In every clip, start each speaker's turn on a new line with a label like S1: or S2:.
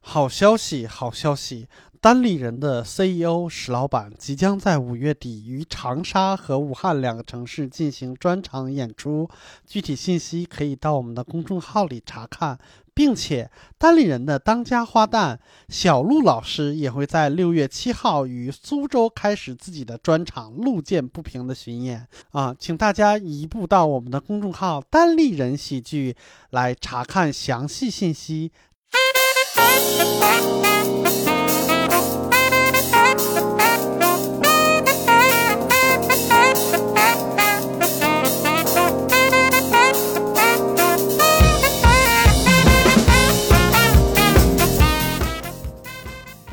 S1: 好消息，好消息！单立人的 CEO 史老板即将在五月底于长沙和武汉两个城市进行专场演出，具体信息可以到我们的公众号里查看。并且，单立人的当家花旦小鹿老师也会在六月七号于苏州开始自己的专场“路见不平”的巡演啊，请大家移步到我们的公众号“单立人喜剧”来查看详细信息。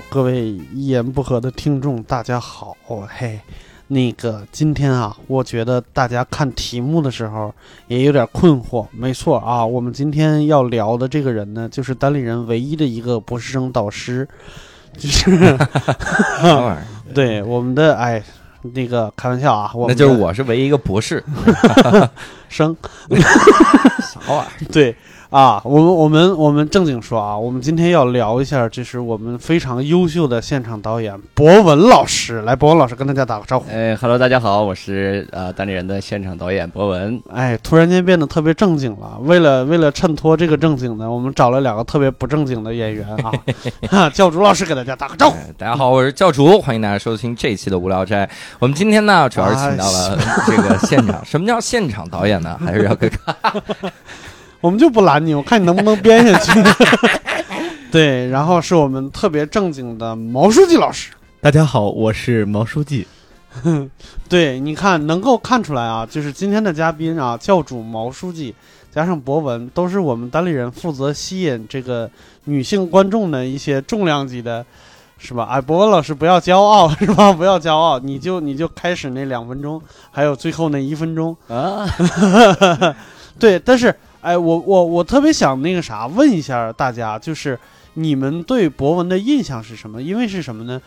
S1: 各位一言不合的听众，大家好，嘿，那个今天啊，我觉得大家看题目的时候也有点困惑。没错啊，我们今天要聊的这个人呢，就是单立人唯一的一个博士生导师，就是 啊
S2: 那玩意儿
S1: 对我们的哎，那个开玩笑啊，我
S2: 那
S1: 们
S2: 就是
S1: 的
S2: 我是唯一一个博士，
S1: 生
S2: 啥玩意儿？
S1: 对啊，我们我们我们正经说啊，我们今天要聊一下，就是我们非常优秀的现场导演博文老师，来，博文老师跟大家打个招呼。
S2: 哎哈喽，大家好，我是呃单立人的现场导演博文。
S1: 哎，突然间变得特别正经了。为了为了衬托这个正经呢，我们找了两个特别不正经的演员啊。啊教主老师给大家打个招呼。
S2: 哎大家好，我是教主，欢迎大家收听这一期的无聊斋。我们今天呢，主要是请到了这个现场。什么叫现场导演呢？还是 要跟
S1: 我们就不拦你，我看你能不能编下去。对，然后是我们特别正经的毛书记老师。
S3: 大家好，我是毛书记。
S1: 对，你看能够看出来啊，就是今天的嘉宾啊，教主毛书记加上博文，都是我们单立人负责吸引这个女性观众的一些重量级的，是吧？哎，博文老师不要骄傲， 是吧？不要骄傲，你就你就开始那两分钟，还有最后那一分钟，
S2: 啊？
S1: 对，但是哎，我我我特别想那个啥，问一下大家，就是你们对博文的印象是什么？因为是什么呢？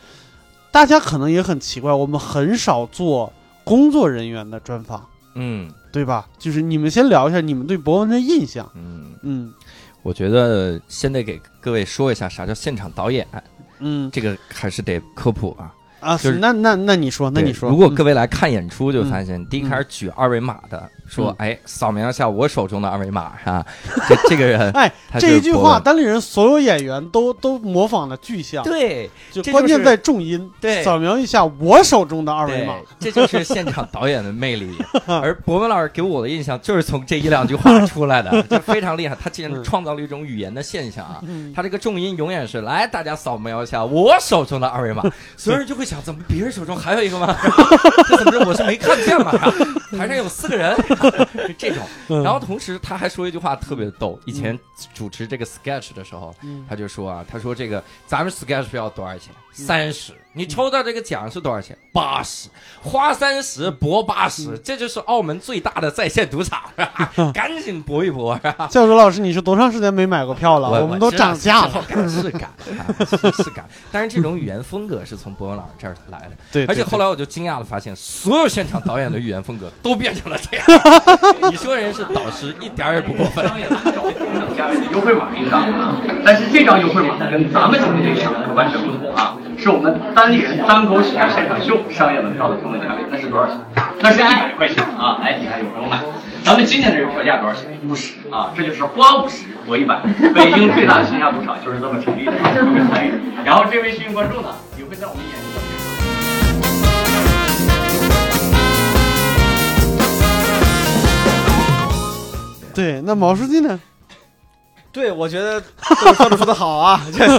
S1: 大家可能也很奇怪，我们很少做工作人员的专访，
S2: 嗯
S1: 对吧？就是你们先聊一下你们对博文的印象。
S2: 嗯，
S1: 嗯
S2: 我觉得先得给各位说一下啥叫现场导演，啊
S1: 嗯
S2: 这个还是得科普啊。
S1: 啊，
S2: 就是
S1: 那那那你说，那
S2: 对
S1: 你说，
S2: 如果
S1: 嗯
S2: 各位来看演出，就发现第一开始举二维码的说
S1: 嗯：“，
S2: 哎，扫描一下我手中的二维码，是吧？”这这个人
S1: 哎
S2: 他
S1: 这
S2: 是
S1: 一句
S2: 博
S1: 话，
S2: 文
S1: 单立人所有演员都都模仿的巨像，
S2: 对
S1: 就
S2: 这
S1: 关
S2: 就
S1: 键
S2: 是
S1: 在重音。
S2: 对
S1: 扫描一下我手中的二维
S2: 对
S1: 码。，
S2: 这就是现场导演的魅 力。而博文老师给我的印象就是从这一两句话出来的，就非常厉害。他竟
S1: 嗯
S2: 然创造了一种语言的现象啊！
S1: 嗯，
S2: 他这个重音永远是来，大家扫描一下我手中的二维码，所有人就会想，怎么别人手中还有一个吗？ 这怎么着？我是没看见吗？台上有四个人， 就这种。
S1: 嗯
S2: 然后同时他还说一句话特别逗，以前主持这个 sketch 的时候，
S1: 嗯
S2: 他就说啊，他说这个咱们 sketch 票多少钱？三十。你抽到这个奖是多少
S1: 嗯
S2: 钱？八十，花三十博八十，这就是澳门最大的在线赌 场，是吧赶紧搏一搏，是吧？
S1: 教主老师，你是多长时间没买过票了？
S2: 我
S1: 们都涨价了。，
S2: 我知道知道是敢啊，是是敢。但是这种语言风格是从博文老师这儿来的，
S1: 对，
S2: 而且
S1: 对
S2: 后来我就惊讶的发现，所有现场导演的语言风格都变成了 这样。你说人是导师，一点儿也不过分。
S4: 等下面的优惠码应当，但是这张优惠码跟咱们今天这场可完全不同啊，是我们单立人单口喜剧现场秀商业门票的功能价位，那是多少钱？那是一百块钱啊！哎，你看有朋友买，咱们今天这个票价多少钱？五十啊，这就是花五十博一百，北京最大的线下赌场就是这么成立的，特别参与。然后这位幸运观众呢，也会在我们演出的时候。
S1: 对，那毛书记呢？
S3: 对，我觉得都说的说的好啊， 这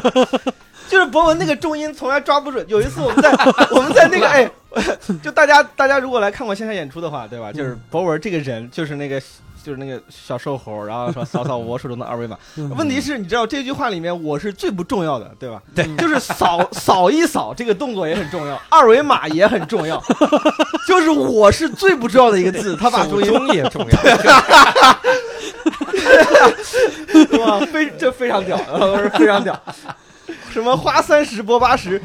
S3: 就是博文那个重音从来抓不准。有一次我们在 我们在那个哎， 就大家大家如果来看过线下演出的话，对吧？就是博文这个人，就是那个就是那个小瘦猴，然后说扫扫我手中的二维码。问题是，你知道这句话里面我是最不重要的，对吧？
S1: 对
S3: 就是扫 扫一扫这个动作也很重要，二维码也很重要，就是我是最不重要的一个字，他把
S2: 手
S3: 重音
S2: 中也 重要，
S3: 呃哇，非这非常屌，我说非常屌。什么花三十博八十，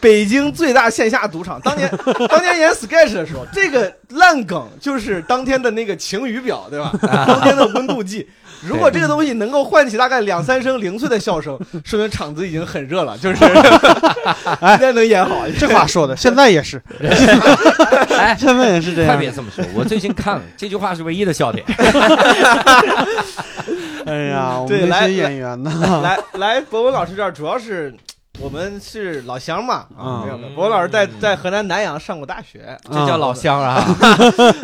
S3: 北京最大线下赌场。当年当年演 sketch 的时候，这个烂梗就是当天的那个晴雨表，对吧？当天的温度计。如果这个东西能够唤起大概两三声零碎的笑声，说明场子已经很热了，就是 应该能演好。
S1: 这话说的，现在也是，
S2: 哎，
S1: 现在也是这
S2: 快
S1: 样。
S2: 别这么说，我最近看 了，这句话是唯一的笑
S1: 啊
S2: 点。
S1: 哎呀，我
S3: 对
S1: 们
S3: 来
S1: 这些演员呢，
S3: 来来，博文老师这儿主要是我们是老乡嘛啊，
S1: 嗯
S3: 没有没有博文老师在在河南南阳上过大学，
S2: 这叫老乡 啊！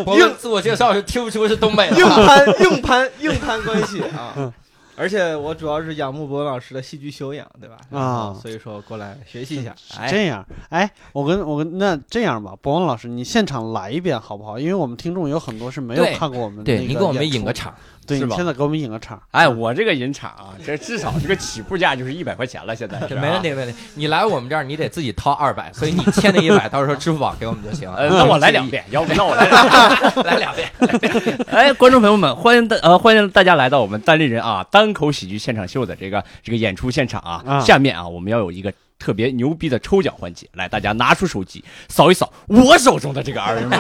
S2: 我们自我介绍是听不出是东北
S3: 硬
S2: 的，
S3: 攀硬攀硬攀关系啊。而且我主要是仰慕博文老师的戏剧修养，对吧？
S1: 啊
S3: 所以说过来学习一下。
S1: 是这样。哎，我跟我跟那这样吧，博文老师，你现场来一遍好不好？因为我们听众有很多是没有
S2: 对
S1: 看过我们
S2: 对
S1: 那
S2: 你
S1: 个
S2: 给我们
S1: 演出
S2: 引个，场，
S1: 对，
S5: 是
S1: 你
S5: 吧
S1: 现在给我们引个 场。
S5: 哎，我这个引场啊，这至少这个起步价就是一百块钱了，现在是
S2: 这
S5: 啊
S2: 没问。题，没问题。你来我们这儿，你得自己掏二百，所以你欠的一 百，到时候支付宝给我们就行。
S5: 呃，那我来 两，遍，要不那我来两遍。
S2: 来两遍。
S5: 哎，观众朋友们，欢迎大呃欢迎大家来到我们单立人啊单口喜剧现场秀的这个这个演出现场啊。
S1: 啊
S5: 下面啊，我们要有一个特别牛逼的抽奖环节，来，大家拿出手机扫一扫我手中的这个二维 码，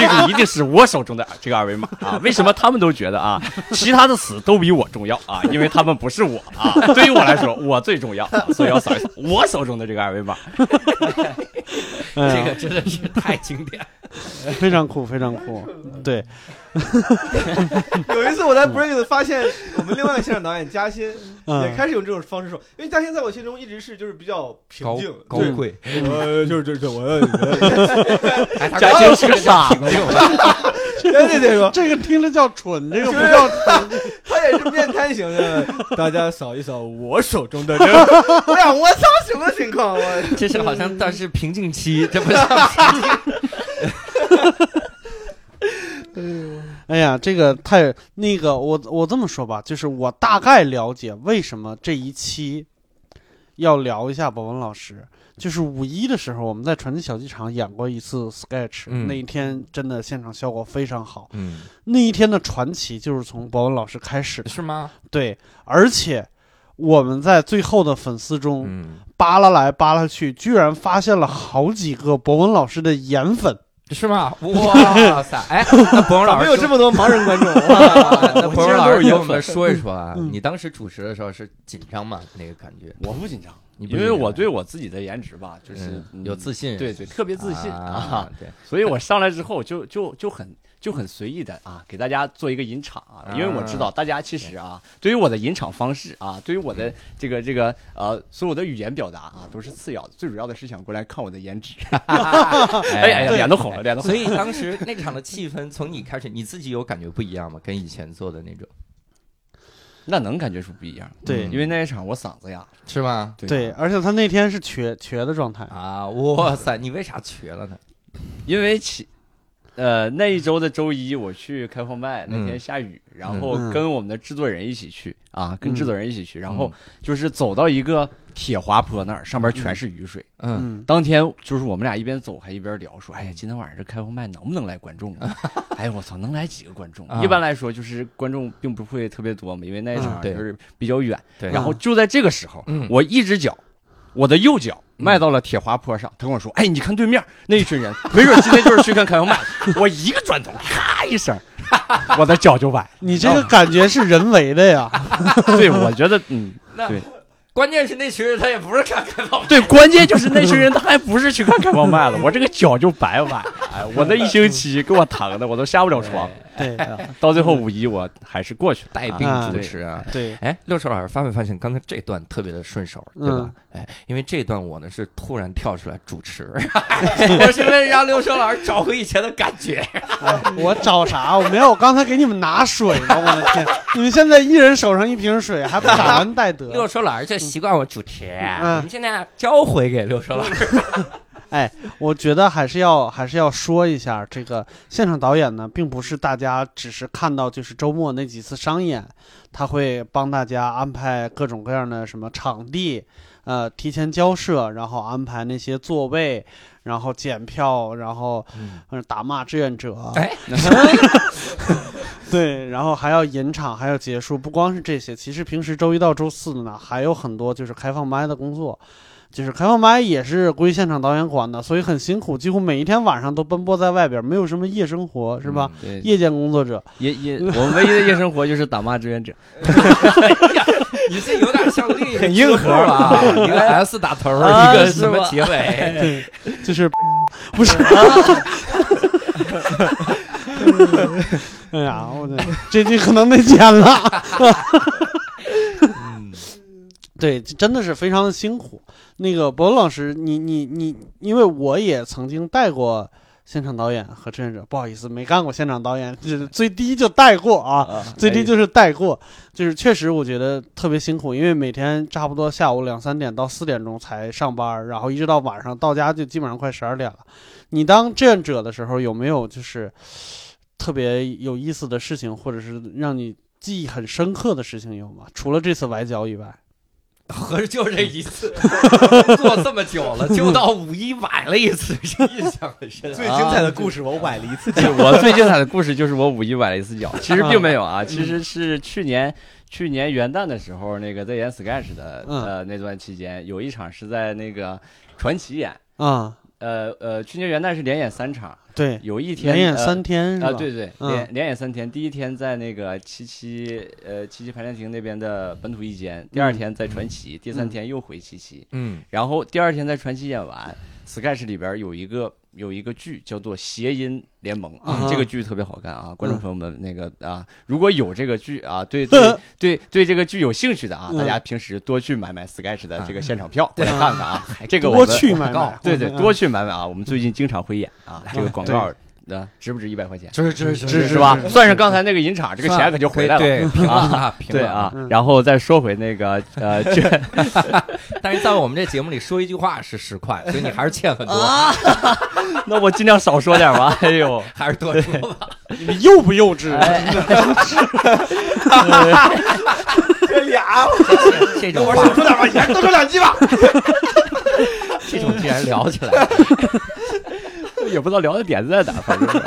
S5: 这个一定是我手中的这个二维码啊。为什么他们都觉得啊，其他的词都比我重要啊？因为他们不是我啊，对于我来说我最重要，啊所以要扫一扫我手中的这个二维码。
S1: 哎呀
S2: 这个真的是太经典了。
S1: 非常酷，非常酷。 对，
S3: 有一次我在 Break 发现我们另外一个现场导演嘉欣也
S1: 嗯，
S3: 开始用这种方式说，因为嘉欣在我心中一直是就是比较平静，
S2: 高
S3: 对
S2: 贵，
S3: 呃，就是就是我，
S2: 哎，他
S5: 嘉
S2: 高贵
S5: 欣是个傻子，
S3: 对对对， 说
S1: 这个听着叫蠢，这个 不叫
S3: 他也是面瘫型的，大家扫一扫我手中的这 个，哎呀，我操，什么情况？我
S2: 这是好像但是瓶颈期，这不像瓶颈。
S1: 哎呀，这个太那个，我我这么说吧，就是我大概了解为什么这一期要聊一下博文老师。就是五一的时候，我们在传奇小剧场演过一次 sketch，、
S2: 嗯
S1: 那一天真的现场效果非常好。
S2: 嗯，
S1: 那一天的传奇就是从博文老师开始的，
S2: 是吗？
S1: 对，而且我们在最后的粉丝中
S2: 嗯，
S1: 扒拉来扒拉去，居然发现了好几个博文老师的颜粉。
S2: 是吗？哇塞！哎，那博文老
S3: 没
S2: 师
S3: 有这么多盲人观众，
S2: 哇那博文老师
S5: 竟然都是
S2: 给
S5: 颜
S2: 我们说一说啊，
S1: 嗯
S2: 你当时主持的时候是紧张吗？那个感觉，
S5: 我不紧张，
S2: 你不
S5: 因
S2: 紧
S5: 为
S2: 张啊
S5: 我对我自己的颜值吧，就是
S2: 嗯有自信，
S5: 对对，特别自信啊
S2: 啊，，对，
S5: 所以我上来之后就就就很就很随意的啊，给大家做一个引场啊，因为我知道大家其实啊，对于我的引场方式啊，对于我
S2: 嗯
S5: 的这个这个呃所有的语言表达啊，都是次要的，最主要的是想过来看我的颜值。 哎呀，脸都红了，脸都红
S2: 所
S5: 了。
S2: 以当时那场的气氛从你开始，你自己有感觉不一样吗？跟以前做的那种
S5: 那能感觉出不一样，
S1: 对
S5: 因为那一场我嗓子哑，
S2: 是吗？
S1: 对，而且他那天是瘸瘸的状态。
S2: 啊，哇塞，你为啥瘸了呢？
S5: 因为其。呃，那一周的周一我去开放麦，那天
S2: 嗯
S5: 下雨，然后
S1: 嗯
S5: 跟我们的制作人一起去啊，跟
S1: 嗯
S5: 制作人一起去，然后就是走到一个铁滑坡那儿，上边全是雨水。
S2: 嗯，
S1: 嗯，
S5: 当天就是我们俩一边走还一边聊，说：“哎呀，今天晚上这开放麦能不能来观众啊？”哎呀，我操，能来几个观众？
S2: 啊
S5: 一般来说就是观众并不会特别多嘛，因为那一
S1: 嗯
S5: 场
S2: 对
S5: 就是比较远。
S2: 对，
S5: 然后就在这个时候，
S2: 嗯
S5: 我一只脚，我的右脚迈到了铁滑坡上。他跟我说：“哎，你看对面那一群人，没准今天就是去看开放 麦。”我一个转头，咔一 声，我的脚就崴了。
S1: 你这个感觉是人为的呀。
S5: 对，我觉得， 嗯，
S2: 那
S5: 对
S2: 关键是那群人他也不是看开放麦，
S5: 哦对，关键就是那群人他还不是去看开放麦了，我这个脚就白崴了。 哎，我那一星期给我疼的，我都下不了床。
S1: 对
S5: 到最后五一，我还是过去了。
S2: 带
S5: 啊
S2: 病
S1: 啊
S2: 主持啊。
S1: 对，
S2: 哎，六兽老师发没发现刚才这段特别的顺手，对吧？哎，因为这段我呢是突然跳出来主持，我是为了让六兽老师找回以前的感觉。
S1: 哎我找啥？我没有，我刚才给你们拿水呢。我的 天，你们现在一人手上一瓶水，还不感恩戴
S2: 六
S1: 德？
S2: 兽老师就习惯我主持，啊
S1: 嗯
S2: 我们现在交回给六兽老师。
S1: 我觉得还是要还是要说一下，这个现场导演呢，并不是大家只是看到就是周末那几次商演，他会帮大家安排各种各样的什么场地，呃，提前交涉，然后安排那些座位，然呃啊嗯 后检票，然后嗯打骂志愿者。
S2: 哎，
S1: 对，然后还要引场，还要结束，不光是这些，其实平时周一到周四呢，还有很多就是开放麦的工作，就是开放麦也是归现场导演管的，所以很辛苦，几乎每一天晚上都奔波在外边，没有什么夜生活，是
S2: 嗯
S1: 吧？
S3: 嗯
S5: 对，
S1: 夜间工作者，
S5: 夜 夜，我们唯一的夜生活就是打骂志愿者。
S2: 你这有点像另一个
S3: 很硬核
S2: 了啊，一个 S 打头，
S5: 啊
S2: 一个
S5: 是
S2: 什么
S5: 吗
S2: 结尾？
S1: 对，就是不是？哎呀，我的这句可能得剪了。 对，真的是非常的辛苦。那个博文老师，你你你，因为我也曾经带过现场导演和志愿者，不好意思，没干过现场导演，就是最低就带过啊，
S5: 啊
S1: 最低就是带过，就是确实我觉得特别辛苦，因为每天差不多下午两三点到四点钟才上班，然后一直到晚上到家就基本上快十二点了。你当志愿者的时候有没有就是特别有意思的事情，或者是让你记忆很深刻的事情有吗？除了这次崴脚以外。
S2: 合着就这一次，做这么久了，就到五一买了一次， 印象很深。
S3: 最精彩的故事，我崴了一次脚
S5: 就。 我最精彩的故事就是我五一崴了一次脚，其实并没有
S1: 嗯
S5: 啊，其实是去年去年元旦的时候，那个在演 sketch 的
S1: 嗯
S5: 呃那段期间，有一场是在那个传奇演，
S1: 啊、
S5: 呃呃，去年元旦是连演三场，
S1: 对，
S5: 有一天
S1: 连演
S5: 呃
S1: 三天是吧？
S5: 啊，对对，
S1: 嗯
S5: 连连演三天，第一天在那个七七呃七七排练厅那边的本土一间，第
S1: 嗯
S5: 二天在传奇，第三天又回七七，
S2: 嗯，
S5: 然后第二天在传奇演完，sketch 里边有一个有一个剧叫做《谐音联盟》
S1: 啊
S5: 这个剧特别好看啊，观众朋友们，那个啊，如果有这个剧啊，对对对对这个剧有兴趣的啊，
S1: 嗯
S5: 大家平时多去买买 sketch 的这个现场票，过来看看啊，这个我
S1: 多
S5: 们
S1: 去买买
S2: 广
S1: 嗯
S2: 告，
S5: 对对多
S1: 去
S5: 去买买啊，我们最近经常会演啊，这个广告啊值不值一百块钱？
S2: 就是就是
S5: 值是吧？算上刚才那个银场，这个钱可就回来了。
S2: 对，平了啊，平
S5: 对
S2: 了
S5: 啊
S1: 嗯，
S5: 然后再说回那个呃，就
S2: 但是在我们这节目里说一句话是十块，所以你还是欠很多，
S5: 那我尽量少说点吧。哎呦，
S2: 还是多说吧。
S1: 你们幼不幼稚？
S5: 哎
S3: 这俩，
S2: 这这种 话，
S3: 多两把盐，多说两句 吧。
S2: 这种竟然聊起来，
S5: 也不知道聊的点子在哪，反正是。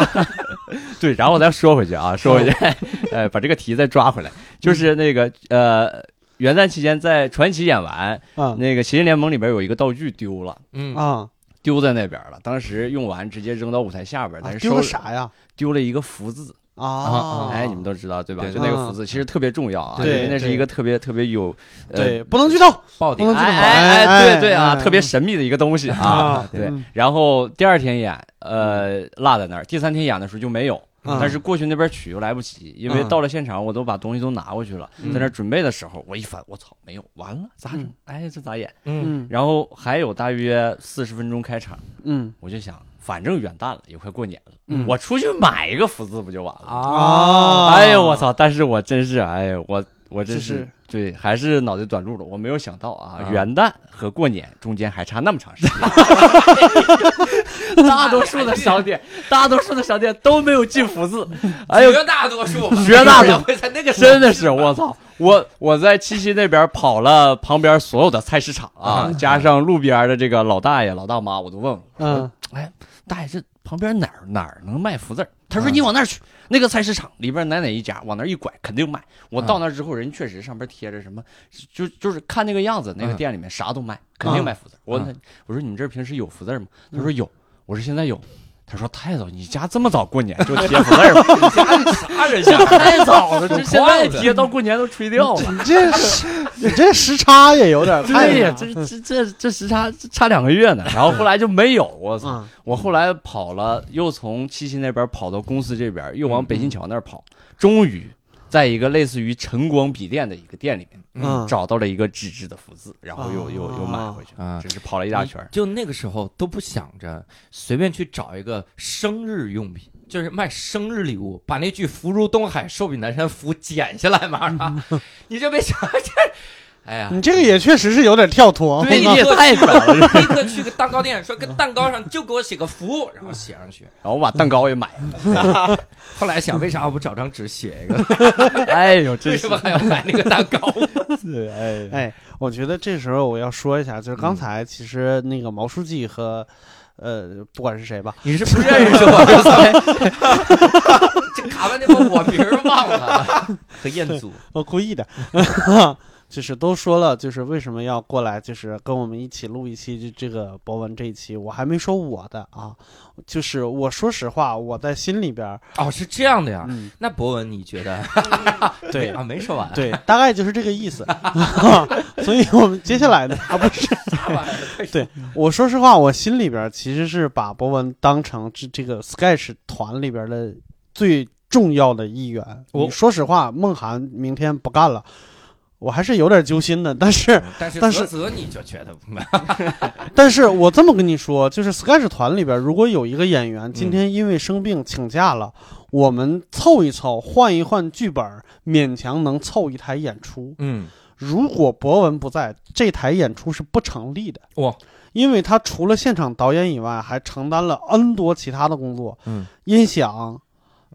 S5: 对，然后再说回去啊，说回去， 呃，把这个题再抓回来，就是那个呃，元旦期间在传奇演完，
S1: 啊
S5: 那个《奇人联盟》里边有一个道具丢了，
S2: 嗯，
S1: 啊，
S5: 丢在那边了，当时用完直接扔到舞台下边，但
S1: 啊
S5: 是
S1: 丢
S5: 收
S1: 了
S5: 拾
S1: 啥呀？
S5: 丢了一个福字
S1: 啊，
S5: 哎，你们都知道对吧？
S2: 对
S5: 就那个
S1: 嗯
S5: 福字其实特别重要啊，因
S1: 对
S5: 为那是一个特别特别有呃
S1: 对，不能剧透
S2: 爆
S1: 不
S2: 点
S1: 能
S5: 哎
S1: 哎
S5: 哎
S1: 哎
S5: 对对啊，
S1: 哎
S5: 特别神秘的一个东西啊。对
S1: 嗯，
S5: 然后第二天演，呃，落在那儿。第三天演的时候就没有，
S1: 嗯
S5: 但是过去那边取又来不及，因为
S1: 嗯
S5: 到了现场我都把东西都拿过去了，在那儿准备的时候，我一翻，我操，没有，完了，咋整
S1: 嗯？
S5: 哎，这咋演？
S2: 嗯，
S1: 嗯
S5: 然后还有大约四十分钟开场，
S1: 嗯
S5: 我就想，反正元旦了，也快过年了，
S1: 嗯
S5: 我出去买一个福字不就完了？
S1: 啊
S5: 哎呦我操！但是我真是，哎呦我我真
S1: 这
S5: 是
S1: 是
S5: 对，还是脑袋短路了。我没有想到啊，
S2: 啊
S5: 元旦和过年中间还差那么长 时间。大多数的商 店，大多数的商店都没有进福 字。哎呦，
S2: 绝大多数，
S5: 绝大多数
S2: 数在那个时候
S5: 真的是我操！我我在七七那边跑了旁边所有的菜市场啊，加上路边的这个老大爷老大妈，我都问问，
S1: 嗯
S5: 哎，大爷，这旁边哪儿哪儿能卖福字儿？他说你往那儿去，那个菜市场里边哪哪一家，往那儿一拐肯定卖。我到那儿之后，人确实上边贴着什么，就就是看那个样子，那个
S2: 嗯
S5: 店里面啥都卖，肯定卖福字儿。我问他，我说你们这儿平时有福字儿吗？他说有。我说现在有。他说太早，你家这么早过年 就贴福字儿吗？
S2: 啥人家
S5: 太早了，这现在
S2: 有框子
S5: 贴到过年都吹掉了。
S1: 你这是你这时差也有 点太
S5: 对呀
S1: 远，
S5: 这这这这时差这差两个月呢，然后后来就没有，我操！
S1: 啊
S5: 我后来跑了，又从七七那边跑到公司这边，又往北
S2: 嗯
S5: 新桥那儿跑，终于在一个类似于晨光笔电的一个店里面、
S1: 嗯
S5: 找到了一个纸质的福字，然后又、又
S1: 哦
S5: 又买回去，
S2: 啊
S5: 只是跑了一大圈儿。
S2: 就那个时候都不想着随便去找一个生日用品，就是卖生日礼物，把那句“福如东海，寿比南山”福剪下来嘛，
S5: 嗯
S2: 你就别想这，哎呀，
S1: 你这个也确实是有点跳
S2: 嗯
S1: 脱，啊
S2: 哎
S5: 对你也太
S2: 准
S5: 短了
S2: 了！ 立刻去个蛋糕店，说跟蛋糕上就给我写个福，然后写上去。
S5: 然后我把蛋糕也买
S2: 后来想，为啥我不找张纸写一 个？
S5: 了，哎呦，
S2: 为
S5: 真
S2: 什
S5: 是
S2: 么还要买那个蛋糕？
S5: 是哎
S1: 哎，我觉得这时候我要说一下，就是刚才其实那个毛书记和呃，不管是谁吧，
S2: 你是不认识我？ 这卡班那个我名儿忘了，和彦祖
S1: 我故意的， 就是都说了，就是为什么要过来，就是跟我们一起录一期这这个博文这一期，我还没说我的啊，就是我说实话，我在心里边儿，
S2: 哦，是这样的呀。
S1: 嗯，
S2: 那博文，你觉得？
S1: 对
S2: 啊，没说完。
S1: 对，大概就是这个意思， 啊所以我们接下来呢，啊不是，对我说实话，我心里边儿其实是把博文当成这这个 Sketch 团里边儿的最重要的一员。
S2: 我
S1: 你说实话，梦涵明天不干了，我还是有点揪心的，但是。
S2: 但是
S1: 但
S2: 泽
S1: 是
S2: 泽，你就觉得不
S1: 但是我这么跟你说，就是 Sketch 团里边，如果有一个演员今天因为生病请假了，我们凑一凑，换一换剧本，勉强能凑一台演出。
S2: 嗯，
S1: 如果博文不在，这台演出是不成立的。
S2: 哇！
S1: 因为他除了现场导演以外，还承担了 N 多其他的工作，
S2: 嗯，
S1: 音响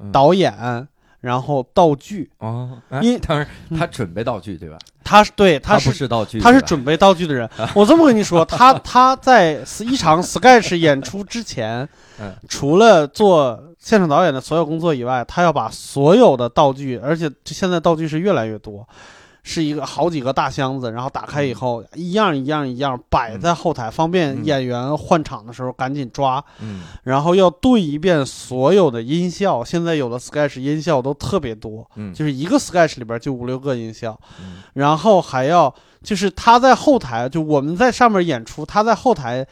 S2: 嗯、
S1: 导演，然后道具。
S2: 哦，
S1: 因
S2: 因当然他准备道具对吧？
S1: 他是对，他
S2: 不
S1: 是
S2: 是道具，
S1: 他是
S2: 对吧
S1: 准备道具的 人。我这么跟你说，他他在一场 sketch 演出之前
S2: 嗯，
S1: 除了做现场导演的所有工作以外，他要把所有的道具，而且这现在道具是越来越多，是一个好几个大箱子，然后打开以后一样一样一样摆在后台，方便
S2: 嗯
S1: 演员换场的时候赶紧抓。
S2: 嗯
S1: 然后要对一遍所有的音效，现在有的 sketch 音效都特别多，
S2: 嗯
S1: 就是一个 sketch 里边就五六个音效，
S2: 嗯
S1: 然后还要就是他在后台，就我们在上面演出，他在后台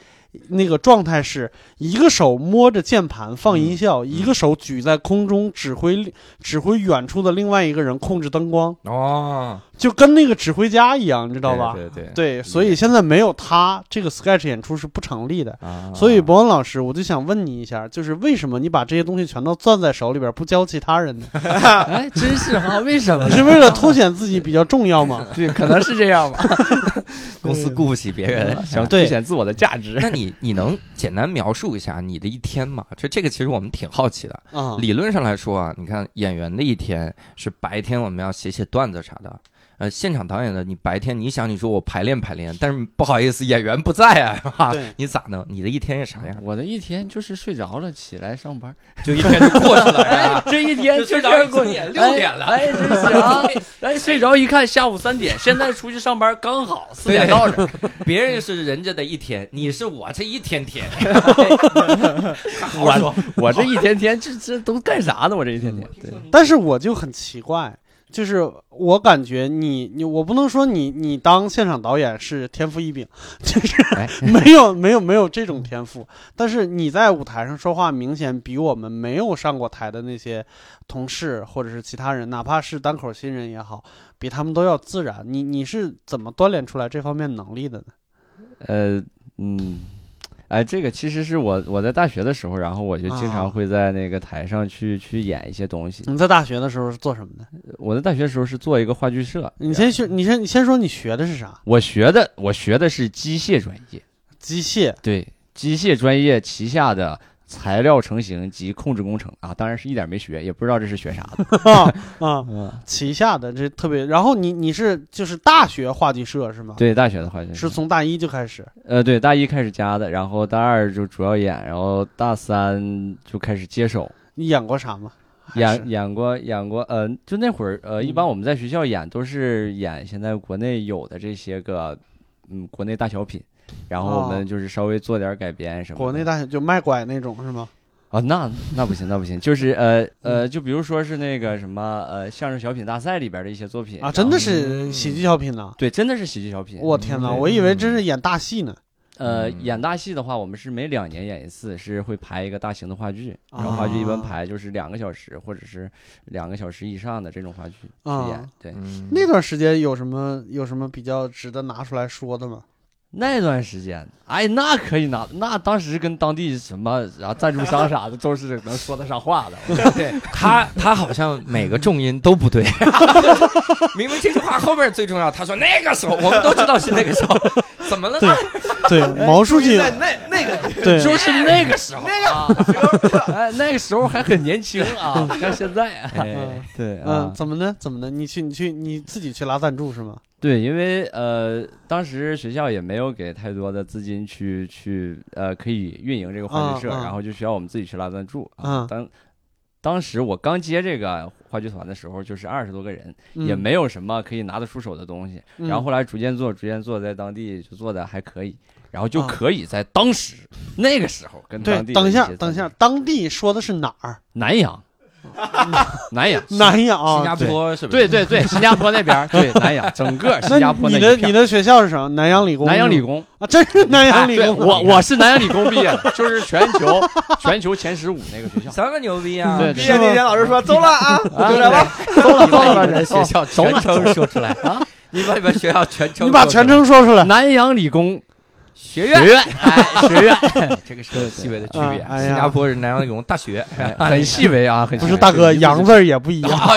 S1: 那个状态是一个手摸着键盘放音效，
S2: 嗯
S1: 一个手举在空中指挥指挥远处的另外一个人控制灯光，
S2: 哦，
S1: 就跟那个指挥家一样，你知道吧？
S2: 对对
S1: 对，所以现在没有他，这个 sketch 演出是不成立的。
S2: 啊，
S1: 所以，博文老师，我就想问你一下，就是为什么你把这些东西全都攥在手里边，不教其他人呢？
S5: 哎，真是哈，为 什么
S1: 是为了凸显自己比较重要吗？
S5: 对，可能是这样吧。
S2: 公司顾不起别人。
S5: 想凸
S1: 对
S5: 显自我的价值。
S2: 那你你能简单描述一下你的一天吗？就这个，其实我们挺好奇的。
S1: 啊、
S2: 理论上来说啊，你看演员的一天是白天我们要写写段子啥的，呃，现场导演的你白天你想你说我排练排练，但是不好意思演员不在啊，是吧
S1: 对？
S2: 你咋弄？你的一天是啥样？
S5: 我的一天就是睡着了，起来上班，
S2: 就一天就过去了，是吧
S5: 哎这一天
S2: 就睡
S5: 这
S2: 着
S5: 样
S2: 了几点六点了
S5: 哎，哎真是啊！ 哎，睡着一看下午三点，现在出去上班刚好四点到这儿，
S2: 别人是人家的一天，你是我这一天天。 我
S5: 我我这一天天这这都干啥呢？我这一天天，对，
S1: 但是我就很奇怪，就是我感觉你你我不能说你你当现场导演是天赋异禀，就是
S2: 哎
S1: 没有没有没有这种天赋，但是你在舞台上说话，明显比我们没有上过台的那些同事或者是其他人，哪怕是单口新人也好，比他们都要自然。你你是怎么锻炼出来这方面能力的呢？
S5: 呃，嗯，哎，这个其实是我我在大学的时候，然后我就经
S1: 啊
S5: 常会在那个台上去去演一些东西。
S1: 你在大学的时候是做什么的？
S5: 我在大学的时候是做一个话剧社，
S1: 你先学，
S5: 啊
S1: 你先你先说你学的是啥？
S5: 我学的我学的是机械专业，
S1: 机械
S5: 对，机械专业旗下的。材料成型及控制工程啊，当然是一点没学，也不知道这是学啥 的。
S1: 啊，
S5: 嗯，
S1: 旗下的这特别。然后你你是就是大学话剧社是吗？，
S5: 对，大学的话剧
S1: 是从大一就开始。
S5: 呃，对，大一开始加的，然后大二就主要演，然后大三就开始接手，
S1: 你演过啥吗？还
S5: 演
S1: 是
S5: 演过演过，呃，就那会儿，呃，一般
S1: 嗯
S5: 我们在学校演都是演现在国内有的这些个，嗯，国内大小品，然后我
S1: 哦
S5: 们就是稍微做点改编什么的。
S1: 国内大学就卖拐那种是吗？
S5: 啊，那那不行，那不行，就是呃呃，就比如说是那个什么呃相声小品大赛里边的一些作品
S1: 啊，真的是
S2: 嗯
S1: 喜剧小品呐！
S5: 对，真的是喜剧小品。
S1: 我天哪，
S2: 嗯
S1: 我以为真是演大戏呢。
S5: 呃，
S2: 嗯
S5: 演大戏的话，我们是每两年演一次，是会排一个大型的话剧，然后
S1: 啊
S5: 话剧一般排就是两个小时或者是两个小时以上的这种话剧去
S1: 啊
S5: 演。对，
S2: 嗯
S1: 那段时间有什么有什么比较值得拿出来说的 吗？
S5: 那段时间，哎，那可以拿，那当时跟当地什么然后赞助商啥的都是能说得上话的。
S2: 对 他，他好像每个重音都不对。 明明这句话后面最重要，他说那个时候，我们都知道是那个时 候，怎么了呢？
S1: 对，
S5: 哎
S1: 毛书记
S3: 在那那个
S1: 对
S5: 就是那个时候，那个，啊哎，那个时候还很年轻 啊，不像现在啊。
S1: 嗯
S5: 对，啊
S1: 嗯，怎么呢？怎么呢？你去你去你自己去拉赞助是吗？
S5: 对，因为呃，当时学校也没有给太多的资金去去呃，可以运营这个话剧社，
S1: 嗯嗯
S5: 然后就需要我们自己去拉赞助
S1: 嗯
S5: 啊。当当时我刚接这个话剧团的时候，就是二十多个人，也没有什么可以拿得出手的东西。
S1: 嗯
S5: 然后后来逐渐做，逐渐做，在当地就做的还可以，然后就
S1: 啊
S5: 可以在当时、那个时候跟
S1: 对
S5: 当，地的
S1: 等一下
S5: 些，
S1: 等一
S5: 团
S1: 下
S5: 体，
S1: 当地说的是哪儿？
S5: 南 洋，南洋，
S1: 南洋啊，
S2: 新加坡是不
S5: 对
S2: 是？
S5: 对对，新加坡那边儿，对南洋，整个
S1: 那
S5: 新加坡
S1: 你
S5: 那
S1: 的
S5: 一片
S1: 你的学校是啥？南洋理工？
S5: 南洋理工，哎
S1: 啊，真是南洋理
S5: 对
S1: 工。啊
S5: 我我是南洋理工毕业的，就是全球全球前十五那个学 校。
S2: 什么牛逼啊！
S5: 对
S3: 毕
S5: 对
S3: 业那天老师说走了啊，
S5: 啊
S3: 走了吧，
S5: 走了
S2: 你把
S5: 哦了
S2: 你们学校全称说出来啊！你把你们学校全称，
S1: 你把全称说出来。
S5: 南洋理工
S2: 学
S5: 学
S2: 院，
S5: 院，哎，学院
S2: 这个是细微的区
S1: 对
S2: 别。
S1: 啊哎呀
S2: 新加坡是南洋理工大学，哎
S5: 很细微啊，很细
S1: 不
S5: 微
S1: 是大哥，
S5: 就
S1: 洋字儿也不一 样，
S5: 啊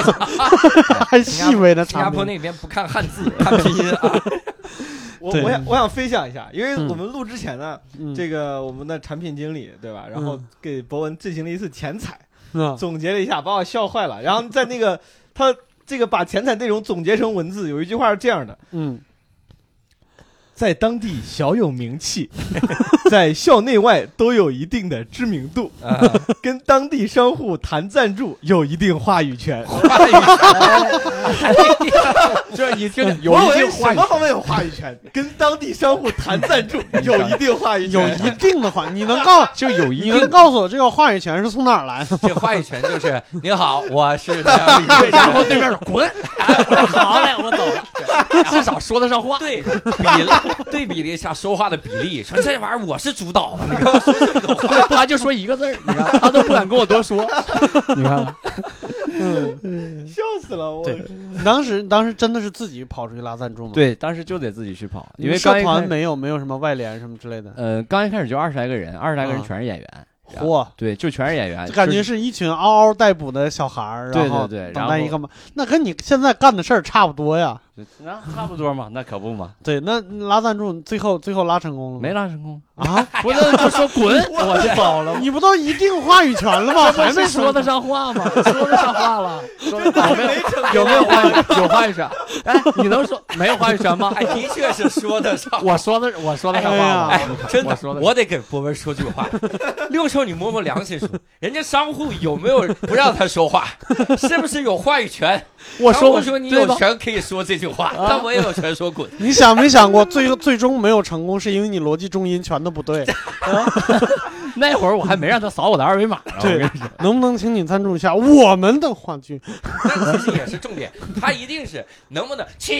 S1: 还细微的
S2: 新加
S1: 差
S2: 坡
S1: 别。
S2: 那边不看汉字，看拼音啊。
S3: 我
S1: 对
S3: 我想我想分享一下，因为
S1: 嗯
S3: 我们录之前呢，
S1: 嗯
S3: 这个我们的产品经理对吧，然后
S1: 嗯
S3: 给博文进行了一次前采，
S1: 嗯
S3: 总结了一下，把我笑坏了。然后在那个他这个把前采内容总结成文字，有一句话是这样的：
S1: 嗯，
S3: 在当地小有名气， 在校内外都有一定的知名度，
S2: 啊
S3: 跟当地商户谈赞助有一定话语权。
S2: 话语
S5: 这你听着有
S3: 博
S5: 一
S3: 文
S5: 定
S3: 什
S5: 话语
S3: 么方面有话语权？跟当地商户谈赞助 有一定话语权。
S1: 有一定的话，你能告
S5: 就有一
S1: 你能
S5: 定
S1: 告诉我这个话语权是从哪儿来的？
S2: 这话语权就是你好，我是南洋理工，然后对面说滚，
S5: 好嘞，我走 了，至少说得上话。
S2: 对比了对比了一下说话的比例，说这玩意儿我是主导，你跟我说这个话，
S5: 他就说一个字儿，你看他都不敢跟我多说。你看，
S3: 笑死了我！
S1: 对你当时当时真的是自己跑出去拉赞助吗？，
S5: 对，当时就得自己去跑，
S1: 你
S5: 因为
S1: 们社
S5: 刚一开
S1: 团
S5: 始
S1: 没有没有什么外联什么之类的。
S5: 呃，刚一开始就二十来个人，二十来个人
S1: 啊
S5: 全是演员，然后
S1: 嚯，
S5: 对，就全是演员，
S1: 就感
S5: 就
S1: 觉
S5: 哎是
S1: 是一群嗷嗷待哺的小孩儿，
S5: 对
S1: 然后
S5: 对对
S1: 等
S5: 然
S1: 待
S5: 后
S1: 一个嘛，那跟你现在干的事儿差不多呀。
S5: 那差不多嘛，那可不嘛，
S1: 对，那你拉赞助最后最后拉成功了吗
S5: 没拉成功，
S1: 啊？
S5: 不是就说滚， 我就走了。
S1: 你不都一定话语权了吗？还
S5: 还
S1: 没
S5: 没说得
S1: 的
S5: 上话 吗？说得上话了， 说得上有没有
S3: 没成
S5: 有没有话语有话语 权？哎，你能说没有话语权吗？
S2: 哎，的确是说得上。
S5: 我说的我说得上
S1: 哎
S5: 话
S1: 呀
S5: 吗？
S2: 哎，真
S5: 我
S2: 的，
S5: 说的
S2: 我得给博文说句话。 六兽，你摸摸良心说，人家商户有没有不让他说 话？是不是有话语权？
S5: 我
S2: 商
S5: 说
S2: 户
S5: 我
S2: 说你
S5: 对
S2: 有
S5: 吧啊
S2: 权可以说这句话，但我也有权说滚。
S1: 你想没想过，最后最终没有成功，是因为你逻辑重音全都不 对。
S5: 那会儿我还没让他扫我的二维码呢。我
S1: 对
S5: 跟你说，
S1: 能不能请你赞助一下我们的话剧？
S2: 但其实也是重点，他一定是能不能请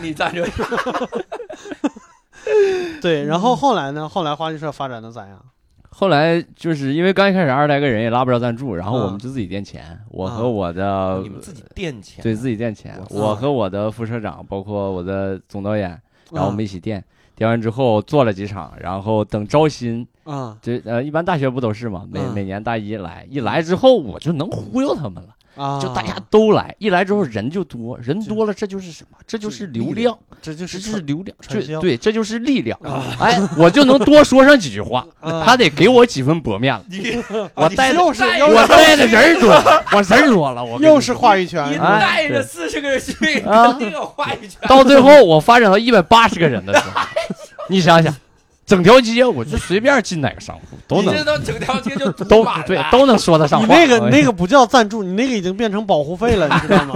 S2: 你站着。
S1: 对，然
S5: 嗯
S1: 后后来呢？后来话剧社发展的咋样？
S5: 后来就是因为刚一开始二十来个人也拉不着赞助，然后
S1: 嗯
S5: 我们就自己垫钱，我
S1: 啊
S5: 和我的
S2: 你们自己垫钱，
S5: 对自己垫钱，啊
S1: 我
S5: 我和我的副社长，包括我的总导演，然后
S1: 嗯
S5: 我们一起垫。垫完之后做了几场，然后等招新，
S1: 啊
S5: 就呃，一般大学不都是嘛？每、
S1: 嗯
S5: 每年大一来，一来之后我就能忽悠他们了，
S1: 啊！
S5: 就大家都来，一来之后人就多，人多了这就是什么？这就
S1: 就是
S5: 是
S1: 力
S5: 流
S1: 量
S5: 量，
S1: 这就
S5: 这
S1: 是
S5: 就是
S1: 纯
S5: 流量，
S1: 传销
S5: 这对，这就是力量。哎，我就能多说上几句话，
S1: 啊
S5: 他得给我几分薄面了。
S2: 你
S5: 我
S1: 你
S5: 带着
S1: 又是
S2: 带
S1: 又
S5: 我
S1: 是
S5: 带着人多， 我人多了，我跟你
S1: 又
S5: 说
S1: 是话语权
S2: 你
S1: 是
S5: 啊
S1: 吧？
S2: 带着四十个人去，
S5: 啊
S2: 肯定有话语权。
S5: 到最后我发展到一百八十个人的时 候，你想想，整条街我就随便进哪个商 户都
S2: 你
S5: 能
S2: 这都整条街就堵
S5: 都
S2: 满了
S5: 对都能说得上
S1: 你
S5: 话。啊
S1: 那个
S5: 我跟
S1: 那个不叫赞助，你那个已经变成保护费了，你知道吗？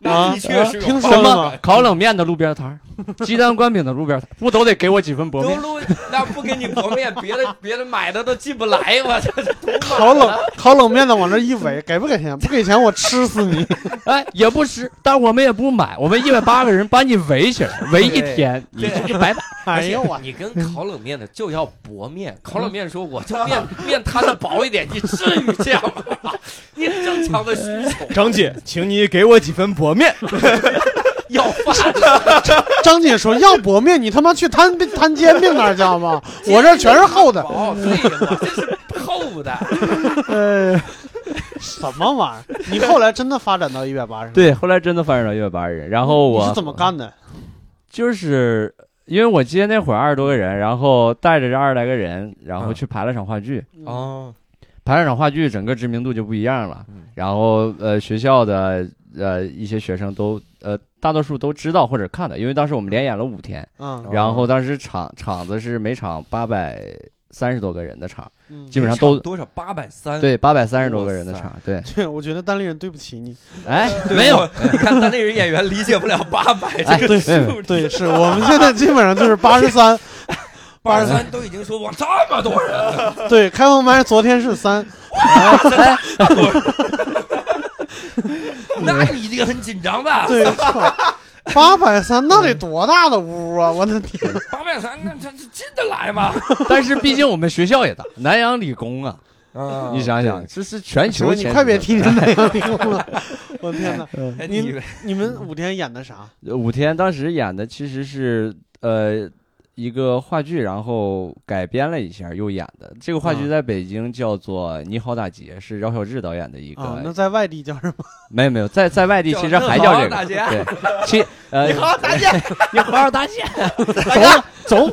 S2: 那的
S5: 啊
S2: 确是有
S1: 听说
S5: 什
S1: 了吗
S5: 么烤冷面的路边摊儿，鸡蛋灌饼的路边摊儿，不都得给我几分薄
S2: 都
S5: 面？
S2: 录那不给你薄面，别的别的买的都进不来，我这这堵满
S1: 烤冷
S2: 了。
S1: 烤冷面的往这一围，给不给钱？不给钱我吃死你！
S5: 哎，也不吃，但我们也不买，我们一百八个人把你围起来，围一天，你就白白。
S1: 哎呦嗯我，
S2: 你跟烤冷面的就要薄面，烤冷面说我就面 面摊的薄一点，你至于这样吗？ 你正常的需求
S3: 张姐，请你给我几分薄面。
S2: 要饭，
S1: 张姐说要薄面，你他妈去摊摊煎饼那儿去好吗？我这全是厚的。
S2: 薄，对我这是厚的。
S1: 呃，什么玩意儿？你后来真的发展到一百八十？，
S5: 对，后来真的发展到一百八十人，然后
S1: 嗯你
S5: 我
S1: 是怎么？干的？
S5: 就是因为我接那会儿二十多个人，然后带着这二十来个人，然
S1: 嗯
S5: 后去排了场话剧，
S2: 哦，
S5: 排了场话剧，整个知名度就不一样了
S2: 嗯。
S5: 然后呃，学校的呃一些学生都呃大多数都知道或者
S1: 哦
S5: 嗯看的，因为当时我们连演了五天。
S1: 嗯
S5: 然后当时场场子是每场八百三十多个人的场，
S1: 嗯，
S5: 基本上都
S2: 多少八百三，
S5: 对八百三十多个人的
S2: 哇塞
S5: 场， 对，
S1: 对，我觉得单立人对不起你。
S5: 哎，没有，
S2: 你看当地人演员理解不了八百
S5: 哎，
S2: 这个
S5: 对
S2: 数，
S1: 对，是我们现在基本上就是八十三，
S2: 八十三都已经说哇这么多人，
S1: 对，开放麦昨天是三，哎
S2: 那你这个很紧张吧？
S1: 对，八百三那
S5: 嗯
S1: 得多大的屋啊！我的天，
S2: 八百三那这这进得来吗？
S5: 但是毕竟我们学校也大，南洋理工啊，
S2: 啊
S5: 你想想，这是全球
S1: 你
S5: 前
S1: 快
S5: 十
S1: 别
S5: 的
S1: 提你那个名了，我的天哪！
S2: 哎你以
S1: 你
S2: 为
S1: 你们五天演 的啥？啊
S5: 呃武天当时演的其实是呃一个话剧，然后改编了一下又演的。这个话剧
S1: 啊
S5: 在北京叫做《你好，大姐》，是饶晓志导演的一个。
S1: 啊，那在外地叫 什么？
S5: 没有没有，在在外地
S2: 叫
S5: 其实还叫
S2: 你
S5: 这
S2: 好大
S5: 个。
S2: 姐
S5: 对，其呃
S3: 你好，大姐，
S5: 你好大姐，走走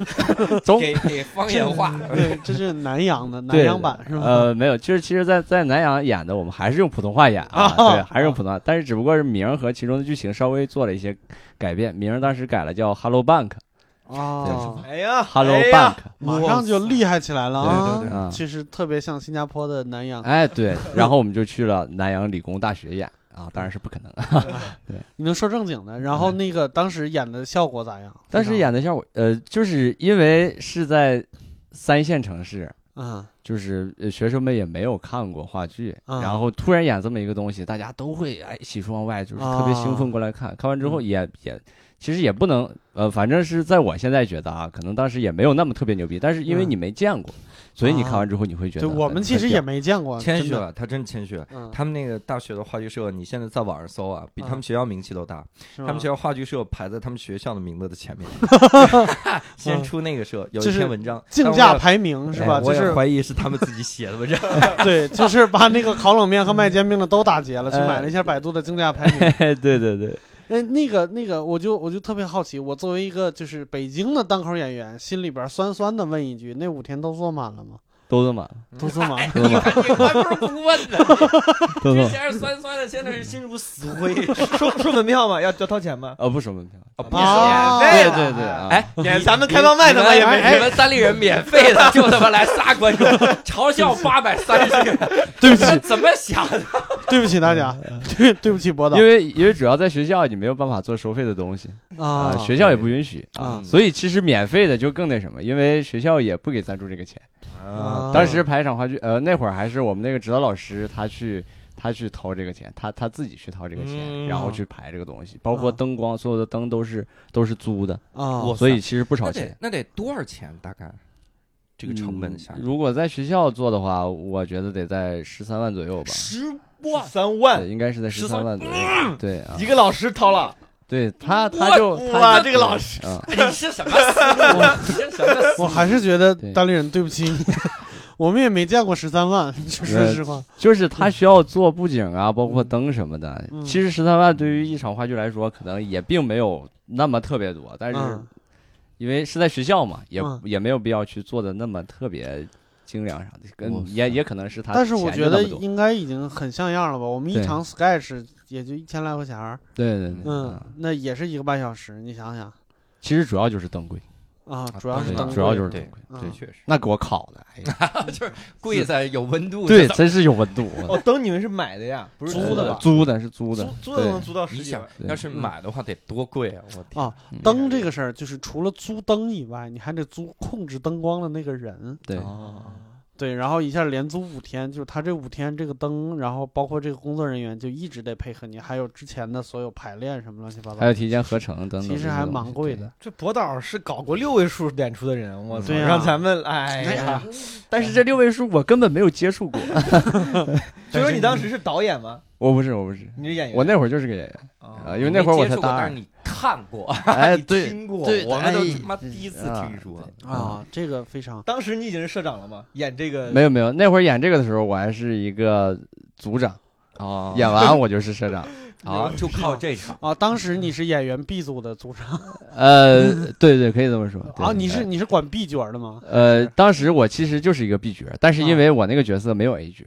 S5: 走。
S2: 给给方言化，
S1: 对，这是南阳的南
S5: 对
S1: 阳版是吧？
S5: 呃，没有，就是其实在，在南阳演的，我们还是用普通话演啊，
S1: 啊
S5: 对，还是用普通话，但是只不过是名儿和其中的剧情稍微做了一些改变。名儿当时改了叫 Hello Bank，Hello
S1: 啊，
S3: 哎呀
S5: Bank，、
S1: 马上就厉害起来了啊！
S2: 对对
S5: 对嗯
S1: 其实特别像新加坡的南阳。
S5: 哎，对，然后我们就去了南洋理工大学演啊，当然是不可能的。
S1: 你能说正经的，然
S2: 嗯
S1: 后那个当时演的效果咋样？
S5: 当时演的效果，呃，就是因为是在三线城市，
S1: 嗯
S5: 就是呃学生们也没有看过话剧，
S1: 啊
S5: 然后突然演这么一个东西，大家都会哎喜出望外，就是特别兴
S1: 啊
S5: 奋过来看。看完之
S1: 嗯
S5: 后也也。其实也不能，呃，反正是在我现在觉得啊，可能当时也没有那么特别牛逼，但是因为
S1: 嗯
S5: 你没见过，所以你
S1: 啊
S5: 看完之后你会觉
S1: 对
S5: 得很，
S1: 我们其
S5: 很
S1: 实
S5: 屌
S1: 也没见过，
S2: 谦
S1: 真
S2: 虚
S1: 的。
S2: 了，他真谦虚了。
S1: 嗯，
S2: 他们那个大学的话剧社，你现在在网上搜啊，比他们学校名气都大。
S1: 他
S2: 他们学校话剧社排在他们学校的名字的 前面，先出那个社有
S1: 就
S2: 一
S1: 是
S2: 篇文章，
S1: 竞价排名
S2: 但
S1: 是吧？
S2: 我
S1: 就
S2: 也哎我也
S1: 是
S2: 怀疑是他们自己写的文章。
S1: 对，就是把那个烤冷面和卖煎饼的都打劫了，去
S5: 哎
S1: 买了一下百度的竞价排名。
S5: 嘿 对对对，
S1: 哎，那个那个，我就我就特别好奇，我作为一个就是北京的单口演员，心里边酸酸的问一句：那五天都坐满了吗？
S5: 都这么，
S1: 都坐满了。
S5: 都这 么，
S2: 你还不如不 问呢，
S5: 都这
S2: 之
S5: 么，
S2: 前是酸酸的，现在是心如死灰。
S3: 收收门票吗？要要掏钱吗？
S5: 呃，不收门票，
S2: 啊，
S1: 啊
S5: 对
S3: 免费
S5: 对
S3: 的
S5: 对啊，
S2: 哎，
S3: 免咱们开放麦的嘛也没
S2: 你们三里人免费 的，就他妈来仨观 众，嘲笑八百三十个人，
S1: 对不
S2: 这
S1: 起，
S2: 怎么想的？
S1: 对不起大
S5: 嗯
S1: 家，对对不起博导
S5: 因为因为主要在学校你没有办法做收费的东西
S1: 啊
S5: 啊，，学嗯校也不允许
S1: 啊
S5: 所以其实免费的就更那什么，因为学校也不给赞助这个钱。
S1: 啊
S5: 当时排一场话剧，呃，那会儿还是我们那个指导老师他去他去掏这个钱，他他自己去掏这个钱，
S2: 嗯
S5: 然后去排这个东西，包括
S1: 啊
S5: 灯光，所有的灯都是都是租的，
S1: 啊，
S2: 我哇塞
S5: 所以其实不少
S2: 那得
S5: 钱。
S2: 那得多少钱？大概这个成本下
S5: 嗯，如果在学校做的话，我觉得得在十三万左右吧，
S2: 十万
S3: 三
S5: 对，
S3: 万，
S5: 应该是在十
S2: 13
S5: 三万左右。对啊
S3: 一，个老师掏了，
S5: 对他他就他
S3: 嗯哇，
S5: 就
S3: 这个老师，
S5: 啊，
S2: 哎你是什么思路？啊你是什么思
S1: 我
S2: 路？
S1: 还是觉得
S5: 对
S1: 单立人对不 起你，我们也没见过十三万，说实话，
S5: 就是他需要做布景啊，包括灯什么的。
S1: 嗯
S5: 其实十三万对于一场话剧来说，可能也并没有那么特别多，但是
S1: 嗯
S5: 因为是在学校嘛，也、
S1: 嗯
S5: 也没有必要去做的那么特别精良啥的，
S2: 哇
S5: 跟
S2: 塞
S5: 也也可能是他
S1: 但是我
S5: 钱就
S1: 觉
S5: 那
S1: 得
S5: 么多。
S1: 应该已经很像样了吧？我们一
S5: 对
S1: 场 sketch 也就一千来块钱儿，
S5: 对对对，
S1: 嗯，那也是一个半小时，你想想
S5: 其实主要就是灯贵，
S1: 啊，
S2: 啊
S1: 主要是
S2: 对
S1: 灯
S5: 主要
S1: 贵
S5: 就是
S2: 对
S5: 灯贵，
S1: 啊
S2: 这确实
S5: 那给我烤的，哎呀，
S2: 嗯就是贵在有温度。
S5: 对，真是有温度。
S3: 哦，灯你们是买的呀，不是
S1: 租的
S5: 呃
S1: 吧
S5: 租的是租
S3: 租
S5: 的，
S3: 租的
S5: 对
S3: 能租到
S2: 你
S3: 十几
S2: 想
S3: 万，
S5: 对
S2: 要是买的话得多贵啊！我天
S1: 啊，
S5: 嗯
S1: 灯这个事儿，就是除了租灯以外，你还得租控制灯光的那个人。
S5: 对，
S3: 哦，
S1: 对，然后一下连租五天，就是他这五天这个灯，然后包括这个工作人员就一直得配合你，还有之前的所有排练什么乱七八
S5: 还
S1: 糟
S5: 有，提前合成等等这些
S1: 其
S5: 东西，
S1: 实还蛮贵
S5: 对
S1: 的。。
S3: 这博导是搞过六位数演出的人，我操，
S1: 对呀
S3: 让咱们哎
S1: 哎
S3: 呀
S1: 呀，
S5: 但是这六位数我根本没有接 触过，
S3: 所以说你当时是导演吗？
S5: 我不是，我不是，
S3: 你是演员？
S5: 我那会儿就是个演员。
S3: 啊
S5: 啊，因为那会儿我才大
S2: 但
S5: 二
S2: 是。你看 过，
S3: 呃
S5: 哎，
S2: 你
S5: 对，
S2: 听过，
S5: 对
S2: 我们都
S5: 哎
S2: 他妈第一次听说。
S5: 嗯
S1: 啊，这个非常
S3: 当时你已经是社长了吗？演这个
S5: 没有没有，那会儿演这个的时候，我还是一个组长，
S2: 哦
S5: 演完 我就是社长。
S2: 啊，就靠这场，
S1: 啊！当时你是演员 B 组的组长
S5: 呃，对对，可以这么说。对
S1: 啊，你是。你是管 B 角的吗？
S2: 嗯
S5: 呃，当时我其实就是一个 B 角，但是因为我那个角色没有 A 角，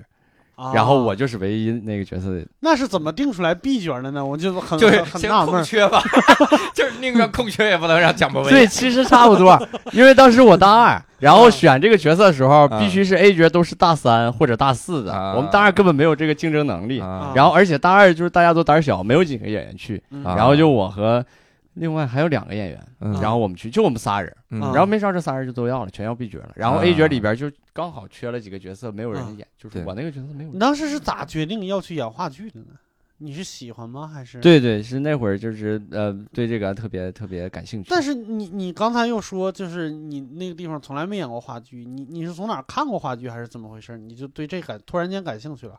S1: 啊
S5: 然后我就是唯一那个角色，
S1: 那是怎么定出来 B 角的呢？我就很
S2: 就是
S1: 很很
S2: 先
S1: 纳闷
S2: 空
S1: 儿。
S2: 缺吧， 就是宁愿空缺也不能让蒋博文
S5: 对，
S2: 演。
S5: 其实差不多，因为当时我大
S2: 嗯
S5: 二，然后选这个角色的时候，
S2: 啊
S5: 必须是 A 角都是大三或者大四的，
S2: 啊
S5: 我们大二根本没有这个竞争能力。
S2: 啊
S5: 然后，而且大二就是大家都胆儿小，没有几个演员去，
S1: 嗯
S2: 啊
S5: 然后就我和另外还有两个演员，
S2: 嗯
S5: 然后我们去，就我们仨人，
S2: 嗯
S1: 啊
S5: 然后没招，这仨人就都要了，全要 B 角了。然后
S2: 啊
S5: A 角里边就刚好缺了几个角色，没有人演，就是
S2: 对
S5: 我那个角色没有人
S1: 你。嗯当时是咋决定要去演话剧的呢？你是喜欢吗？还是？
S5: 对对，是那会儿就是呃，对这个特别特别感兴趣。
S1: 但是你你刚才又说，就是你那个地方从来没演过话剧，你你是从哪儿看过话剧还是怎么回事？你就对这感突然间感兴趣了，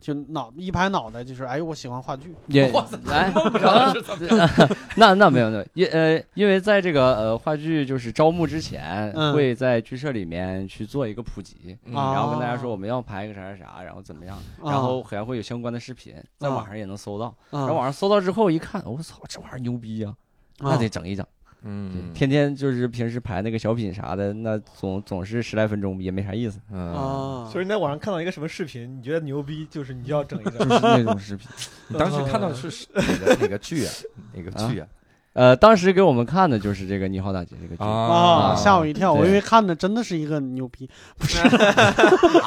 S1: 就脑一拍脑袋就是，哎，我喜欢话剧。
S5: 也
S2: 哇塞
S5: 来
S2: 梦着是怎么样？
S5: 那那没有没有，因呃，因为在这个呃话剧就是招募之前，
S1: 嗯
S5: 会在剧社里面去做一个普及，
S2: 嗯
S1: 啊
S5: 然后跟大家说我们要排一个啥啥啥，然后怎么样，
S1: 啊
S5: 然后还会有相关的视频，在网上也能搜到。
S2: 啊
S1: 嗯
S5: 然后网上搜到之后一看，我操，这玩意儿牛逼呀、那得整一整。
S2: 嗯
S5: 天天就是平时排那个小品啥的，那总总是十来分钟也没 啥意思，
S1: 啊
S2: 嗯，
S1: 啊
S3: 就是你在网上看到一个什么视频，你觉得牛逼，就是你就要整一
S5: 就
S3: 整。
S5: 是那种视频。
S2: 你当时看到的是 哪个哪个剧啊？哪个剧啊？
S5: 呃，当时给我们看的就是这个《你好，大姐》这个剧。
S1: 啊！
S5: 啊
S1: 吓我一跳，
S5: 对
S1: 我以为看的真的是一个牛 逼，不是？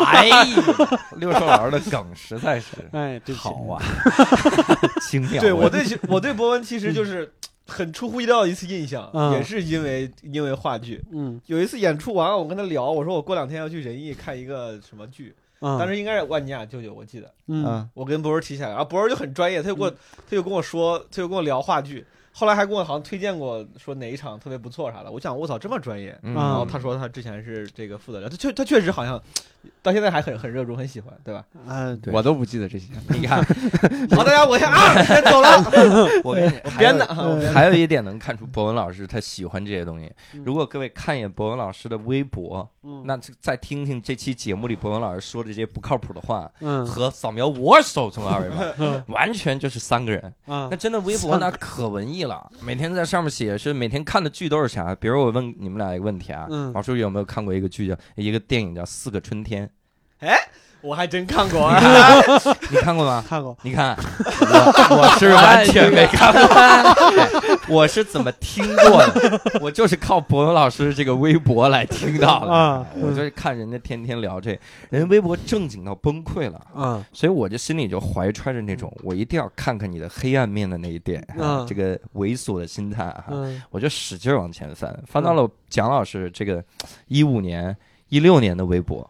S2: 哎呀，六兽老师的梗实在是
S1: 哎，对不起
S2: 好， 啊，精妙。
S3: 对我对其我对博文其实就是很出乎意料的一次印象，
S1: 嗯
S3: 也是因为因为话剧。
S1: 嗯
S3: 有一次演出完了，我跟他聊，我说我过两天要去仁义看一个什么剧，
S1: 嗯，
S3: 当时应该是《万尼亚舅舅》，我记得。
S1: 嗯
S2: 啊
S5: 嗯，
S3: 我跟博文提起来，然后博文就很专业，他就给我、他就跟我说，他就跟我聊话剧，后来还跟我好像推荐过说哪一场特别不错啥的。我想我操这么专业，
S2: 嗯，
S3: 然
S1: 然
S3: 哦后他说他之前是这个负责人，他确他确实好像到现在还很很热衷，很喜欢，对吧？
S1: 哎，
S2: 对
S5: 我都不记得这些。
S2: 你看，
S3: 好，大家我先啊，先走了，
S2: 我跟你还有
S3: 编的啊，我编的
S2: 还有一点能看出博文老师他喜欢这些东西
S1: 嗯。
S2: 如果各位看一眼博文老师的微博，
S1: 嗯
S2: 那就再听听这期节目里博文老师说的这些不靠谱的话，
S1: 嗯
S2: 和扫描我手中二维码， 完全就是三个人。
S1: 啊
S2: 那真的微博那可文艺了，每天在上面写是每天看的剧都是啥？比如我问你们俩一个问题啊
S1: 嗯，
S2: 王叔有没有看过一个剧叫一个电影叫《四个 春天
S3: 我还真看过 啊，》？
S2: 你看过吗？
S1: 看过，
S2: 你看，我我是完全没看哎过，我是怎么听过的？我就是靠博文老师这个微博来听到
S1: 啊
S2: 的。我就是看人家天天聊这，人家微博正经到崩溃了，
S1: 嗯
S2: 所以我就心里就怀揣着那种我一定要看看你的黑暗面的那一点，啊
S1: 嗯
S2: 这个猥琐的心态啊哈。
S1: 嗯
S2: 我就使劲儿往前翻，翻到了蒋老师这个一五年、一六年的微博。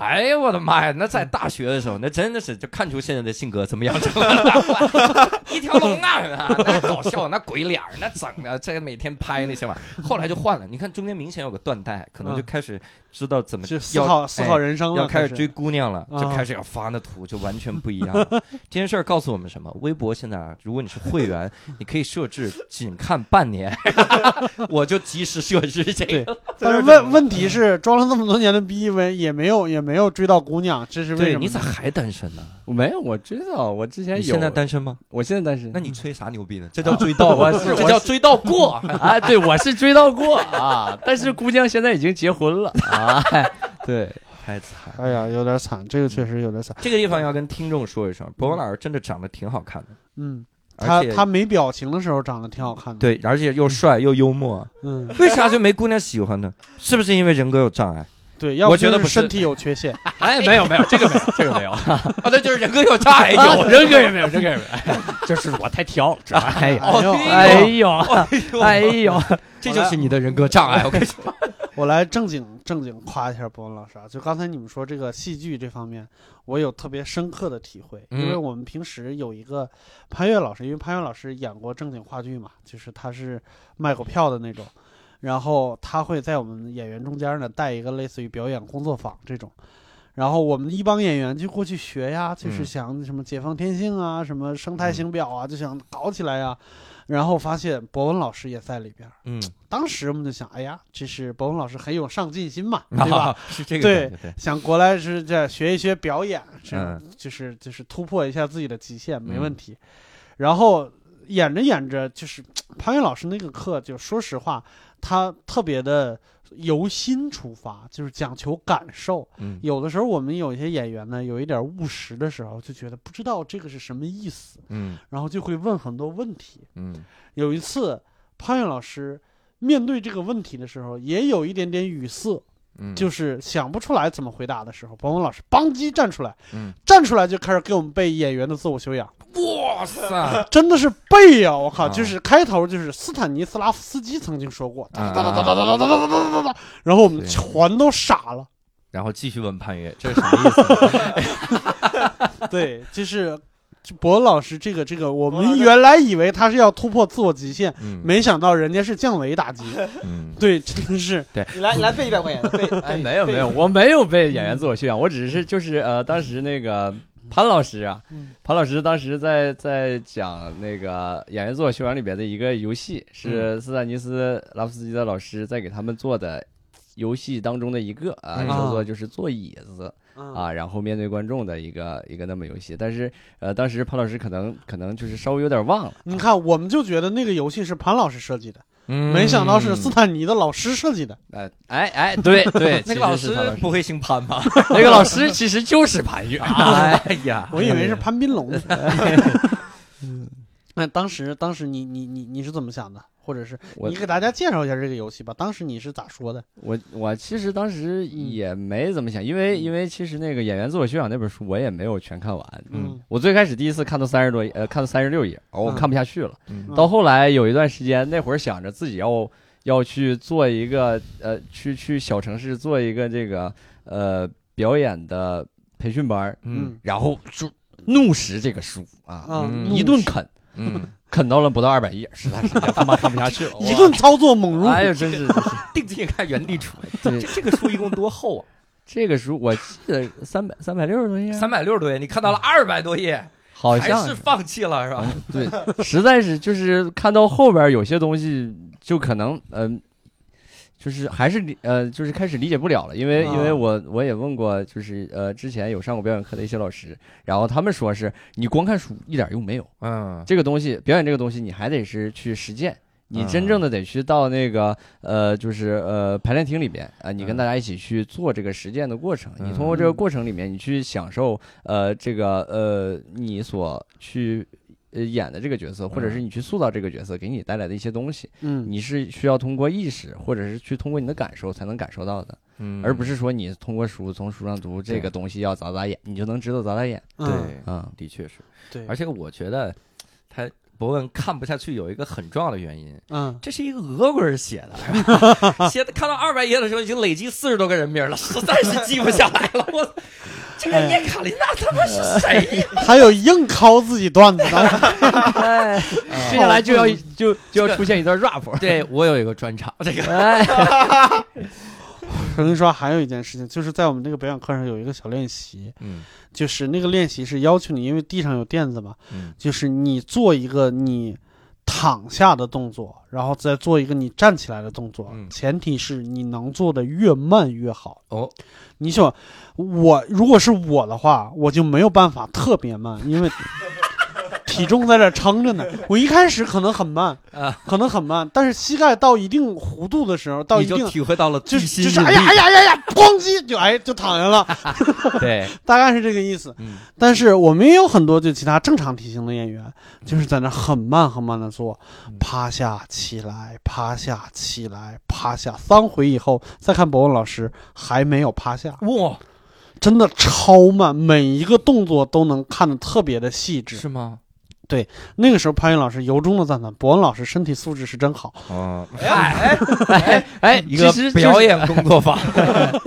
S2: 哎呦我的妈呀！那在大学的时候，那真的是就看出现在的性格怎么样成了，一条龙啊，那搞笑，那鬼脸儿，那整的，这每天拍那些玩意儿。后来就换了，你看中间明显有个断代，可能就
S1: 嗯
S2: 开始知道怎么
S1: 就思
S2: 要
S1: 考思考
S2: 哎
S1: 人生了，
S2: 要开始
S1: 这是
S2: 追姑娘了，就
S1: 啊
S2: 开始要发那图，就完全不一样了。这件事儿告诉我们什么？微博现在啊，如果你是会员，你可以设置仅看半年， 我就及时设置这
S1: 对
S2: 个。
S1: 但是问问题是，装了这么多年的逼，为也没有也没有追到姑娘，这是为
S2: 对，
S1: 什么？
S2: 你咋还单身呢？
S5: 我没有，我知道，我之前有，啊
S2: 你现在单身吗？
S5: 我现在单身。哦
S2: 那你吹啥牛逼呢？嗯这叫追啊到，
S5: 我是
S2: 这叫追到过。
S5: 啊，对，我是追到过啊，但是姑娘现在已经结婚了啊。对，
S2: 太惨了。
S1: 哎呀，有点惨，这个确实有点惨。
S2: 这个地方要跟听众说一声，博文老师真的长得挺好看的，
S1: 嗯，他
S2: 而且
S1: 他没表情的时候长得挺好看的。，
S2: 对，而且又帅又幽默，
S1: 嗯，
S2: 为啥就没姑娘喜欢呢？是不是因为人格有障碍？
S1: 对，要不
S2: 我觉得
S1: 就是
S2: 不是
S1: 身体有缺陷。
S5: 哎，没有没有，这个没有，这个没 有，
S3: 哦
S2: 啊，那就是人格有 障碍
S5: 有
S2: 有。
S5: 人格也没有，人格也没有，哎 就是我太挑了，主要哎呀，
S1: 哎呦
S5: 哎呦，哎呦，
S2: 这就是你的人格障 碍。我跟你说，
S1: 我来正经正经夸一下博文老师啊，就刚才你们说这个戏剧这方面，我有特别深刻的体会，
S2: 嗯
S1: 因为我们平时有一个潘越老师，因为潘越老师演过正经话剧嘛，就是他是卖过票的那种，然后他会在我们演员中间呢带一个类似于表演工作坊这种。然后我们一帮演员就过去学呀，就是
S2: 嗯
S1: 想什么解放天性啊，什么生态型表啊，就想搞起来呀。然后发现博文老师也在里边，
S2: 嗯，
S1: 当时我们就想，哎呀，这是博文老师很有上进心 嘛，对吧？？
S2: 是
S1: 对
S2: 这个感觉，对，
S1: 想过来是这学一学表演，是、
S2: 嗯
S1: 就是就是突破一下自己的极限，没问题。然后演着演着，就是潘越老师那个课，就说实话，他特别的由心出发，就是讲求感受。
S2: 嗯
S1: 有的时候我们有一些演员呢，有一点务实的时候，就觉得不知道这个是什么意思，
S2: 嗯
S1: 然后就会问很多问题。
S2: 嗯
S1: 有一次，潘越老师面对这个问题的时候，也有一点点语塞，
S2: 嗯，
S1: 就是想不出来怎么回答的时候，博文老师邦叽站出来，
S2: 嗯
S1: 站出来就开始给我们背演员的自我修养，
S2: 哇塞，
S1: 真的是背呀、我靠，
S2: 啊
S1: 就是开头就是斯坦尼斯拉夫斯基曾经说过，
S2: 啊
S1: 哒哒哒哒哒哒哒哒哒哒哒，然后我们
S2: 对
S1: 全都傻了。
S2: 然后继续问潘越，这是什么意 思？
S1: 对，就是就博文老师这个这个，我
S3: 博文老
S1: 们
S3: 师
S1: 原来以为他是要突破自我极限，
S2: 嗯
S1: 没想到人家是降维打击。
S2: 嗯，
S1: 对，真的是
S3: 你来，你来背一百块钱，背
S5: 哎，
S3: 背
S5: 没有
S3: 背
S5: 没 有，我没有被演员自我修养，我只是就是呃，当时那个潘老师啊
S1: 嗯，
S5: 潘老师当时在在讲那个演员自我修养里边的一个游戏，是斯坦尼斯拉夫斯基的老师在给他们做的。游戏当中的一个啊，
S2: 嗯
S5: 叫做就是坐椅子啊，然后面对观众的一个一个那么游戏，但是呃，当时潘老师可能可能就是稍微有点忘了，
S1: 你看，我们就觉得那个游戏是潘老师设计的，
S2: 嗯
S1: 没想到是斯坦尼的老师设计的。
S5: 呃，哎哎，对 对，
S2: 那个
S5: 其实
S2: 老
S5: 是
S2: 师
S5: 潘老师，
S2: 不会姓潘吧？
S5: 那个老师其实就是潘 越，
S2: 哎呀，
S1: 我以为是潘斌龙。嗯那当时，当时你你你你是怎么想的？或者是
S5: 我
S1: 你给大家介绍一下这个游戏吧？当时你是咋说的？
S5: 我我其实当时
S1: 嗯
S5: 也没怎么想，因为因为其实那个演员自我修养那本书我也没有全看完。
S1: 嗯
S5: 我最开始第一次看到三十多页，呃，看到三十六页，哦，我
S1: 嗯
S5: 看不下去了。
S2: 嗯
S5: 到后来有一段时间，那会儿想着自己要要去做一个呃，去去小城市做一个这个呃表演的培训班儿，
S2: 嗯
S5: 然后就怒食这个书啊，
S1: 啊，
S2: 嗯
S1: 怒，
S5: 一顿啃，
S2: 嗯，
S5: 啃到了不到二百页，实在是哎他妈看不下去了
S1: 一顿操作猛如虎
S5: 哇，哎呦，真是真是
S2: 定睛看原地出，
S5: 对
S2: 这。这个书一共多厚啊？
S5: 这个书我记得三百三百六十多 页，
S2: 三百六十多页，你看到了二百多页，
S5: 好
S2: 还
S5: 像
S2: 是放弃了是吧？
S5: 对，实在是就是看到后边有些东西就可能嗯、就是还是理呃就是开始理解不了了，因为、
S1: 啊
S5: 因为我我也问过就是呃之前有上过表演课的一些老师，然后他们说是你光看书一点用没有，
S2: 嗯
S5: 这个东西表演这个东西你还得是去实践。你真正
S2: 嗯
S5: 的得去到那个呃，就是呃排练厅里边啊、你跟
S2: 嗯
S5: 大家一起去做这个实践的过程。你通过这个过程里面，你去享受呃这个呃你所去呃演的这个角
S2: 嗯
S5: 色，或者是你去塑造这个角色给你带来的一些东西，
S1: 嗯，
S5: 你是需要通过意识或者是去通过你的感受才能感受到的，
S2: 嗯
S5: 而不是说你通过书从书上读这个东西要咋咋演，你就能知道咋咋演
S2: 对
S1: 嗯，
S5: 啊。
S2: 的确是，
S1: 对，
S2: 而且我觉得他博文看不下去有一个很重要的原因，
S1: 嗯，
S2: 这是一个俄国人写的，是 吧写的看到二百页的时候已经累积四十多个人名了，实在是记不下来了。我这个叶卡琳娜他妈是谁呀？
S1: 还有硬拷自己段子的，
S5: 哎，接下来就要
S3: 哦
S5: 就就要出现一段 rap，
S2: 哎对我有一个专场，这个
S5: 哎，
S1: 我跟你说，还有一件事情，就是在我们这个表演课上有一个小练习，
S2: 嗯
S1: 就是那个练习是要求你，因为地上有垫子嘛，
S2: 嗯
S1: 就是你做一个你躺下的动作，然后再做一个你站起来的动作，
S2: 嗯
S1: 前提是你能做的越慢越好。
S2: 哦，
S1: 你想，我如果是我的话，我就没有办法特别慢，因为体重在这儿撑着呢。我一开始可能很慢
S2: 啊，
S1: 可能很慢，但是膝盖到一定弧度的时候，到
S2: 你
S1: 一定
S2: 就体会到了
S1: 就
S2: 地
S1: 是
S2: 心
S1: 就是
S2: 引
S1: 哎呀哎
S2: 力，
S1: 呀哎呀哎呀，咣叽就哎就躺下 了，
S5: 对，
S1: 大概是这个意思。
S2: 嗯
S1: 但是我们也有很多就其他正常体型的演员，
S2: 嗯
S1: 就是在那很慢很慢的做，趴下起来，趴下起来，趴下三回以后，再看博文老师还没有趴下，
S2: 哇，
S1: 真的超慢，每一个动作都能看得特别的细致。
S2: 是吗？
S1: 那个时候潘云老师由衷的赞叹博文老师身体素质是真好。
S2: 哦，
S3: 哎 哎，
S5: 哎哎，
S2: 一个
S5: 其实就是
S2: 表演工作坊，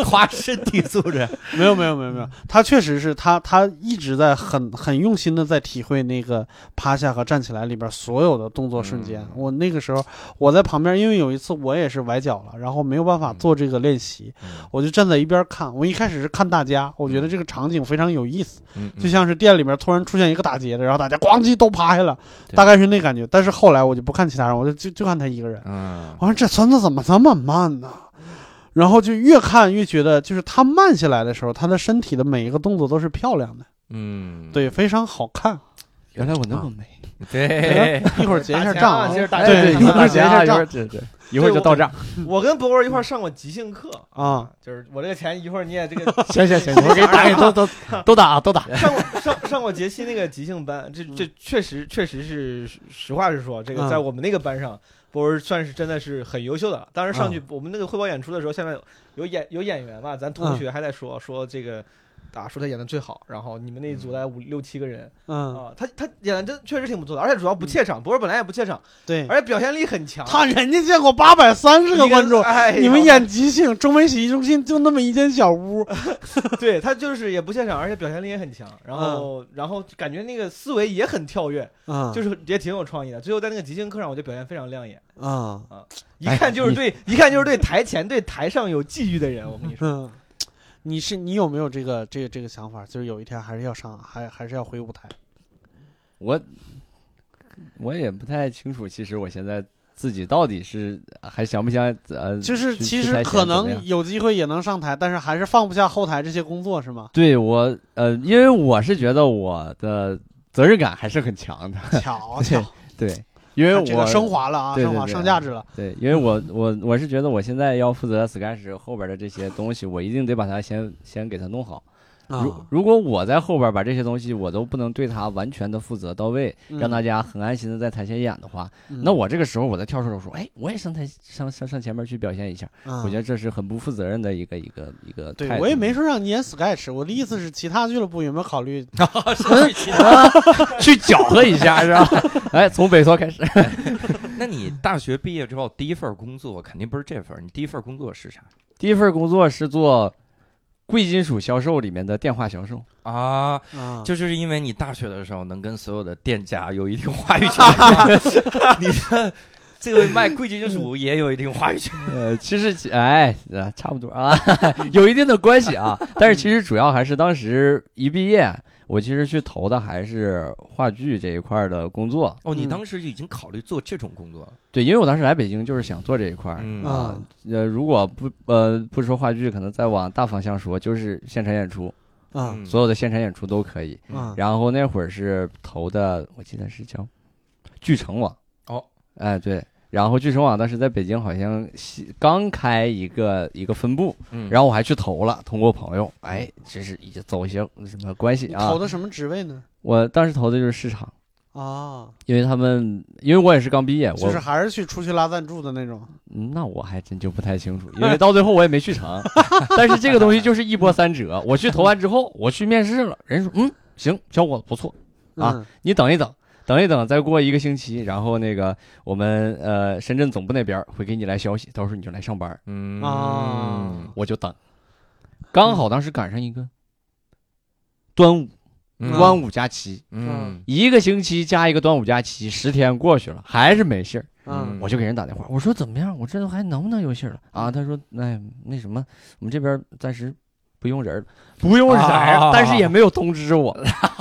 S2: 夸身体素质，
S1: 没有没有没有没有，他确实是他他一直在很很用心的在体会那个趴下和站起来里边所有的动作瞬间。
S2: 嗯
S1: 我那个时候我在旁边，因为有一次我也是崴脚了，然后没有办法做这个练习，
S2: 嗯
S1: 我就站在一边看。我一开始是看大家，我觉得这个场景非常有意思，
S2: 嗯
S1: 就像是店里面突然出现一个打劫的，然后大家咣叽都趴下了，
S2: 对
S1: 大概是那感觉。但是后来我就不看其他人，我就就就看他一个人。
S2: 嗯
S1: 我说这孙子怎么这么慢呢？然后就越看越觉得，就是他慢下来的时候，他的身体的每一个动作都是漂亮的，
S2: 嗯，
S3: 啊
S1: 对，非常好看。
S5: 原来我那么美。
S2: 对，
S1: 一会儿结一下
S3: 打钱
S1: 账
S3: 啊接着打
S1: 哎
S3: 钱
S1: 对，
S3: 啊
S1: 一会儿结一下
S5: 一会
S1: 账
S5: 儿对对，一会儿就到账。
S3: 我跟博文一块儿上过即兴课，
S1: 啊！
S3: 就是我这个钱一会儿你也这个
S1: 行行 行，我给打给都都都打啊，都打
S3: 上过上上过杰西那个即兴班，这这确实确实是实话实说，这个
S1: 嗯
S3: 在我们那个班上，博文算是真的是很优秀的了。当时
S1: 嗯
S3: 上去我们那个汇报演出的时候，下面有有演有演员嘛，咱
S1: 嗯
S3: 同学还在说说这个。啊，说他演的最好，然后你们那一组来五六七个人
S1: 嗯，
S3: 啊，他他演的真确实挺不错的，而且主要不怯场，博文本来也不怯场，
S1: 对，
S3: 而且表现力很强。
S1: 嗯他人家见过八百三十个观众，
S3: 哎呀
S1: 你们演即兴，中美洗浴中心就那么一间小屋，
S3: 对他就是也不怯场，而且表现力也很强，然后、然后感觉那个思维也很跳跃，
S1: 啊，
S3: 就是是也挺有创意的。最后在那个即兴课上，我就表现非常亮眼，
S1: 啊，
S3: 一看就是对， 一看就是对台前对台上有际遇的人。我跟你 说，
S1: 嗯，你是你有没有这个这个这个想法？就是有一天还是要上，还还是要回舞台？
S5: 我我也不太清楚，其实我现在自己到底是还想不想呃，
S1: 就是
S5: 去
S1: 其
S5: 去
S1: 实
S5: 台前
S1: 可
S5: 怎么
S1: 能
S5: 样？
S1: 有机会也能上台，但是还是放不下后台这些工作，是吗
S5: 对我呃，因为我是觉得我的责任感还是很强的，
S1: 巧巧，
S5: 对，因为我
S1: 这个升华了啊，
S5: 对对
S1: 升华
S5: 对
S1: 上价值了。
S5: 对，因为我我我是觉得我现在要负责 Sketch 后边的这些东西，我一定得把它先先给它弄好。如
S1: 啊
S5: 如果我在后边把这些东西我都不能对它完全的负责到位，
S1: 嗯
S5: 让大家很安心的在台前演的话，
S1: 嗯
S5: 那我这个时候我再跳出来说，哎，我也上台上上上前面去表现一下，
S1: 啊
S5: 我觉得嗯这是很不负责任的一个一个一个
S1: 对
S5: 态度。
S1: 我也没说让你演 Sketch，我的意思是其他俱乐部有没有考虑？
S5: 去搅和一下，是吧？ 哎，从北托开始，
S2: 那你大学毕业之后第一份工作肯定不是这份儿，你第一份工作是啥
S5: 第一份工作是做贵金属销售里面的电话销售，
S2: 啊？
S5: 嗯
S1: 啊，
S2: 就是因为你大学的时候能跟所有的店家有一定话语 权，你的这位卖贵金属也有一定话语权。
S5: 呃，其实哎，呃差不多啊， 有一定的关系啊。但是其实主要还是当时一毕业，我其实去投的还是话剧这一块儿的工作。
S2: 哦，你
S1: 嗯
S2: 当时已经考虑做这种工作了，
S5: 对，因为我当时来北京就是想做这一块儿。
S2: 嗯
S1: 啊
S5: 啊，呃，如果不呃不说话剧，可能再往大方向说，就是现场演出，
S1: 啊
S5: 所有的现场演出都可以。
S2: 嗯
S1: 啊
S5: 然后那会儿是投的，我记得是叫聚成网。
S2: 哦，
S5: 哎对，然后聚成网当时在北京好像西刚开一个一个分部，
S2: 嗯
S5: 然后我还去投了，通过朋友，哎，这是已经走一些什么关系
S1: 你
S5: 啊
S1: 投？的什么职位呢？
S5: 我当时投的就是市场，
S1: 啊，
S5: 因为他们因为我也是刚毕业，
S1: 就
S5: 我
S1: 是还是去出去拉赞助的那种。
S5: 嗯那我还真就不太清楚，因为到最后我也没去成。 但是这个东西就是一波三折，我去投完之后，我去面试了，人说嗯行，小伙子不错，啊
S1: 嗯，
S5: 你等一等，等一等，再过一个星期，然后那个我们呃深圳总部那边儿会给你来消息，到时候你就来上班儿，
S2: 嗯
S1: 啊
S5: 我就等。刚好当时赶上一个端午，
S2: 嗯
S5: 端午假期，
S2: 嗯
S5: 一个星期加一个端午假期，十天过去了，还是没信儿，
S1: 嗯
S5: 我就给人打电话，我说怎么样，我这都还能不能有信儿了啊？他说哎那什么，我们这边暂时。不用人儿了，不用人儿
S2: 啊
S5: 但是也没有通知我，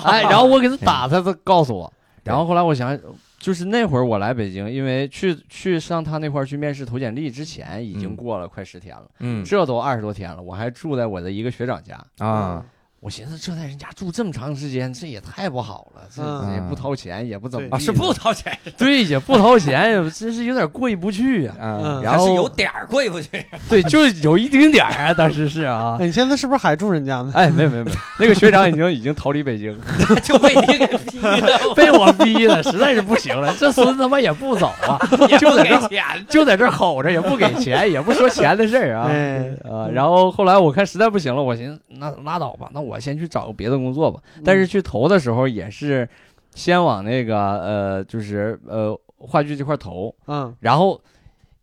S5: 哎，然后我给他打，他他告诉我，然后后来我想，就是那会儿我来北京，因为去去上他那块儿去面试投简历之前，已经
S2: 嗯
S5: 过了快十天了，
S2: 嗯
S5: 这都二十多天了，我还住在我的一个学长家。
S1: 嗯
S2: 啊，
S5: 我寻思，这在人家住这么长时间，这也太不好了，这
S1: 嗯
S5: 也不掏钱，也不怎么
S1: 对
S5: 地
S2: 啊是不掏钱
S5: 对，也不掏钱，真是有点过意不去呀、
S1: 嗯
S2: 啊
S5: 然后
S2: 还是有点儿过意不去。
S5: 对，就是有一丁 点儿啊，当时是啊
S1: 哎，，你现在是不是还住人家呢？
S5: 哎，没有没有没有，那个学 长已经已经逃离北京了，
S2: 就被你给逼的，
S5: 被我逼的，实在是不行了，这孙子他妈也不走啊，
S2: 也
S5: 就
S2: 不
S5: 在这
S2: 给钱。
S5: 就在这儿吼着，也不给钱，也不说钱的事儿啊。
S2: 嗯
S1: 哎
S5: 啊，然后后来我看实在不行了，我寻思那拉倒吧，那我先去找个别的工作吧。
S2: 嗯
S5: 但是去投的时候也是先往那个呃，就是呃话剧这块投，
S1: 嗯
S5: 然后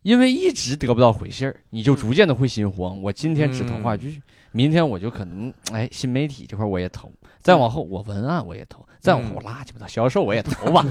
S5: 因为一直得不到回信儿，你
S2: 嗯
S5: 就逐渐的会心慌。我今天只投话剧，明天我就可能哎新媒体这块我也投，再往
S2: 嗯
S5: 后我文案我也投，再往后我拉鸡巴的销售我也投吧，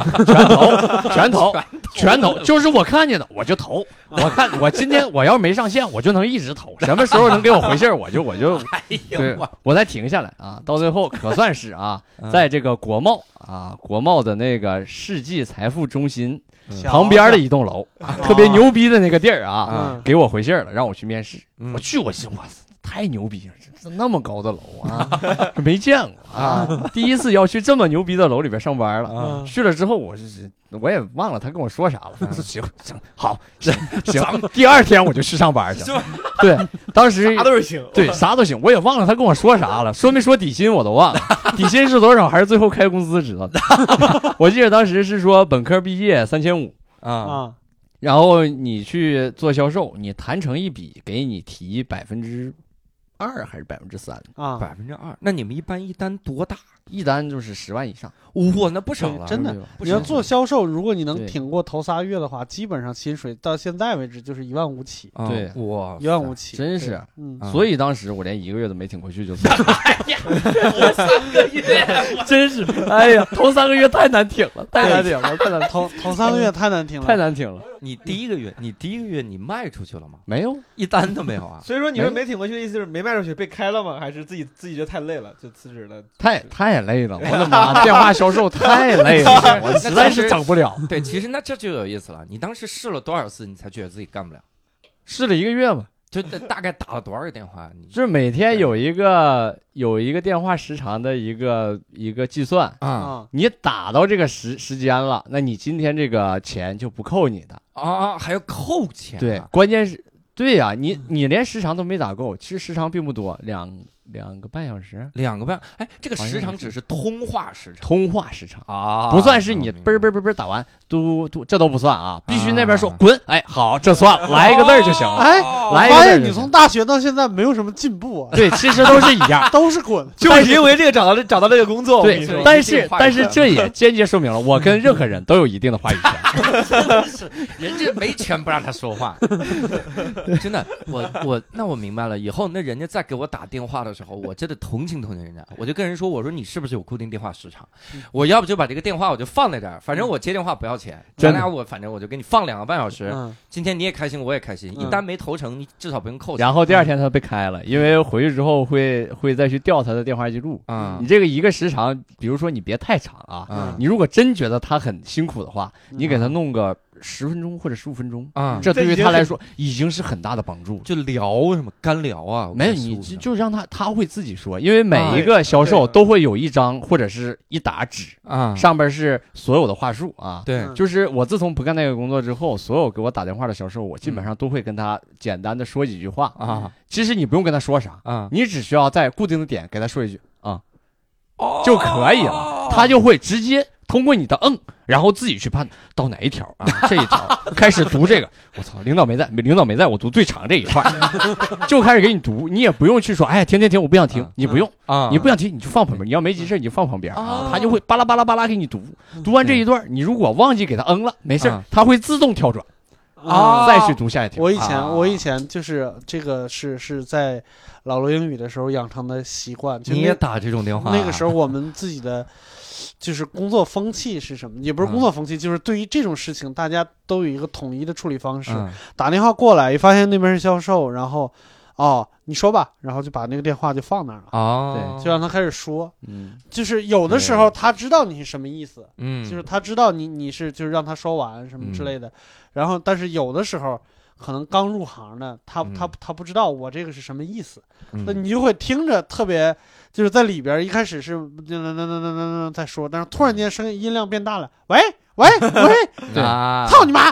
S5: 全
S2: 嗯
S5: 投 全投全投，就是我看见的我就投。
S2: 嗯
S5: 我看我今天我要没上线，我就能一直 投，什么时候能给我回信儿我就我就
S2: 哎呦
S5: 对
S2: 我，嗯
S5: 我再停下来啊。到最 后可算是啊，在这个国贸啊国贸的那个世纪财富中心旁边的一栋楼，啊特别牛逼的那个地儿啊，
S1: 嗯
S5: 给我回信儿了，让我去面试。
S2: 嗯
S5: 我去，我心我操太太牛逼了，这那么高的楼啊，没见过啊，第一次要去这么牛逼的楼里边上班了。
S1: 啊
S5: 去了之后，我是我也忘了他跟我说啥了。 行行好，行行，第二天我就去上班去
S2: 是
S5: 了
S2: 吧。
S5: 对，当时
S3: 啥都是行。
S5: 对，啥都行，我也忘了他跟我说啥了，说没说底薪我都忘了，底薪是多少还是最后开工资知道的。 我记得当时是说本科毕业三千五，嗯
S2: 啊，
S1: 啊
S5: 然后你去做销售，你谈成一笔，给你提百分之二还是百分之三，
S1: 啊！
S2: 百分之二。那你们一般一单多大？
S5: 一单就是十万以上，
S2: 哇，那不少了，
S1: 真的
S5: 对吧
S2: 不
S1: 你
S2: 少
S1: 要
S2: 了
S1: 做销售，如果你能
S5: 对
S1: 挺过头仨月的话，基本上薪水到现在为止就是一万五起，
S2: 啊
S5: 对
S2: 哇，
S1: 一万五起，
S5: 真是。
S1: 嗯
S2: 啊
S5: 所以当时我连一个月都没挺过去 就走了，真是，哎呀，头三个月太难挺了，太难挺了，太难
S1: 头头三个月太难听了，
S5: 太难挺了，
S2: 你第一个月，你第一个月你卖出去了吗？
S5: 没有
S2: 一单都没有 啊？
S3: 所以说你说没挺过去的意思是没卖出去被开了吗？还是自己自己觉得太累了就辞职了？
S5: 太太累了，我的妈！电话销售太累 了，我实在是整不了。
S2: 对，其实那这就有意思了。你当时试了多少次，你才觉得自己干不了？
S5: 试了一个月嘛，
S2: 就大大概打了多少个电话？你
S5: 就是每天有一个有一个电话时长的一个一个计算，
S2: 啊
S1: 啊！
S5: 你打到这个时时间了，那你今天这个钱就不扣你的。
S2: 啊，还要扣钱啊？
S5: 对，关键是，对呀、你你连时长都没打够，其实时长并不多，两两个半小时，
S2: 两个半。哎，这个
S5: 好像
S2: 时长
S5: 是
S2: 只是通话时长
S5: 通话时长。
S2: 啊
S5: 不算是你嘣儿嘣
S2: 儿
S5: 儿嘣儿嘣儿打完嘟嘟，这都不算啊！必须那边说
S2: 啊
S5: 滚，哎，好，这算了， 来一个字儿就行了。
S1: 哎，我
S5: 哦来一个
S1: 发
S5: 字儿
S1: 现
S5: 就
S1: 你
S5: 行
S1: 从大学到现在没有什么进步啊，
S5: 对，其实都 是一 样。
S1: 都是滚。
S3: 就是因为这个找到找到这个工作，我跟你
S5: 对
S3: 说，，
S5: 但
S2: 一定
S5: 是
S2: 话语
S5: 但
S2: 权
S5: 是这也间接说明了我跟任何人都有一定的话 语权。
S2: 人家没权不让他说话，真的，我我那我明白了，以后那人家再给我打电话的时候，我真的同情同情人家，我就跟人说，我说你是不是有固定电话时长
S1: 嗯？
S2: 我要不就把这个电话我就放在这儿，反正我接电话不要钱，咱
S5: 真的
S2: 俩我反正我就给你放两个半小时，
S1: 嗯
S2: 今天你也开心我也开心，一单没投成，你至少不用扣钱。
S5: 然后第二天他被开了，因为回去之后会会再去调他的电话记录。
S2: 啊
S5: 你这个一个时长，比如说你别太长啊，
S2: 啊
S5: 你如果真觉得他很辛苦的话，
S1: 嗯
S5: 你给他弄个十分钟或者十五分钟，
S2: 啊，
S5: 这
S3: 这
S5: 对
S3: 已
S5: 于
S3: 经
S5: 他来
S3: 很
S5: 说已经是很大的帮助了。
S2: 就聊什么干聊啊？我
S5: 没有，
S2: 看书
S5: 你就
S2: 上
S5: 就让他他会自己说，因为每
S2: 啊
S5: 一个销售
S3: 对
S5: 都会有一张或者是一沓纸，
S2: 啊，
S5: 上边是所有的话术啊。
S2: 对
S1: 嗯
S5: 就是我自从不干那个工作之后，所有给我打电话的销售，我基本上都会跟他简单的说几句话。
S2: 嗯啊
S5: 其实你不用跟他说啥，
S2: 啊
S5: 你只需要在固定的点给他说一句啊、
S2: 哦
S5: 就可以了，他就会直接通过你的嗯，然后自己去判断到哪一条啊，这一条开始读这个。我操，领导没在，领导没在我读最长这一块儿， 就开始给你读，你也不用去说，哎，停停停，我不想听
S2: 啊，
S5: 你不用。
S2: 啊，
S5: 你不想听，你就放旁边。你要没急事儿，你就放旁边
S2: 啊
S5: 啊，他就会巴拉巴拉巴拉给你读。读完这一段儿，你如果忘记给他嗯了，没事儿
S2: 啊，
S5: 他会自动跳转，
S2: 啊
S5: 再去读下一
S1: 嗯
S5: 条。
S1: 哦我以前、
S2: 啊
S1: 我以前就是这个是是在老罗英语的时候养成的习惯，就
S2: 你
S1: 那
S2: 也打这种电话啊？
S1: 那个时候我们自己的就是工作风气是什么？也不是工作风气，就是对于这种事情，大家都有一个统一的处理方式。
S2: 嗯
S1: 打电话过来，一发现那边是销售，然后哦，你说吧，然后就把那个电话就放那儿了，
S2: 哦，
S1: 就让他开始说。
S5: 嗯，
S1: 就是有的时候他知道你是什么意思，
S2: 嗯，
S1: 就是他知道你你是就是让他说完什么之类的，然后但是有的时候可能刚入行的他
S2: 嗯
S1: 他他不知道我这个是什么意思，那
S2: 嗯
S1: 你就会听着特别就是在里边儿一开始是那那那那那那那在说，但是突然间声音音量变大了，喂喂喂，
S5: 对
S2: 啊，
S1: 操你妈！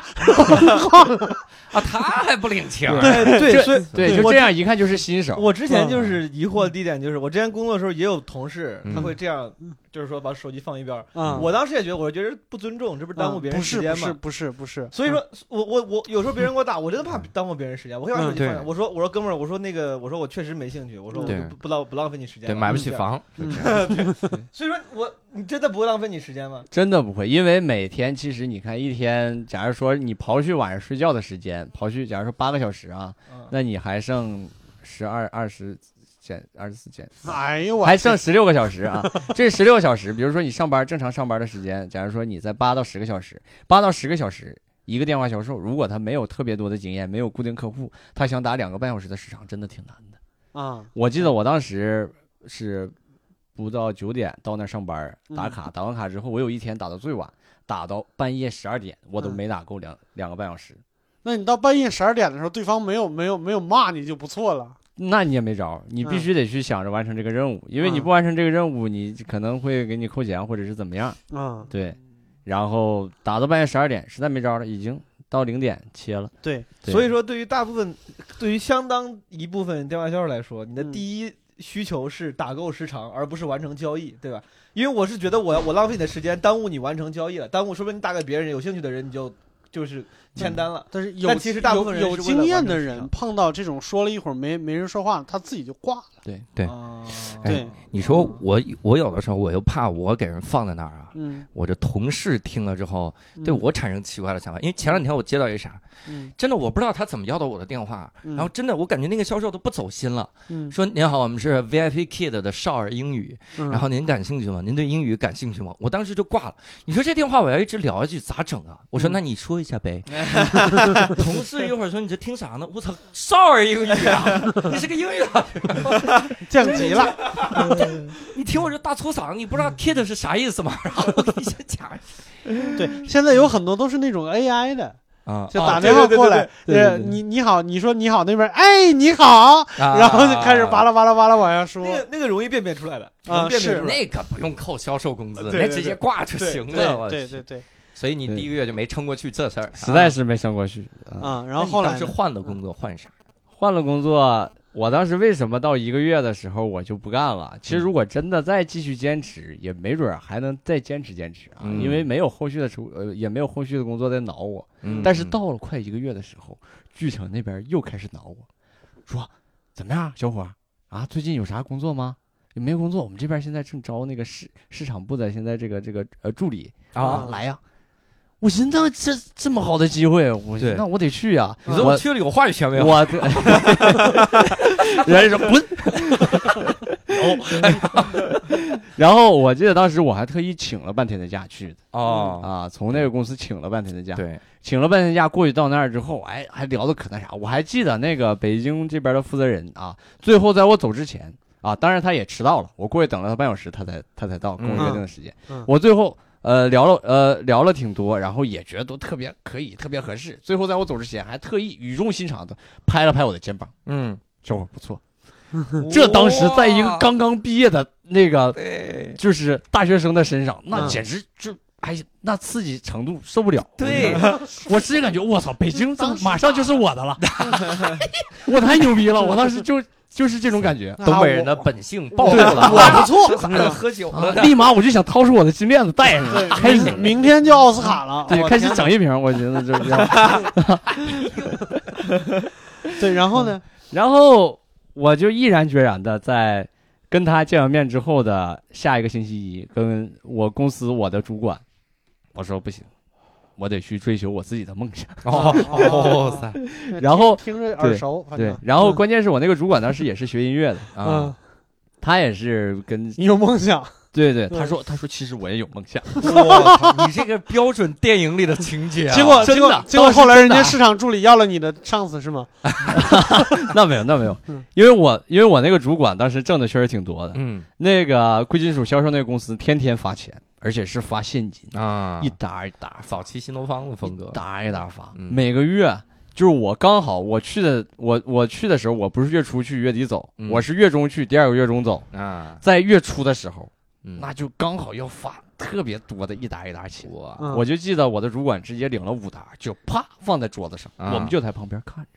S2: 啊，他还不领情，
S3: 哎对对，所以
S5: 对，就
S3: 我
S5: 这样一看就是新手。
S3: 我之前就是疑惑的第一点就是，我之前工作的时候也有同事
S2: 嗯
S3: 他会这样，就是说把手机放一边儿。
S1: 嗯，
S3: 我当时也觉得，我觉得不尊重，这不是
S2: 嗯
S3: 耽误别人
S1: 不
S3: 时
S1: 是
S3: 间
S1: 不
S3: 吗
S1: 是？不是不是，
S3: 所以说，我我我有时候别人给我打，我真的怕耽误别人时间，我会把手
S2: 嗯
S3: 机放下。
S2: 对
S3: 我说我说哥们儿，我说那个我说我确实没兴趣，我说我
S2: 对
S3: 不不浪不浪费你时 间
S2: 对，
S3: 了，
S2: 买不起
S3: 这样。
S2: 房，
S1: 嗯
S3: 所以说我你真的不会浪费你时间吗？
S5: 真的不会，因为每天其实你看一天，假如说你刨去晚上睡觉的时间，刨去假如说八个小时啊，
S3: 嗯，
S5: 那你还剩十二二十减二十四减
S1: 哎呦我
S5: 还剩十六个小时啊！这十六个小时，比如说你上班正常上班的时间，假如说你在八到十个小时，八到十个小时一个电话销售，如果他没有特别多的经验，没有固定客户，他想打两个半小时的时长，真的挺难的。
S1: 啊
S5: 我记得
S3: 嗯
S5: 我当时是不到九点到那儿上班
S3: 嗯
S5: 打卡，打完卡之后，我有一天打到最晚，打到半夜十二点，我都
S1: 嗯
S5: 没打够两两个半小时。
S1: 那你到半夜十二点的时候，对方没有没有没有骂你就不错了。
S5: 那你也没招儿，你
S3: 嗯
S5: 必须得去想着完成这个任务，因为你不完成这个任务，你可能会给你扣钱或者是怎么样。
S1: 嗯，
S5: 对，然后打到半夜十二点，实在没招儿了，已经到零点切了。
S1: 对，
S5: 对
S3: 所以说，对于大部分，对于相当一部分电话销售来说，你的
S1: 嗯
S3: 第一需求是打够时长，而不是完成交易，对吧？因为我是觉得我我浪费你的时间，耽误你完成交易了，耽误说不定你打给别人有兴趣的人，你就就是
S2: 嗯
S3: 签单了。
S1: 但是有
S3: 但其实大部分人
S1: 有
S3: 是
S1: 有
S3: 为了
S1: 经验
S3: 完成
S1: 的
S3: 市
S1: 人
S3: 场
S1: 碰到这种说了一会儿没没人说话，他自己就挂了。
S5: 对，
S2: 对哎
S3: 啊
S1: 对，
S2: 你说我我有的时候我又怕我给人放在那儿啊，
S1: 嗯，
S2: 我这同事听了之后
S1: 嗯
S2: 对，我产生奇怪的想法，因为前两天我接到一啥，
S1: 嗯
S2: 真的我不知道他怎么要到我的电话，
S1: 嗯
S2: 然后真的我感觉那个销售都不走心了，
S1: 嗯，
S2: 说您好，我们是 VIP Kid 的少儿英语，
S1: 嗯
S2: 然后您感兴趣吗？您对英语感兴趣吗？我当时就挂了。你说这电话我要一直聊下去咋整啊？我说
S1: 嗯
S2: 那你说一 下呗。 同事一会儿说你这听啥呢？我操，少儿英语啊！ 你是个英语老师，
S1: 降级了。
S2: 你听我这大粗嗓，你不知
S1: 嗯
S2: 道 Kid 是啥意思吗？然后我给你先讲一下
S1: 对，现在有很多都是那种 AI 的，
S2: 啊
S1: 就
S2: 啊
S1: 打
S3: 对
S1: 电话
S3: 对对
S1: 过来，
S5: 对对
S1: 呃，
S5: 对对
S1: 你你好，你说你好，那边哎你好，
S2: 啊
S1: 然后就开始巴拉巴拉巴拉往下说
S3: 那。个那个容易辨别出来的
S1: 啊
S3: 容易辨别
S1: 是
S3: 出来。
S2: 那个不用扣销售工资，
S3: 对对
S2: 那
S3: 对
S2: 直接挂就行了。我
S1: 对对对对
S2: 所以你第一个月就没撑过去这事儿，
S5: 实在是没撑过去。啊
S1: 啊，然后后来
S2: 是
S1: 呢
S2: 换了工作换啥？
S5: 换了工作，我当时为什么到一个月的时候我就不干了？其实如果真的再继续坚持，也没准儿还能再坚持坚持啊，
S2: 嗯
S5: 因为没有后续的出呃，也没有后续的工作在挠我。
S2: 嗯
S5: 但是到了快一个月的时候，剧场那边又开始挠我，说怎么样，小伙儿啊，最近有啥工作吗？有没有工作？我们这边现在正招那个市市场部的现在这个这个呃助理
S1: 啊
S5: 来呀、我寻思这这么好的机会，我
S2: 对
S5: 那我得去呀、
S2: 你说
S5: 我
S2: 我去了有话语权没有？
S5: 我的，人家说滚， 然后我记得当时我还特意请了半天的假去的
S2: 哦，
S5: 啊，从那个公司请了半天的假，
S2: 对，
S5: 请了半天假过去到那儿之后，哎，还聊的可那啥，我还记得那个北京这边的负责人啊，最后在我走之前啊，当然他也迟到了，我过去等了他半小时，他才他才到，跟我约定的时间，
S1: 嗯嗯
S5: 我最后。呃，聊了呃聊了挺多，然后也觉得都特别可以，特别合适。最后在我走之前，还特意语重心长的拍了拍我的肩膀，
S2: 嗯，
S5: 小伙不错。这当时在一个刚刚毕业的那个
S2: 对
S5: 就是大学生的身上，
S1: 嗯
S5: 那简直就哎，那刺激程度受不了。
S2: 对，
S5: 我直接感觉我操，北京这马上就是我的了，
S1: 啊
S5: 我太牛逼了！我当时就就是这种感觉，
S1: 那
S2: 东北人的
S1: 我
S2: 本性暴露了，
S1: 我不错，
S2: 咋能喝酒
S5: 啊
S2: 了呢？
S5: 立马我就想掏出我的金链子戴
S1: 对
S5: 上，开始
S1: 明明天就奥斯卡了，
S5: 对
S1: 我
S5: 开始
S1: 天
S5: 整一瓶，我觉得就要。
S1: 对，然后呢，
S5: 然后我就毅然决然的在跟他见完面之后的下一个星期一，跟我公司我的主管，我说不行，我得去追求我自己的梦想。
S2: 哦哦塞，
S5: 然后
S1: 呃听着耳熟，反
S5: 对
S1: 正，
S5: 然后关键是我那个主管当时也是学音乐的，
S1: 嗯
S2: 啊，，
S5: 他也是跟
S1: 你有梦想，
S5: 对对，
S1: 嗯
S5: 他说他说其实我也有梦想，
S2: 我操，你这个标准电影里的情节啊，
S1: 结果结
S5: 真
S1: 果
S5: 的
S1: 结果
S5: 当时
S1: 后来人
S5: 真的
S1: 家市场助理要了你的上司是吗？
S5: 那没有那没有
S1: 嗯，
S5: 因为我因为我那个主管当时挣的确实挺多的，
S2: 嗯
S5: 那个贵金属销售那个公司天天发钱，而且是发现金，
S2: 啊
S5: 一沓一沓发
S2: 早期新东方的风格
S5: 一，沓一沓发，
S2: 嗯
S5: 每个月就是我刚好我去的，我我去的时候，我不是月初去月底走，
S2: 嗯
S5: 我是月中去，第二个月中走，
S2: 啊，
S5: 在月初的时候，
S2: 嗯
S5: 那就刚好要发特别多的一沓一沓钱。
S2: 我
S1: 嗯
S5: 我就记得我的主管直接领了五沓，就啪放在桌子上，
S2: 啊
S5: 我们就在旁边看着。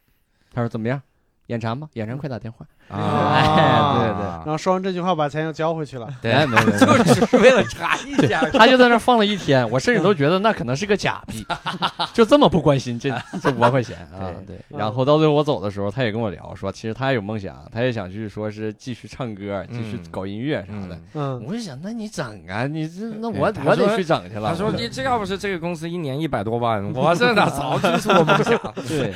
S5: 他说怎么样？眼馋吗？眼馋快打电话。
S2: 啊
S1: 然 后说完这句话，把钱又交回去 了。
S2: 对
S5: 哎，没有没有。没有
S2: 对就只是为了查一下，
S5: 他就在那放了一天，我甚至都觉得那可能是个假币，就这么不关 心这这五万块钱啊！
S2: 对嗯
S5: 对，然后到最后我走的时候，他也跟我聊说，其实他有梦想，他也想去说是继续唱歌，继续搞音乐啥的。
S1: 嗯，
S5: 我就想，那你整啊，你这那
S2: 对
S5: 我
S2: 他
S5: 我得
S2: 说
S5: 去整去了。
S2: 他说：“你这要不是这个公司一年一百多万， 我这哪早追出我梦想了
S5: 对，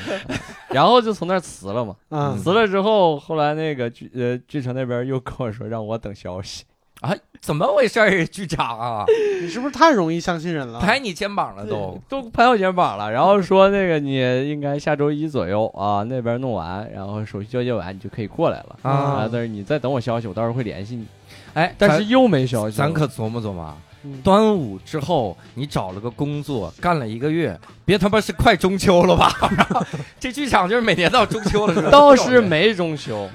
S5: 然后就从那儿辞了嘛。
S1: 嗯
S5: 辞了之后，后来那个剧呃剧城那边又跟我说让我等消息，
S2: 啊？怎么回事儿？剧场啊，
S1: 你是不是太容易相信人了？
S2: 拍你肩膀了都。
S5: 都拍我肩膀了，然后说那个你应该下周一左右啊那边弄完，然后手续交接完你就可以过来了
S1: 啊
S5: 但是你再等我消息，我到时候会联系你。
S2: 哎，
S5: 但是又没消息了，
S2: 咱可琢磨琢磨啊，
S1: 嗯
S2: 端午之后你找了个工作，干了一个月，别他妈是快中秋了 吧？这剧场就是每年到中秋了是吧，
S5: 倒是没中 秋，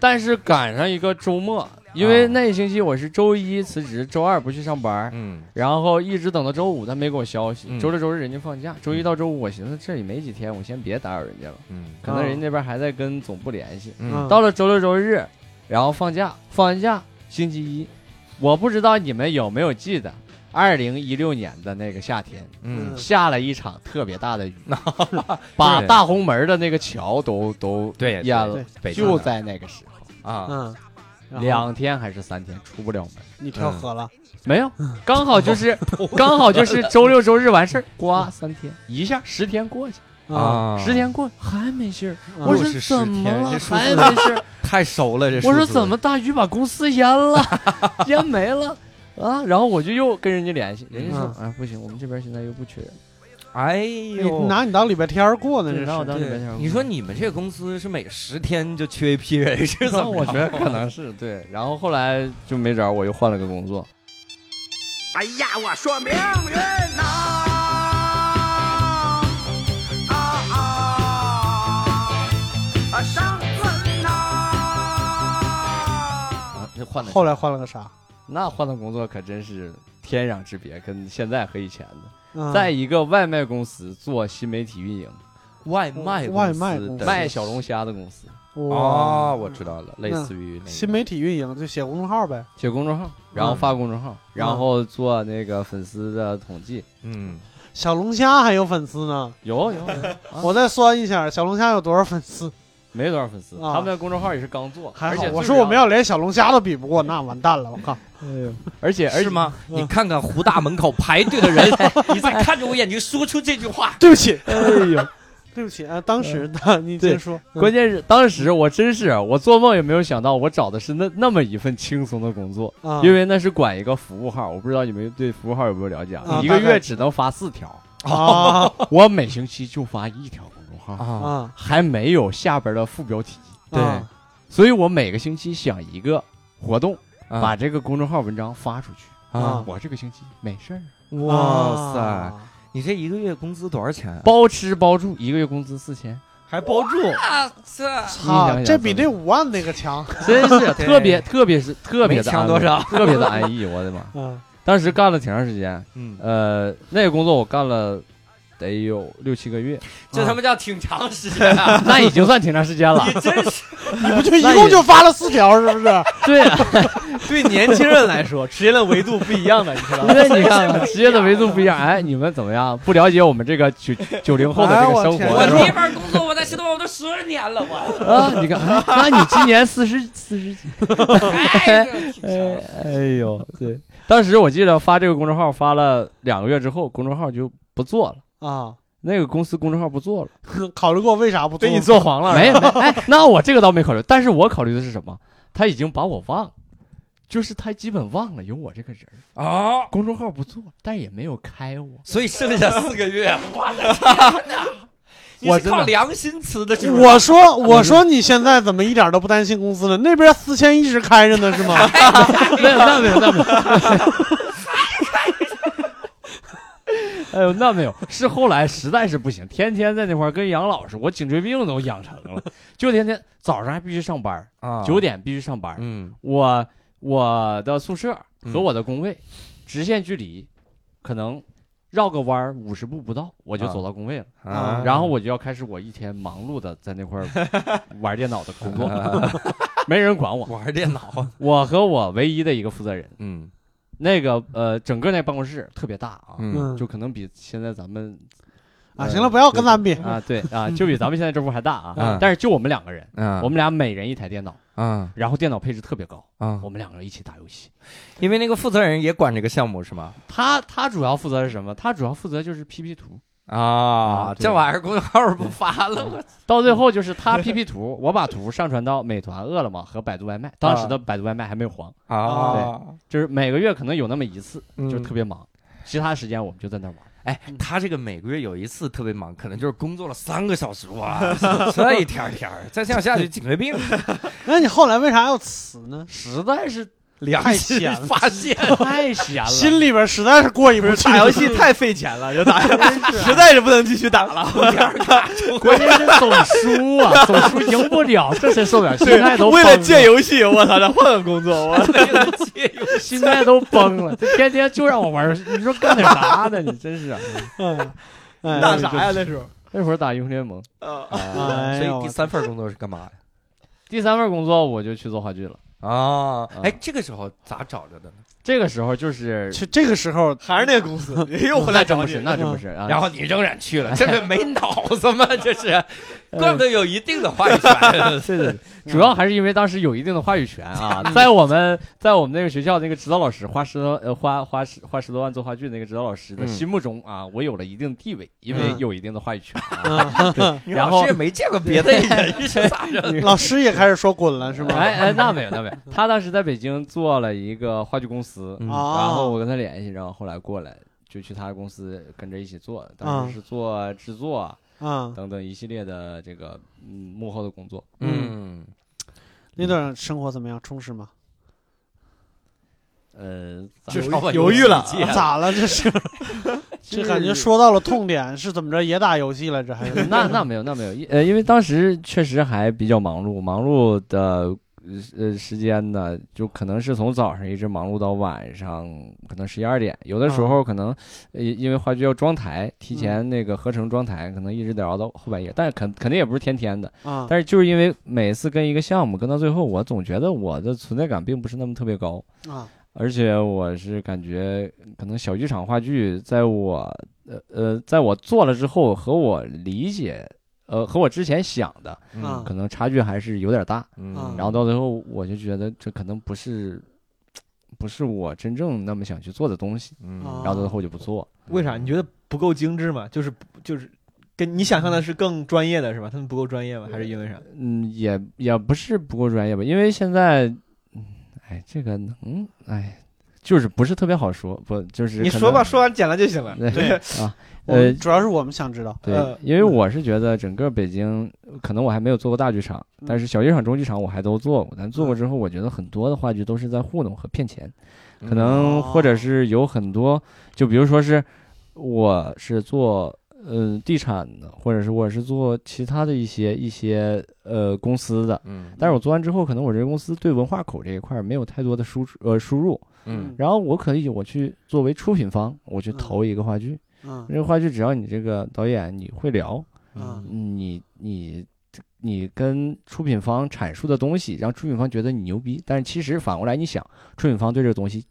S5: 但是赶上一个周末，因为那一星期我是周一辞职，周二不去上班，
S2: 嗯，
S5: 然后一直等到周五，他没给我消息。
S2: 嗯
S5: 周六周日人家放假，周一到周五我寻思这也没几天，我先别打扰人家了，
S2: 嗯
S5: 可
S1: 哦
S5: 能人家那边还在跟总部联系。
S2: 嗯
S5: 到了周六周日，然后放假，放完假星期一，我不知道你们有没有记得，二零一六年的那个夏天，
S2: 嗯，
S5: 下了一场特别大的雨，把大红门的那个桥都都
S2: 对
S5: 淹
S1: 对
S5: 了，
S2: 北京
S5: 就
S2: 的
S5: 在那个时候，
S2: 啊，
S1: 嗯，然后
S5: 两天还是三天出不了门，
S1: 你跳河了，
S5: 没有，刚好就是刚好就是周六周日完事儿，呱三天，一下十天过去，
S1: 啊，
S5: 十天过去还没信儿，
S1: 嗯
S5: 我
S2: 又
S5: 说
S2: 是十
S5: 怎么
S2: 天
S5: 了
S2: 这数
S5: 还
S2: 字
S5: 没信儿。
S2: 太熟了这数字。
S5: 我说怎么大鱼把公司淹了， 淹没了啊？然后我就又跟人家联系，人家说，哎，不行，我们这边现在又不缺人，
S2: 哎
S1: 你
S2: 呦，
S1: 拿你当礼拜天儿过呢，这
S5: 对拿我当
S1: 是
S5: 礼拜天儿
S2: 你说你们这个公司是每十天就缺一批人是怎
S5: 那
S2: 么着？
S5: 我觉得可能是对。然后后来就没招儿，我又换了个工作。
S6: 哎呀，我说命运呐、啊，啊啊，上天呐、
S5: 啊，就换了
S1: 后来换了个啥？
S5: 那换的工作可真是天壤之别，跟现在和以前的，
S1: 嗯
S5: 在一个外卖公司做新媒体运营，
S2: 外卖
S1: 外卖公司
S2: 公司
S5: 卖小龙虾的公司，
S1: 哇，
S2: 哦，
S5: 嗯
S2: 我知道了，类似于那个
S1: 新媒体运营就写公众号呗，
S5: 写公众号，然后发公众号，然后做那个粉丝的统计。
S2: 嗯，
S1: 小龙虾还有粉丝呢，
S5: 有有，有啊
S1: 我再算一下，小龙虾有多少粉丝？
S5: 没多少粉丝，
S1: 啊
S5: 他们的公众号也是哎刚做，
S1: 还
S5: 而
S1: 好
S5: 且，
S1: 我
S5: 最
S1: 说我
S5: 主
S1: 们要连小龙虾都比不过，那完蛋了，我靠！
S5: 而且嗯而
S2: 是
S5: 且
S2: 吗？你看看湖大门口排队的 人，你再看着我眼睛说出这句话，
S1: 对不起，哎呦， 对不起啊，当时的你接着说，嗯
S5: 关键是当时我真是我做梦也没有想到，我找的是那那么一份轻松的工作，
S1: 啊，
S5: 因为那是管一个服务号，我不知道你们对服务号有没有了解，
S1: 啊
S5: 一个
S1: 大概
S5: 月只能发四条，
S1: 啊
S5: 我每星期就发一条公众号，
S2: 啊
S1: 啊，
S5: 还没有下边的副标题，
S2: 对
S1: 啊
S5: 所以我每个星期想一个活动，
S2: 啊
S5: 把这个公众号文章发出去。
S1: 啊
S5: 我这个星期没事儿，啊
S2: 哇塞，
S1: 啊
S2: 你这一个月工资多少钱？
S5: 包吃包住，一个月工资四千，
S3: 还包住，
S2: 啊，这
S5: 你想
S1: 啊，
S5: 想
S1: 这比
S5: 怎
S1: 这
S5: 么
S1: 五万那个强，
S5: 真 是
S2: 对
S5: 特别特别是特别
S2: 没
S5: 的
S2: 强
S5: 安
S2: 多
S5: 慰
S2: 少
S5: 特别的安逸，我的妈！
S1: 嗯
S5: 当时干了挺长时间，
S2: 嗯，
S5: 呃，那个工作我干了得有六七个月，
S2: 这他妈叫挺长时间 啊！
S5: 那已经算挺长时间了。
S2: 你真是
S1: 你 不就一
S5: 那
S1: 共
S5: 也
S1: 就发了四条是不是？
S5: 对啊，
S3: 对年轻人来说，时间的维度不一样的，你知道吗？
S5: 那你看看，职业的维度不一样。哎，你们怎么样？不了解我们这个九九零后的这个生
S1: 哎我
S5: 活
S2: 我
S1: 天
S5: 是
S2: 第一
S5: 吧？
S2: 份工作，我在新东方都十年了， 我
S5: 啊，你看，哎那你今年四十四十几？
S2: 哎这挺长
S5: 哎哎呦，对，当时我记得发这个公众号发了两个月之后，公众号就不做了。
S1: 啊，
S5: 那个公司公众号不做了，
S1: 考虑过为啥不做？
S3: 被你做黄了，
S5: 没有没有，哎，那我这个倒没考虑，但是我考虑的是什么？他已经把我忘了，就是他基本忘了有我这个人儿，
S2: 哦，
S5: 公众号不做，但也没有开我。
S2: 所以剩下四个 月，我的天哪！你
S5: 我
S2: 是
S5: 真的
S2: 靠良心辞的职，
S1: 我说我说你现在怎么一点都不担心公司了？那边四千一直开着呢是吗？
S5: 没有，那没有，那没有。 哎呦，那没有，是后来实在是不行，天天在那块儿跟养老似的，我颈椎病都养成了，就天天早上还必须上班，
S2: 啊
S5: 九、点必须上班。
S2: 嗯，
S5: 我我的宿舍和我的工位、
S2: 嗯
S5: 直线距离，可能绕个弯儿五十步不到，我就
S2: 啊
S5: 走到工位了。
S1: 啊
S5: 然后我就要开始我一天忙碌的在那块儿 玩电脑的工作， 没人管我。
S2: 玩电脑，啊
S5: 我和我唯一的一个负责人，
S2: 嗯
S5: 那个呃，整个那办公室特别大啊，
S2: 嗯，
S1: 嗯
S5: 就可能比现在咱们
S1: 啊，
S5: 呃
S1: 行了，不要跟咱比
S5: 啊，对 啊，就比咱们现在这屋还大啊
S2: 嗯。
S5: 但是就我们两个人，
S2: 啊
S5: 我们俩每人一台电脑，
S2: 啊
S5: 然后电脑配置特别高，
S2: 啊
S5: 我们两个人一起打游戏。
S2: 因为那个负责人也管这个项目是吗？
S5: 他他主要负责是什么？他主要负责就是 P P 图，
S2: 啊
S5: 啊对
S2: 这玩意儿公众号不发了，我
S5: 到最后就是他 P P 图，我把图上传到美团、饿了么和百度外卖。当时的百度外卖还没有黄，
S2: 啊！
S5: 就是每个月可能有那么一次，
S2: 嗯
S5: 就是特别忙，其他时间我们就在那玩。
S2: 哎，他这个每个月有一次特别忙，可能就是工作了三个小时哇，这一 天儿天儿，再这样下去颈椎病。
S1: 那你后来为啥要辞呢？
S5: 实在是
S2: 良
S1: 太
S2: 心
S1: 闲了
S2: 发现，
S5: 太闲 了。
S1: 心里边实在是过意不去。
S3: 打游戏太费钱了，就打，实在是不能继续打了。我天
S5: 关键是总输啊，总输赢不了，这谁受得了？心态都
S3: 为了
S5: 崩
S3: 借游戏，我操，他换个工作，
S5: 哎
S3: 我
S5: 了，心态都崩了。这天天就让我玩儿，你说干点啥呢？你真是啊！
S1: 嗯， 哎
S3: 打啥呀？那时候，
S5: 那会儿打英雄联盟，
S3: 啊，
S1: 哎
S2: 所
S1: 呦
S2: 以第三份工作是干嘛呀？
S5: 第三份工作我就去做话剧了。
S2: 啊，哎，这个时候咋找着的呢？
S5: 这个时候就是，
S1: 去这个时候，
S3: 还是那个公司，又回
S5: 嗯那
S3: 来
S5: 真
S3: 找
S5: 不
S3: 你
S5: 是，。那真不是啊。
S2: 嗯 然后你仍然去了，这个没脑子吗？这
S5: 哎
S2: 是，怪不得有一定的话语权。
S5: 对对，对，主要还是因为当时有一定的话语权 啊，在我们在我们那个学校那个指导老师花十多呃花花十花十多万做话剧那个指导老师的
S2: 嗯
S5: 心目中啊，我有了一定地位，因为
S1: 嗯
S5: 有一定的话语权啊。
S1: 嗯，
S5: 然后
S2: 也没见过别的人是咋着的？
S1: 老师也开始说滚了是吗？
S5: 哎哎， 那没有那没有，他当时在北京做了一个话剧公司，
S2: 嗯
S5: 然后
S1: 啊，
S5: 我跟他联系，然后后来过来就去他的公司跟着一起做，当时是做制作啊
S1: 嗯，
S5: 等等一系列的这个嗯幕后的工作。
S2: 嗯，
S1: 那段生活怎么样？充实吗？
S5: 呃，咋
S2: 至少把
S3: 犹豫了
S2: 游戏戒
S1: 咋了？这是，这感觉说到了痛点，是怎么着？也打游戏来着？还是
S5: 嗯那那没有，那没有，因呃，因为当时确实还比较忙碌，忙碌的呃呃时间呢，就可能是从早上一直忙碌到晚上，可能十一二点，有的时候可能、呃因为话剧要装台，提前那个合成装台，可能一直得熬到后半夜，但是肯肯定也不是天天的，
S1: 啊，
S5: 但是就是因为每次跟一个项目跟到最后，我总觉得我的存在感并不是那么特别高，
S1: 啊，
S5: 而且我是感觉，可能小剧场话剧，在我呃呃，在我做了之后，和我理解，呃，和我之前想的，
S1: 嗯
S5: 可能差距还是有点大。
S1: 嗯
S5: 然后到最后，我就觉得这可能不是，不是我真正那么想去做的东西。
S2: 嗯
S1: 啊
S5: 然后到最后就不做。
S3: 为啥？你觉得不够精致吗？就是就是，跟你想象的是更专业的是吧？他们不够专业吗？还是因为啥？
S5: 嗯，也也不是不够专业吧，因为现在，嗯，哎，这个能，哎，就是不是特别好说，不就是
S3: 你
S5: 可
S3: 说
S5: 能
S3: 吧，，说完剪了就行了。
S5: 对啊，
S1: 我
S5: 呃
S1: 们，主要是我们想知道，
S5: 对
S3: 呃，
S5: 因为
S1: 嗯
S5: 我是觉得整个北京，可能我还没有做过大剧场，
S1: 嗯
S5: 但是小剧场、中剧场我还都做过。但做过之后，我觉得很多的话剧都是在糊弄和骗钱，
S1: 嗯
S5: 可能或者是有很多，就比如说是我是做呃地产的，或者是我是做其他的一些一些呃公司的，
S2: 嗯
S5: 但是我做完之后，可能我这个公司对文化口这一块儿没有太多的输出呃输入，
S2: 嗯
S5: 然后我可以我去作为出品方，我去
S1: 嗯
S5: 投一个话剧，
S1: 嗯
S5: 这个话剧只要你这个导演你会聊。
S1: 嗯
S5: 你你你跟出品方阐述的东西，让出品方觉得你牛逼，但是其实反过来你想，出品方对这个东西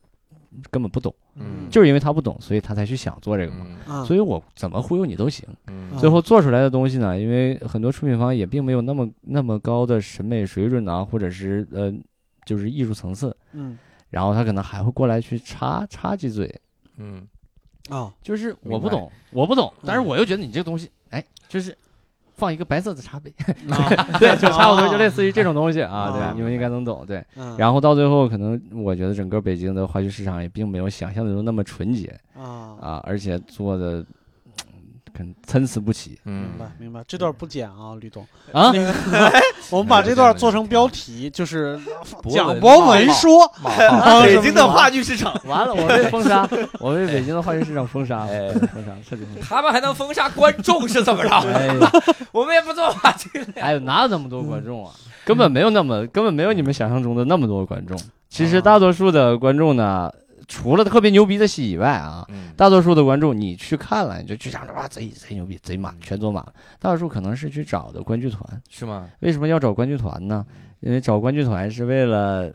S5: 根本不懂，
S2: 嗯
S5: 就是因为他不懂，所以他才去想做这个嘛。
S2: 嗯
S1: 嗯，
S5: 所以我怎么忽悠你都行，
S2: 嗯
S5: 最后做出来的东西呢，因为很多出品方也并没有那么那么高的审美水准啊，或者是呃，就是艺术层次，
S1: 嗯
S5: 然后他可能还会过来去插插几嘴，
S2: 嗯
S1: 哦，
S5: 就是我
S2: 明
S5: 不
S2: 白
S5: 懂，我不懂，但是
S1: 嗯
S5: 我又觉得你这个东西，哎，就是放一个白色的茶杯，
S1: 啊
S5: 对， 就差不多就类似于这种东西啊，
S1: 啊
S5: 对，你们应该能懂，对。
S1: 嗯
S5: 然后到最后，可能我觉得整个北京的话剧市场也并没有想象中那么纯洁
S1: 啊，
S5: 啊，而且做的很参差不齐
S2: 嗯
S1: 明白明白，这段不剪啊，吕东，
S5: 啊。
S1: 我们把这段做成标题，就是讲博
S2: 博
S1: 文
S2: 文
S1: 说 啊
S3: 北京的话剧市场，
S5: 完了，我被封杀， 哎我被北京的话剧市场封杀了，封杀了，彻底封杀。
S2: 他们还能封杀观众是怎么着？
S5: 哎呀，
S2: 我们也不做话剧了呀。
S5: 哎呦，哪有那么多观众啊？根本没有那么，根本没有你们想象中的那么多观众。其实大多数的观众呢，除了特别牛逼的戏以外啊，
S2: 嗯
S5: 大多数的观众，你去看了，你就去想着哇，贼贼牛逼，贼满，全坐满了。大多数可能是去找的观剧团。
S2: 是吗？
S5: 为什么要找观剧团呢？因为找观剧团是为了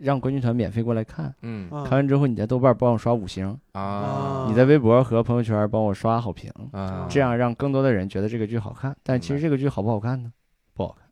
S5: 让观剧团免费过来看，
S2: 嗯
S1: 啊
S5: 看完之后你在豆瓣帮我刷五星，
S2: 啊
S1: 啊
S5: 你在微博和朋友圈帮我刷好评，
S2: 啊，
S5: 这样让更多的人觉得这个剧好看。但其实
S2: 明白
S5: 这个剧好不好看呢？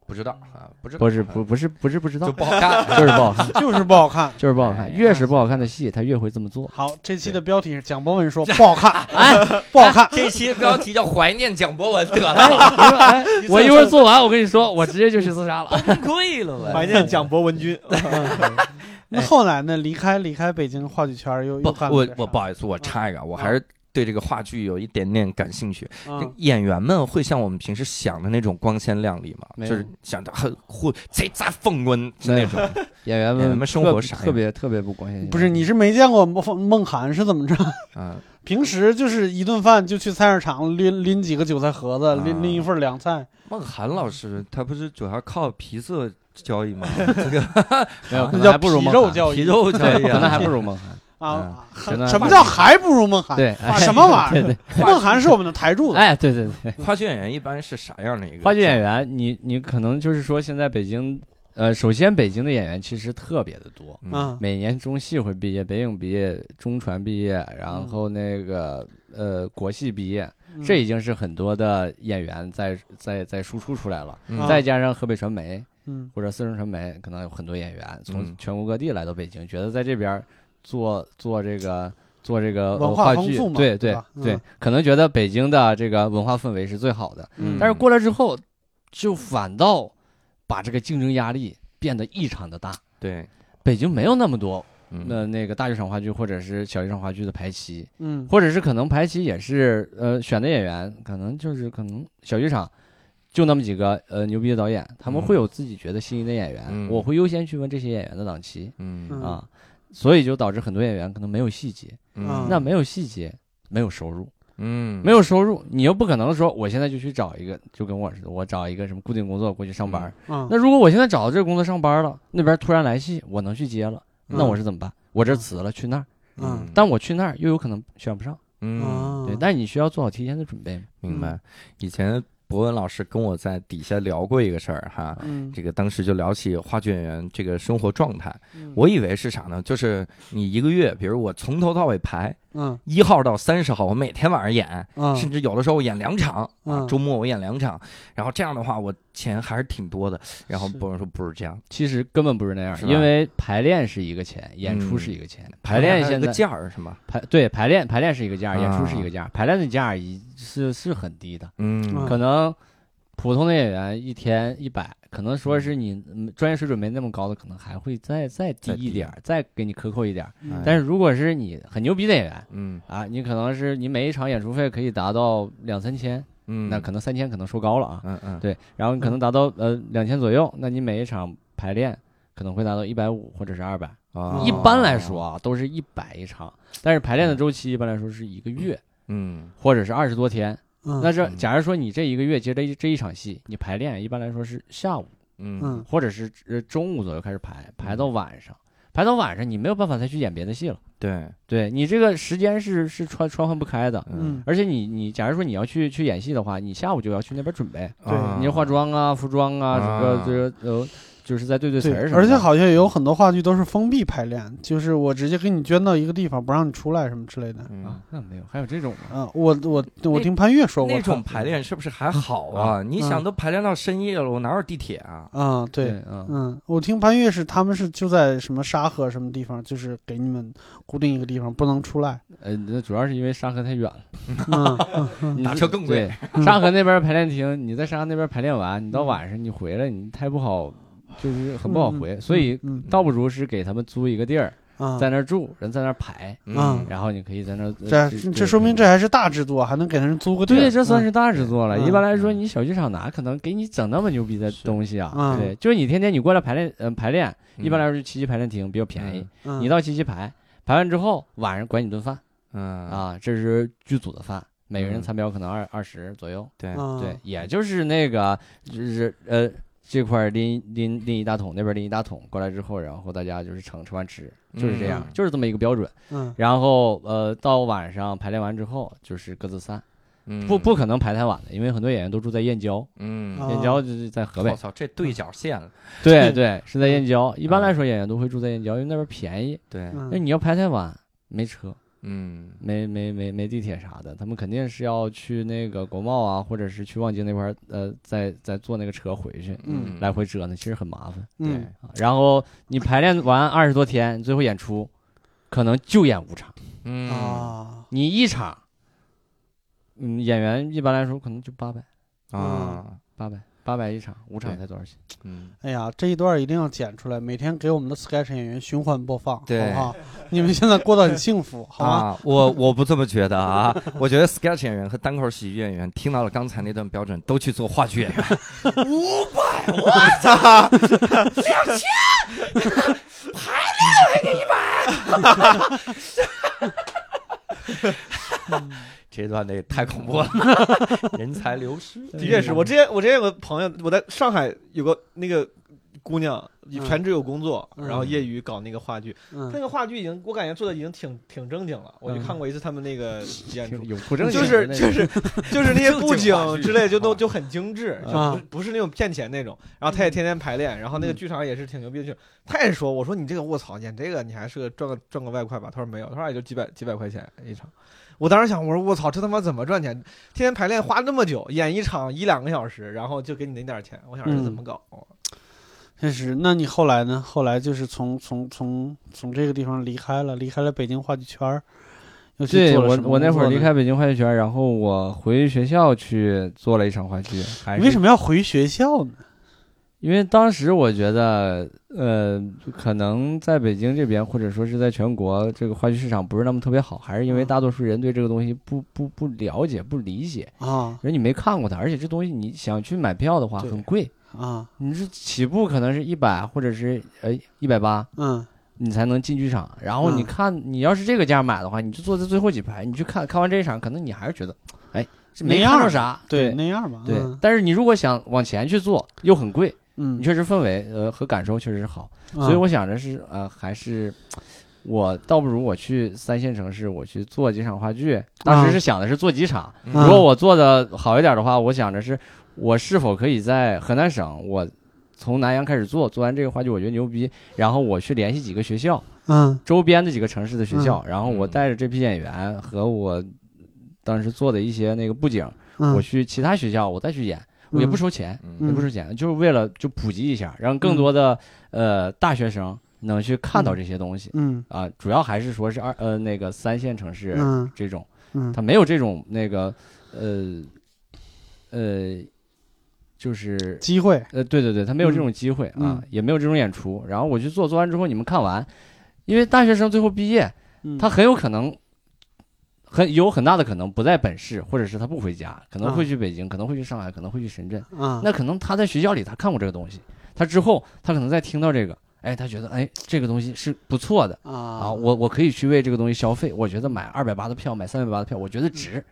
S2: 不知道啊，不知道
S5: 不是不不是不是不知道
S2: 就，不好看。
S5: 就是不 好看，
S1: 啊就是不好看。
S5: 就是不好看。越是不好看的戏，他越会这么做。
S1: 好，这期的标题是蒋博文说不好 看，哎，不好看，
S2: 这期标题叫“怀念蒋博文”得
S5: 哎，
S2: 了，
S5: 我说哎我一会儿做完，我跟你说，我直接就去自杀了。
S2: 崩溃
S1: 哎
S2: 了
S3: 怀
S2: 我。
S3: 念蒋博文君。
S5: 哎
S1: 那后来呢？离开离开北京话剧圈儿又又
S2: 不
S1: 干，了
S2: 我啊
S1: 些啥
S2: 我不好意思，我插一个，我还是对这个话剧有一点点感兴趣。这
S1: 嗯
S2: 演员们会像我们平时想的那种光鲜亮丽吗？
S5: 没
S2: 就
S5: 有
S2: 是想着很混贼杂风温是那 种。
S5: 演员
S2: 演
S5: 们
S2: 员们生
S5: 特
S2: 活啥样
S5: 特别特别不光鲜，
S1: 不是，你是没见过孟孟涵是怎么着？
S2: 嗯，
S1: 平时就是一顿饭就去菜市场拎拎几个韭菜盒子，拎拎一份凉菜。
S2: 孟涵老师他不是主要靠皮色交 易吗？
S5: 没有，
S1: 那
S5: 可能
S1: 叫
S3: 哎
S5: 还不如
S1: 皮
S5: 孟
S1: 肉
S5: 涵，
S1: 教育，
S2: 皮肉 交易
S5: 对，可能还
S2: 啊，
S5: 不如孟涵，
S1: 啊，
S5: 真的
S1: 什么叫还不如孟涵？
S5: 对，
S1: 啊，
S5: 哎
S1: 什么啊玩意
S5: 对
S1: 儿？孟涵是我们的台柱子。
S5: 哎，对对 对，
S2: 话剧演员一般是啥样的一个？
S5: 话剧演员，你你可能就是说现在北京，呃，首先北京的演员其实特别的多，
S2: 嗯，
S1: 嗯
S5: 每年中戏会毕业，北影毕业，中传毕业，然后那个呃国戏毕业，
S1: 嗯
S5: 这已经是很多的演员在在在输出出来了。
S2: 嗯
S1: 啊
S5: 再加上河北传媒
S1: 嗯
S5: 或者四川传媒，可能有很多演员
S2: 嗯
S5: 从全国各地来到北京，觉得在这边儿做做这个做这个
S1: 文
S5: 呃
S1: 化
S5: 话
S1: 丰
S5: 剧
S1: 富嘛，
S5: 对
S1: 对
S5: 对
S1: 吧
S5: 对
S1: 嗯，
S5: 可能觉得北京的这个文化氛围是最好的，
S1: 嗯
S5: 但是过来之后，就反倒把这个竞争压力变得异常的大。
S2: 对，
S5: 北京没有那么多
S2: 嗯
S5: 那那个大剧场话剧或者是小剧场话剧的排期，
S1: 嗯
S5: 或者是可能排期也是呃选的演员，可能就是可能小剧场就那么几个呃牛逼的导演，他们
S2: 嗯
S5: 会有自己觉得心仪的演员，
S2: 嗯
S5: 我会优先去问这些演员的档期
S2: 嗯
S1: 嗯
S5: 啊，所以就导致很多演员可能没有细节，
S1: 嗯
S5: 那没有细节。没有收入，
S2: 嗯
S5: 没有收入，你又不可能说我现在就去找一个，就跟我似的，我找一个什么固定工作过去上班。
S1: 嗯
S5: 那如果我现在找到这个工作上班了，那边突然来戏，我能去接了，那
S1: 嗯
S5: 我是怎么办？我这辞了去那儿，
S1: 嗯
S5: 但我去那儿又有可能选不上，
S2: 嗯
S1: 啊嗯
S5: 对，但你需要做好提前的准备。
S2: 明白。以前博文老师跟我在底下聊过一个事儿哈，
S1: 嗯
S2: 这个当时就聊起话剧演员这个生活状态，
S1: 嗯
S2: 我以为是啥呢？就是你一个月，比如我从头到尾排
S1: 嗯
S2: 一号到三十号，我每天晚上演，
S1: 嗯
S2: 甚至有的时候我演两场啊
S1: 嗯，
S2: 周末我演两场，然后这样的话我钱还是挺多的。然后
S1: 是
S2: 博文说不是这样，
S5: 其实根本不是那嗯样
S2: 是，吧
S5: 因为排练是一个钱，演出是一个钱。排
S2: 还
S5: 练
S2: 有
S5: 现
S2: 个
S5: 在
S2: 价儿是吗？
S5: 排对排练排练是一个价，
S2: 啊
S5: 演出是一个价，排练的价已是是很低的，
S2: 嗯
S1: 嗯
S5: 可能普通的演员一天一百，可能说是你嗯专业水准没那么高的，可能还会再再低
S2: 再低
S5: 一点儿，再给你克扣一点儿。
S1: 嗯
S5: 但是如果是你很牛逼的演员
S2: 哎嗯
S5: 啊，你可能是你每一场演出费可以达到两三千，
S2: 嗯，
S5: 那可能三千可能说高了啊，
S2: 嗯嗯
S5: 对，然后你可能达到呃两千左右，那你每一场排练可能会达到一百五或者是二百、
S2: 啊
S1: 嗯
S5: 一般来说啊，都是一百一场，但是排练的周期一般来说是一个月
S2: 嗯
S5: 或者是二十多天。
S1: 嗯
S5: 那这
S2: 嗯
S5: 假如说你这一个月接这一这一场戏，你排练啊一般来说是下午
S2: 嗯
S1: 嗯
S5: 或者是呃中午左右开始排，排到晚上，排到晚上你没有办法再去演别的戏了。
S2: 对
S5: 对你这个时间是是穿穿换不开的，
S1: 嗯
S5: 而且你你假如说你要去去演戏的话，你下午就要去那边准备。
S1: 对
S2: 啊
S5: 你化妆啊、服装啊，什么
S2: 啊
S5: 这个呃，就是在对对词
S1: 对
S5: 儿什，么的。
S1: 而且好像有很多话剧都是封闭排练，就是我直接给你捐到一个地方，不让你出来什么之类的。
S2: 嗯
S5: 啊，那没有，还有这种吗？
S1: 嗯，我我我
S2: 那
S1: 听潘越说过
S2: 那种排练是不
S1: 嗯
S2: 是还好啊？你想都排练到深夜了，我哪有地铁啊？
S1: 啊，对，
S5: 啊，
S1: 嗯，我听潘越是他们是就在什么沙河什么地方，就是给你们固定一个地方，不能出 来。
S5: 呃，那主要是因为沙河太远了，
S1: 嗯
S5: 你
S2: 打车更贵。
S5: 对沙河那边排练厅，你在沙河那边排练完，你到晚上你回来，你太不好，就是很不好回， 所以
S1: 嗯
S5: 倒不如是给他们租一个地儿，
S1: 啊，
S5: 在那儿住，人在那儿排，
S1: 嗯
S5: 然后你可以在那儿。
S1: 这
S5: 呃
S1: 这说明这还是大制作，还能给人租个地儿。
S5: 对，这算是大制作了。
S1: 嗯
S5: 一般来说，
S2: 嗯
S5: 你小剧场哪可能给你整那么牛逼的
S2: 是
S5: 东西啊
S1: 嗯？
S5: 对，就是你天天你过来排练，嗯，排练，一般来
S2: 说，
S5: 说就七七排练厅比较便宜，
S1: 嗯
S5: 你到七七排，排完之后晚上管你顿饭
S2: 嗯，
S5: 啊，这是剧组的饭，每个人
S2: 嗯
S5: 餐标可能二二十左右，
S2: 对，
S1: 嗯
S5: 对，也就是那个就是呃这块儿拎拎拎一大桶，那边拎一大桶过来之后，然后大家就是盛吃完吃，就是这样
S2: 嗯，
S5: 就是这么一个标准。
S1: 嗯
S5: 然后呃到晚上排练完之后，就是各自散，
S2: 嗯
S5: 不不，可能排太晚的，因为很多演员都住在燕郊，
S2: 嗯，
S1: 啊嗯
S5: 燕郊就是在河
S2: 我
S1: 哦
S5: 北，
S2: 操，这对角线了，
S5: 对对，是在燕郊。一般来说演员都会住在燕郊，因为那边便宜。
S2: 对，
S5: 那
S1: 嗯
S5: 你要排太晚，没车，
S2: 嗯
S5: 没没没没地铁啥的，他们肯定是要去那个国贸啊，或者是去望京那块儿，呃，再再坐那个车回去，
S1: 嗯
S5: 来回折腾，其实很麻烦。
S1: 嗯
S5: 啊然后你排练完二十多天，最后演出，可能就演五场，
S2: 嗯啊
S1: 啊，
S5: 你一场，嗯，演员一般来说可能就八百
S2: 啊，
S5: 八百，八百一场，五场
S7: 对
S5: 才多少钱？
S7: 嗯，
S1: 哎呀，这一段一定要剪出来，每天给我们的 sketch 演员循环播放，好
S2: 对
S1: 不好？你们现在过得很幸福， 好吗？
S2: 啊，我我不这么觉得啊，我觉得 sketch 演员和单口喜剧演员听到了刚才那段标准，都去做话剧演员。五百，我操，两千，排练我还给你买。 这段那太恐怖了，嗯人才流失。
S3: 的确是
S1: 嗯
S3: 我之前我之前有个朋友，我在上海有个那个姑娘，全职有工作，
S1: 嗯
S3: 然后业余搞那个话剧，那
S1: 嗯，
S3: 个话剧已经我感觉做的已经挺挺正经了。我就看过一次他们那个演出，
S5: 永不正
S3: 就
S5: 经的
S3: 是
S5: 那
S3: 就
S5: 种
S3: 是就是那些布景
S7: 话剧
S3: 之类，就都就很精致，就
S1: 啊
S3: 不是不是那种骗钱那种。然后他也天天排练，然后那个剧场也是挺牛逼的剧场。他也说，我说你这个卧槽，演这个你还是个赚个赚个外快吧？他说没有，他说也就几百几百块钱一场。我当时想，我说我操，这他妈怎么赚钱？天天排练花那么久，演一场一两个小时，然后就给你那点儿钱，我想这怎么搞？
S5: 嗯
S1: 确实。那你后来呢？后来就是从从从从这个地方离开了，离开了北京话剧圈儿，又去
S5: 对
S1: 做了
S5: 我
S1: 什么
S5: 我那
S1: 工
S5: 会儿
S1: 作
S5: 离
S1: 呢
S5: 开北京话剧学院，然后我回学校去做了一场话剧，还
S1: 你为什
S5: 么？
S1: 么要回学校呢？
S5: 因为当时我觉得，呃，可能在北京这边或者说是在全国，这个话剧市场不是那么特别好，还是因为
S1: 嗯
S5: 大多数人对这个东西不不不了解、不理解，
S1: 啊
S5: 人你没看过它，而且这东西你想去买票的话
S1: 对
S5: 很贵，
S1: 啊
S5: 你是起步可能是一百或者是呃一百八。
S1: 嗯
S5: 你才能进剧场，然后你
S1: 嗯
S5: 看，你要是这个价买的话，你就坐在最后几排，你去看看完这一场，可能你还是觉得，哎，这没
S1: 那样
S5: 看着啥，
S1: 对
S5: 对，
S1: 那样吧
S5: 对
S1: 嗯，
S5: 但是你如果想往前去做，又很贵，
S1: 嗯
S5: 你确实氛围呃和感受确实好，所以我想着是呃还是我倒不如我去三线城市，我去做几场话剧。
S1: 嗯
S5: 当时是想的是做几场，
S1: 啊
S5: 如果我做的好一点的话，我想着是我是否可以在河南省我。从南阳开始做，做完这个话剧我觉得牛逼，然后我去联系几个学校，
S1: 嗯
S5: 周边的几个城市的学校，然后我
S7: 嗯
S5: 带着这批演员和我当时做的一些那个布景，
S1: 嗯，
S5: 我去其他学校，我再去演，我也不
S1: 嗯
S5: 收钱，
S1: 嗯
S5: 也不收钱，就是为了就普及一下，让更多的、呃大学生能去看到这些东西
S1: 嗯
S5: 啊、主要还是说是二呃那个三线城市、
S1: 嗯
S5: 这种，
S1: 嗯
S5: 它没有这种那个呃呃就是
S1: 机会
S5: 呃，对对对，他没有这种机会
S1: 嗯
S5: 啊，也没有这种演出。然后我去做，做完之后你们看完，因为大学生最后毕业，
S1: 嗯
S5: 他很有可能很有很大的可能不在本市，或者是他不回家，可能会去北京，可能会去上海，可能会去深圳。
S1: 啊
S5: 那可能他在学校里他看过这个东西，他之后他可能再听到这个，哎，他觉得哎这个东西是不错的啊，
S1: 啊
S5: 我我可以去为这个东西消费。我觉得买二百八的票，买三百八的票，我觉得值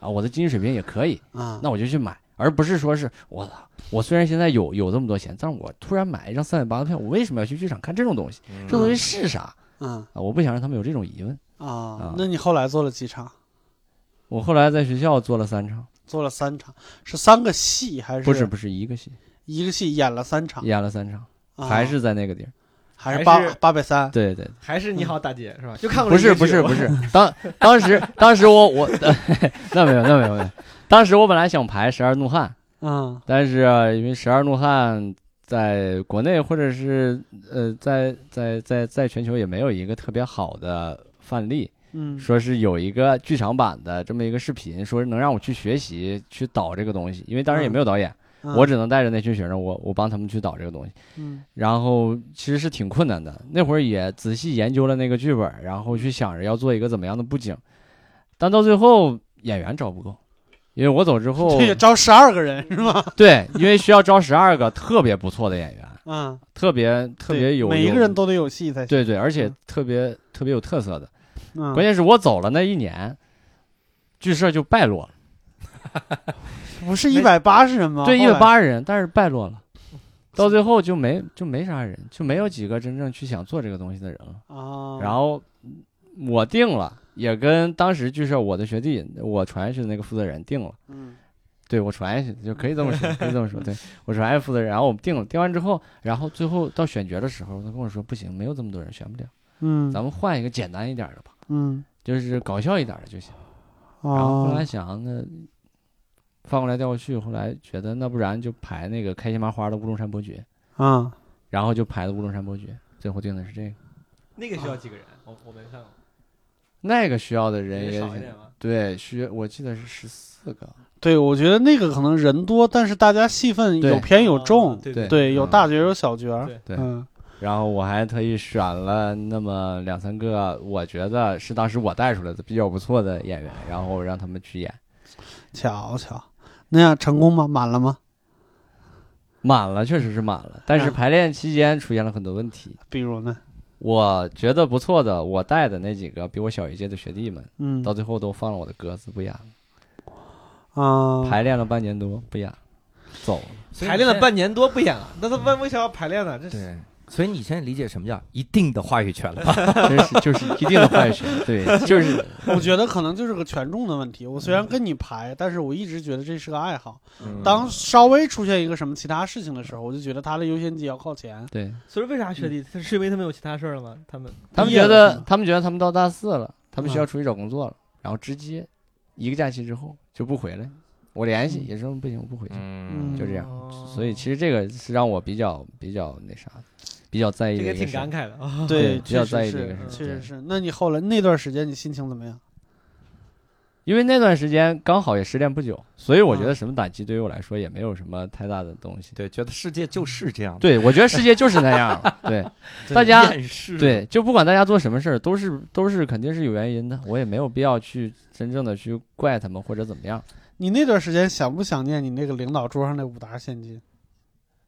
S5: 啊，我的经济水平也可以。
S1: 啊
S5: 那我就去买，而不是说是我操，我虽然现在有有这么多钱，但是我突然买一张三百八的票，我为什么要去剧场看这种东西？这种东西是啥
S1: 嗯
S5: 啊？我不想让他们有这种疑问。
S1: 啊，那你后来做了几场？
S5: 我后来在学校做了三场，
S1: 做了三场，是三个戏还是
S5: 不是不是一个戏，
S1: 一个戏演了三场？
S5: 演了三场，
S1: 啊
S5: 还是在那个地儿。
S1: 还是
S3: 还
S1: 八
S3: 是
S1: 八百三？
S5: 对对，对
S3: 还是你好大姐是吧？就看过
S5: 不是嗯不是不是，当当时当时我 我那没有那没有没有，当时我本来想排《十二怒汉》，
S1: 嗯
S5: 但是啊、因为《十二怒汉》在国内或者是呃，在在在在全球也没有一个特别好的范例，
S1: 嗯
S5: 说是有一个剧场版的这么一个视频，说是能让我去学习去导这个东西，因为当时也没有导演，
S1: 嗯
S5: 我只能带着那群学生，我我帮他们去导这个东西，
S1: 嗯，
S5: 然后其实是挺困难的。那会儿也仔细研究了那个剧本，然后去想着要做一个怎么样的布景，但到最后演员招不够，因为我走之后
S1: 这个招十二个 人是吗？
S5: 对，因为需要招十二个特别不错的演员，
S1: 嗯，
S5: 特别特别
S1: 对
S5: 有，
S1: 每一
S5: 有
S1: 个人都得有戏才行。
S5: 对对，而且特别特别有特色的。
S1: 嗯，
S5: 关键是我走了那一年，剧社就败落了，
S1: 不是一百八十人吗？
S5: 对，一
S1: 啊后来
S5: 百八十人，但是败落了，到最后就没就没啥人，就没有几个真正去想做这个东西的人了。
S3: 嗯
S1: 啊，
S5: 然后我定了，也跟当时剧社我的学弟，我传下去的那个负责人定了。
S1: 嗯
S5: 对我传下去就可以这 么说，可以这么说。对我传下去负责人，然后我们定了，定完之后，然后最后到选角的时候，他跟我说不行，没有这么多人选不了，
S1: 嗯
S5: 咱们换一个简单一点的吧，
S1: 嗯
S5: 就是搞笑一点的就行。
S3: 哦
S5: 然后后
S1: 啊
S5: 来想那翻过来调过去，后来觉得那不然就排那个开心麻花的《乌龙山伯爵》，
S1: 啊
S5: 然后就排的《乌龙山伯爵》，最后定的是这个。
S3: 那个需要几个人？我我没看过。
S5: 那个学校的人
S3: 人
S5: 也
S3: 少一点嘛。
S5: 对，需我记得是十四个，
S1: 对，我觉得那个可能人多，但是大家戏份
S5: 对
S1: 有偏有
S3: 啊
S1: 重，
S3: 对
S5: 对
S1: 对，有
S5: 嗯
S1: 大角有小角，
S3: 对
S5: 对
S1: 嗯
S5: 然后我还特意选了那么两三个，我觉得是当时我带出来的比较不错的演员，然后让他们去演，
S1: 瞧瞧，那样成功吗？满了吗？
S5: 满了，确实是满了。但是
S1: 嗯
S5: 排练期间出现了很多问题，
S1: 比如呢？
S5: 我觉得不错的，我带的那几个比我小一届的学弟们，
S1: 嗯
S5: 到最后都放了我的鸽子，不演了，
S1: 啊，
S5: 排练了半年多，不演了，嗯走了。
S3: 排练了半年多不演了，那他为为啥要排练呢？这是
S2: 对，所以你现在理解什么叫一定的话语权了吧？
S5: 真是就是一定的坏学，对，就是
S1: 我觉得可能就是个权重的问题。我虽然跟你排，但是我一直觉得这是个爱好。当稍微出现一个什么其他事情的时候，我就觉得他的优先级要靠前。
S5: 对
S3: 所以为啥学弟？他是因为他们有其他事儿了吗？他们
S5: 他们
S1: 毕业
S5: 觉
S1: 了是
S5: 得
S1: 吗
S5: 他们觉得他们到大四了，他们需要出去找工作了，然后直接一个假期之后就不回来，我联系也说不行，我不回去，
S2: 嗯
S5: 就这样。
S3: 哦
S5: 所以其实这个是让我比较比较那啥，比较在意
S3: 这
S5: 的
S3: 个
S5: 一个
S3: 挺
S5: 事儿
S3: 感。慨的啊。
S1: 对，
S5: 比较
S1: 确实
S5: 在意这
S1: 是
S5: 个
S3: 事儿
S1: 确
S5: 对
S1: 实是。那你后来那段时间，你心情怎么样？
S5: 因为那段时间刚好也失恋不久，所以我觉
S1: 啊
S5: 得什么打击对于我来说也没有什么太大的东西。
S2: 对，觉得世界就是这样的，
S5: 对，我觉得世界就是那样儿。对，大家
S2: 厌世
S5: 对，就不管大家做什么事儿，都是都是肯定是有原因的，我也没有必要去真正的去怪他们或者怎么样。
S1: 你那段时间想不想念你那个领导桌上那五沓现金？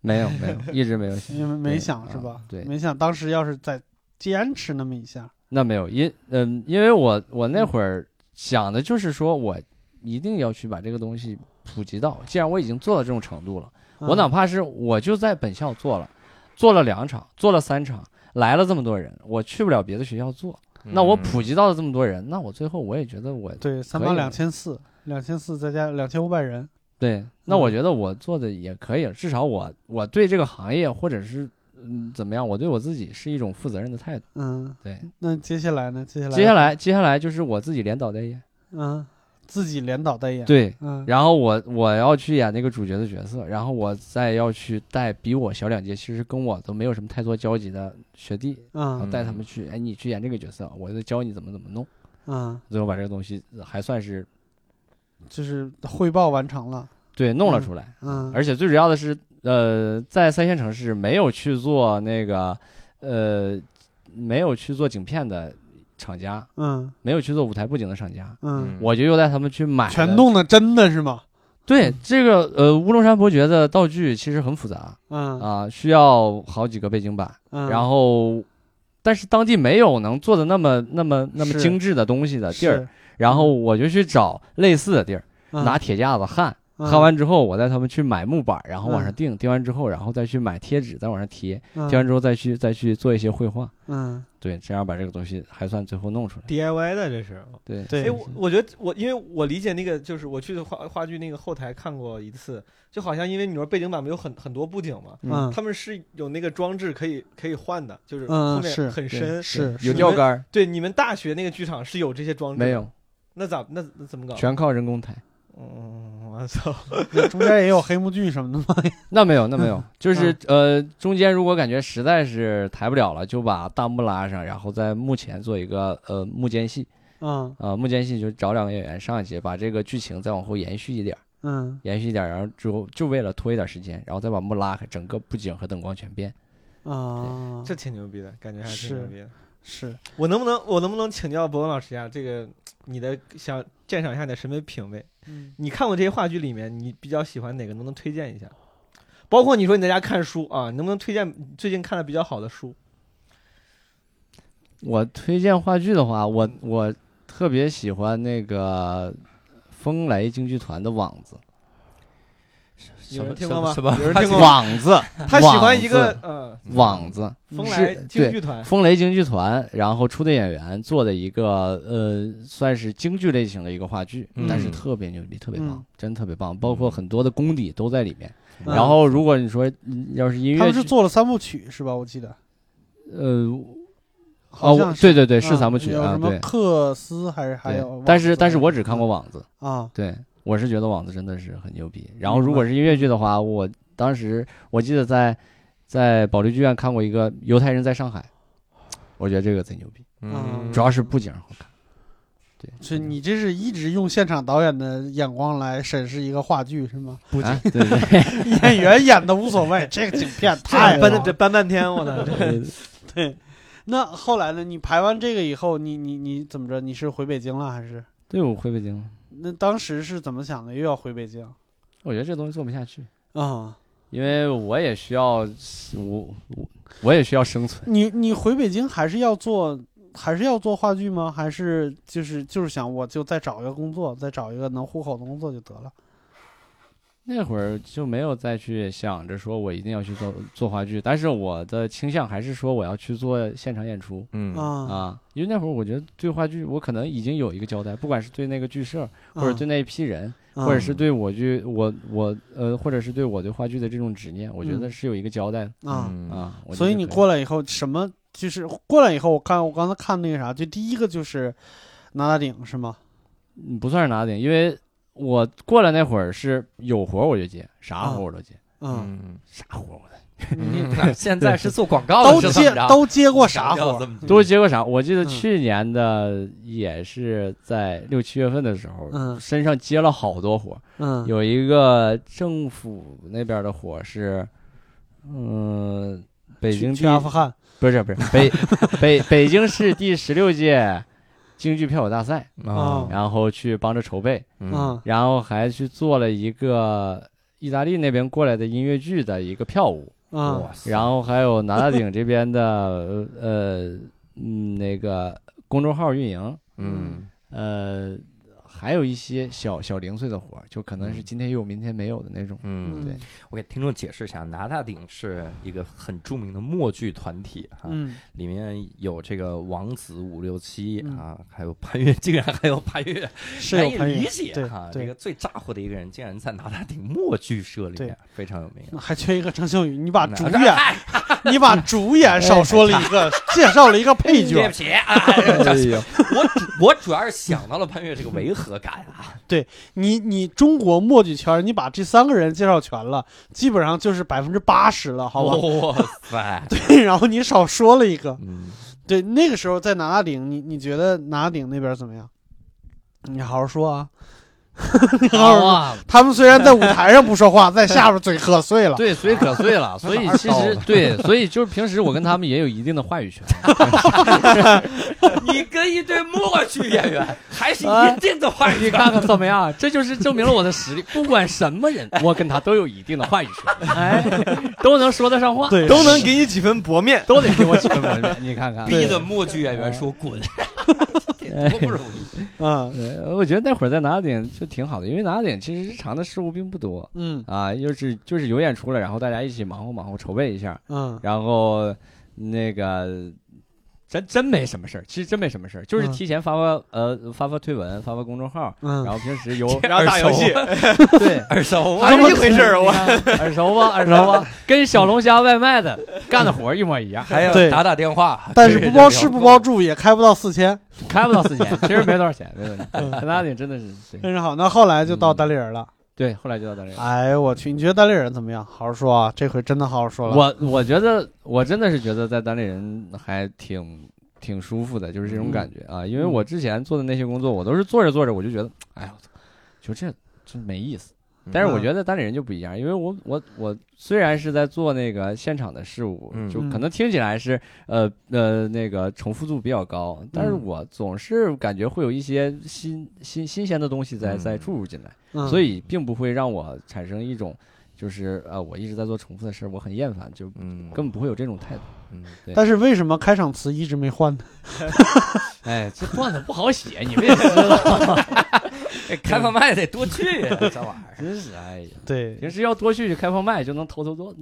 S5: 没有没有， 一直没有想，
S1: 你们没
S5: 对
S1: 想
S5: 啊
S1: 是吧？
S5: 对
S1: 没想当时要是再坚持那么一下，
S5: 那没有，因嗯，因为我我
S1: 嗯
S5: 那会儿想的就是说我一定要去把这个东西普及到，既然我已经做到这种程度了，我
S1: 嗯
S5: 哪怕是我就在本校做了，做了两场，做了三场，来了这么多人，我去不了别的学校做，
S1: 嗯
S5: 那我普及到了这么多人，那我最后我也觉得我
S1: 对三
S5: 可
S1: 八
S5: 以啊
S1: 两
S5: 了
S1: 千四，两千四再加两千五百人，
S5: 对，那我
S1: 嗯
S5: 觉得我做的也可以了，至少我我对这个行业或者是嗯怎么样，我对我自己是一种负责任的态度。
S1: 嗯，
S5: 对，
S1: 那接下来呢？接下来，
S5: 接下，来接下来就是我自己联导代言，
S1: 嗯，自己联导代言，，
S5: 对，
S1: 嗯，
S5: 然后我我要去演那个主角的角色，然后我再要去带比我小两届，其实跟我都没有什么太多交集的学弟，然后
S1: 嗯
S5: 带他们去，哎，你去演这个角色，我就教你怎么怎么弄，
S1: 嗯，
S5: 最后把这个东西还算是
S1: 就是汇报完成了，
S5: 对弄了
S1: 嗯
S5: 出来。
S1: 嗯，
S5: 而且最主要的是，呃，在三线城市没有去做那个，呃，没有去做景片的厂家，
S1: 嗯
S5: 没有去做舞台布景的厂家，
S1: 嗯，
S5: 我就又带他们去买了，
S1: 全弄的真的是吗？
S5: 对这个呃乌龙山伯爵的道具其实很复杂
S1: 嗯
S5: 啊、需要好几个背景板，
S1: 嗯，
S5: 然后。但是当地没有能做的那么那么那么
S1: 是
S5: 精致的东西的地儿
S1: 是，，
S5: 然后我就去找类似的地儿，
S1: 嗯
S5: 拿铁架子焊，
S1: 嗯
S5: 焊完之后，我带他们去买木板，然后往上
S1: 嗯
S5: 钉，钉完之后，然后再去买贴纸，再往上贴，
S1: 嗯
S5: 贴完之后再去再去做一些绘画，
S1: 嗯，
S5: 对，这样把这个东西还算最后弄出来。
S3: DIY 的这是。
S5: 对，
S1: 对
S3: 哎，我我觉得我因为我理解那个就是我去话话剧那个后台看过一次，就好像因为你说背景板没有很很多布景嘛，
S1: 嗯
S3: 他们是有那个装置可以可以换的，就是
S1: 嗯
S3: 后
S1: 是
S3: 面很深。
S1: 是
S5: 有
S1: 是
S5: 钓竿儿
S3: 对，你们大学那个剧场是有这些装置的
S5: 没？有？
S3: 那咋那那怎么搞？
S5: 全靠人工抬。
S3: 嗯，我操！
S1: 中间也有黑幕剧什么的吗？
S5: 那没有，那没有，就是呃，中间如果感觉实在是抬不了了，就把大幕拉上，然后在幕前做一个呃幕间戏，
S1: 嗯
S5: 啊，幕间戏就找两个演员上去，把这个剧情再往后延续一点儿，
S1: 嗯
S5: 延续一点儿，然后之后就为了拖一点儿时间，然后再把幕拉开，整个布景和灯光全变。
S1: 啊，
S3: 嗯这挺牛逼的，感觉还挺
S1: 是
S3: 牛逼的。
S1: 是
S3: 我能不能我能不能请教博文老师呀、这个你的想鉴赏一下你的审美品味。
S1: 嗯
S3: 你看过这些话剧里面，你比较喜欢哪个？能不能推荐一下？包括你说你在家看书啊，你能不能推荐你最近看的比较好的书？
S5: 我推荐话剧的话，我我特别喜欢那个风来京剧团的网子，
S3: 有人听过吗？
S2: 什么？
S3: 有人听过吗？
S5: 网子，
S3: 他喜欢一个呃，
S5: 网子，
S3: 风来
S5: 是
S3: 京
S5: 对
S3: 剧团，
S5: 风雷京剧团，然后出的演员做的一个呃，算是京剧类型的一个话剧，
S2: 嗯
S5: 但是特别牛逼，特别棒，
S1: 嗯
S5: 真特别棒，包括很多的功底都在里面。
S1: 嗯
S5: 然后如果你说嗯要是音
S1: 他
S5: 乐
S1: 们是
S5: 剧，
S1: 做了三部曲是吧？我记得
S5: 呃，
S1: 好像
S5: 哦，
S1: 是。
S5: 对对对，
S1: 啊
S5: 是三部曲
S1: 有什
S5: 啊，
S1: 么
S5: 对，
S1: 克斯还是还
S5: 对
S1: 有？
S5: 但是但是我只看过网子，
S1: 啊，
S5: 对，我是觉得网子真的是很牛逼。然后如果是音乐剧的话，我当时我记得在在保利剧院看过一个《犹太人在上海》，我觉得这个贼牛逼，
S1: 嗯
S5: 主要是布景好看，对，
S1: 所以你这是一直用现场导演的眼光来审视一个话剧是吗？
S5: 不啊对对
S1: 演员演的无所谓，这个景 片太
S3: 哎搬
S1: 好了
S3: 这搬半天，我操！
S5: 对，
S1: 对。那后来呢？你排完这个以后，你你你怎么着？你是回北京了还是？
S5: 对我回北京了，
S1: 那当时是怎么想的？又要回北京
S5: 我觉得这东西做不下去，
S1: 啊？
S5: 因为我也需要我我我也需要生存。
S1: 你你回北京还是要做，还是要做话剧吗？还是就是就是想我就再找一个工作，再找一个能糊口的工作就得了？
S5: 那会儿就没有再去想着说我一定要去做做话剧，但是我的倾向还是说我要去做现场演出
S2: 嗯
S1: 啊，
S5: 啊，因为那会儿我觉得对话剧我可能已经有一个交代，不管是对那个剧社，或者对那一批人，
S1: 啊
S5: 或者是对我剧我我呃，或者是对我对话剧的这种执念，我觉得是有一个交代的
S1: 啊，
S2: 嗯
S5: 啊。我
S1: 嗯
S5: 觉
S1: 所以
S5: 得
S1: 你
S5: 可
S1: 过来以后，什么就是过来以后，我看我刚才看那个啥，就第一个就是拿大顶是吗？
S5: 嗯不算是拿点，因为我过来那会儿是有活儿我就接，啥活儿我都接，
S1: 嗯，
S2: 嗯，
S5: 啥活儿我都
S2: 嗯现在是做广告
S1: 都
S2: 的，是
S1: 接
S2: 怎么着
S1: 都接过啥活
S2: 要这
S1: 儿？
S2: 么
S5: 都接过啥。我记得
S1: 嗯
S5: 去年的也是在六七月份的时候，
S1: 嗯
S5: 身上接了好多活儿，
S1: 嗯，
S5: 有一个政府那边的活儿是，嗯、北
S1: 去
S5: 京
S1: 去
S5: 地
S1: 阿富汗
S5: 不是 不是北北北京市第十六届京剧票友大赛，
S2: 哦
S1: 啊
S5: 然后去帮着筹备，
S2: 嗯
S1: 啊
S5: 然后还去做了一个意大利那边过来的音乐剧的一个票务，
S1: 啊
S5: 然后还有拿大顶这边的呃呃嗯那个公众号运营，
S2: 嗯
S5: 呃还有一些小小零碎的活儿，就可能是今天有明天没有的那种。
S2: 嗯，
S1: 嗯
S5: 对
S2: 我给听众解释一下，拿大顶是一个很著名的默剧团体哈，
S1: 嗯
S2: 里面有这个王子五六七
S1: 嗯
S2: 啊，还有潘越，竟然还有潘越，
S1: 是
S2: 难
S1: 有
S2: 以
S1: 潘
S2: 理
S1: 越
S2: 解
S1: 对
S2: 哈，这
S1: 对
S2: 个最咋呼的一个人，竟然在拿大顶默剧社里面
S1: 对嗯
S2: 非常有名。
S1: 那还缺一个张秀宇，你把主
S2: 那
S1: 演， 你把主演少说了一个，介绍了一个配
S2: 对
S1: 角
S2: 不。起啊！ 哎
S5: 呦，
S2: 我主我主要是想到了潘越这个违和感啊，
S1: 你你中国默剧圈，你把这三个人介绍全了，基本上就是百分之八十了，
S2: 哦
S1: 好吧？
S2: 哇塞，
S1: 对， 然后你少说了一个。
S2: 哎嗯，
S1: 对，那个时候在拿大顶，你你觉得拿大顶那边怎么样？你好好说啊。你好好说。
S5: 啊，
S1: 他们虽然在舞台上不说话，在下边嘴可碎了。
S5: 对，随可碎了，所以其实对，所以就是平时我跟他们也有一定的话语权，
S2: 你跟一堆默剧演员还是一定的话语
S5: 啊你
S2: 权，
S5: 看看怎么样？这就是证明了我的实力。不管什么人，我跟他都有一定的话语权，哎， 都能说得上话，
S1: 对
S3: 都能给你几分薄面。
S5: 都得给我几分薄面。你 看看，
S2: 逼的默剧演员说滚，多 不容易。
S1: 嗯
S5: 对，我觉得那会儿在拿顶就挺好的，因为拿顶其实日常的事物并不多
S1: 嗯
S5: 啊，就是就是有演出了，然后大家一起忙活忙活，筹备一下，
S1: 嗯
S5: 然后那个真真没什么事儿，其实真没什么事儿，就是
S1: 嗯
S5: 提前发发呃发发推文，发发公众号，然
S1: 嗯，
S5: 后平 时有
S3: 然后打游戏，
S5: 对。
S2: 耳熟啊，
S3: 还是一回事儿。我
S5: 耳熟吧，耳熟 吧，跟小龙虾外卖的干的活儿一模一样，
S2: 还有
S1: 对
S2: 打打电话，
S1: 但是
S2: 这
S1: 不
S2: 个
S1: 包
S2: 就
S1: 吃不
S2: 聊
S1: 包住，也开不到四千，
S5: 开不到四千，其实没多少钱，没多少
S1: 嗯
S5: 钱。陈大鼎真的是对
S1: 真是好。那后来就到单立人了。
S5: 对，后来就到大连。
S1: 哎，我去，你觉得单立人怎么样？好好说啊，这回真的好好说了。
S5: 我我觉得我真的是觉得在单立人还挺挺舒服的，就是这种感觉啊。因为我之前做的那些工作，我都是做着做着我就觉得，哎呀，我操就这真没意思。
S2: 嗯
S5: 但是我觉得单立人就不一样，因为我我我虽然是在做那个现场的事物，
S2: 嗯
S5: 就可能听起来是呃呃那个重复度比较高，但是我总是感觉会有一些新新新鲜的东西在
S2: 嗯
S5: 在注入进来，
S1: 嗯
S5: 所以并不会让我产生一种就是呃我一直在做重复的事儿，我很厌烦，就
S2: 嗯
S5: 根本不会有这种态度。
S2: 嗯
S1: 但是为什么开场词一直没换呢？
S5: 哎，这段子不好写，你 们也知道，
S2: 哎开放麦得多去呀，这玩意儿。
S5: 真是哎呀，
S1: 对
S5: 平时要多去去开放麦就能偷偷做。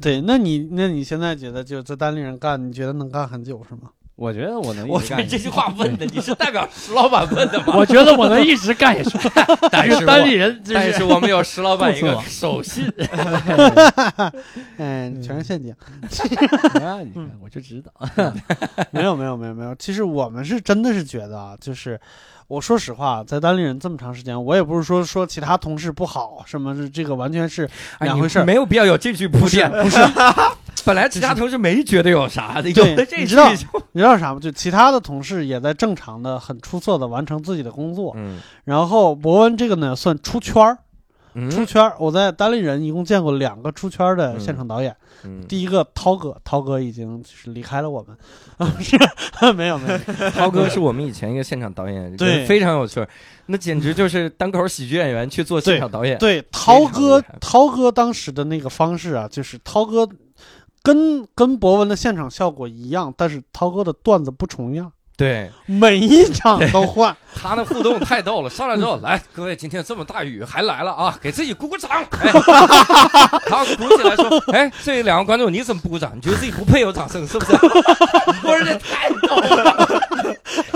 S1: 对，那你那你现在觉得就在单立人干，你觉得能干很久是吗？
S5: 我觉得我能 一
S2: 我
S5: 直
S2: 觉
S5: 干
S2: 得
S5: 下去
S2: 这句话问的，你是代表石老板问的吗？
S5: 我觉得我能一直干下去， 但
S2: 是
S5: 是
S2: 我
S5: 单立人 真
S2: 但是我们有石老板一
S5: 不
S2: 个
S5: 错
S2: 手信，
S1: 嗯，全是陷阱。
S5: 啊，你看我就知 道，
S1: 没有没有没有没有，其实我们是真的是觉得啊，就是我说实话，在单立人这么长时间，我也不是说说其他
S2: 哎
S1: 同事不好，什么是这个完全是两回事儿。
S2: 没有必要有这句铺垫。
S1: 不是，
S2: 本来其他同事没觉得有啥的，有
S1: 对
S2: 了这
S1: 你知道
S2: 事就
S1: 你知道啥吗？就其他的同事也在正常的、很出色的完成自己的工作。
S2: 嗯
S1: 然后博文这个呢，算出圈儿，出
S2: 嗯
S1: 圈儿。我在单立人一共见过两个出圈儿的现场导演，
S2: 嗯，
S1: 第一个涛哥，涛哥已经就是离开了我们，啊，
S2: 嗯
S1: 是没有没 有，
S2: 涛哥是我们以前一个现场导演，
S1: 对
S2: 非常有趣儿，那简直就是单口喜剧演员去做现场导演，
S1: 对，涛哥
S2: 厉害，
S1: 涛哥当时的那个方式啊，就是涛哥跟跟博文的现场效果一样，但是涛哥的段子不重样，
S2: 对
S1: 每一场都换。
S2: 他的互动太逗了。上来之后，来各位，今天这么大雨还来了啊，给自己鼓鼓掌。哎、 他鼓起来说：“哎，这两个观众你怎么不鼓掌？你觉得自己不配有掌声是不 是？”不是，这太逗了。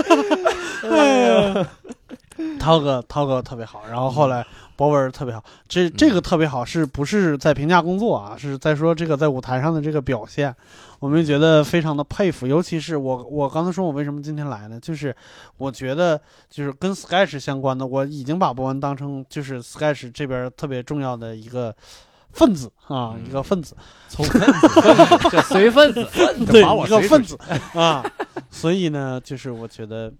S1: 涛哥，涛哥特别好，然后后来博文特别好，这这个特别好是不是在评价工作啊？是在说这个在舞台上的这个表现，我们觉得非常的佩服。尤其是我，我刚才说我为什么今天来呢？就是我觉得就是跟 Sketch 相关的，我已经把博文当成就是 Sketch 这边特别重要的一个分子啊，一个分子。
S2: 从分子，这
S5: 随份子，
S1: 对
S5: 把我
S1: 一个
S5: 随
S1: 分子 啊，所以呢，就是我觉得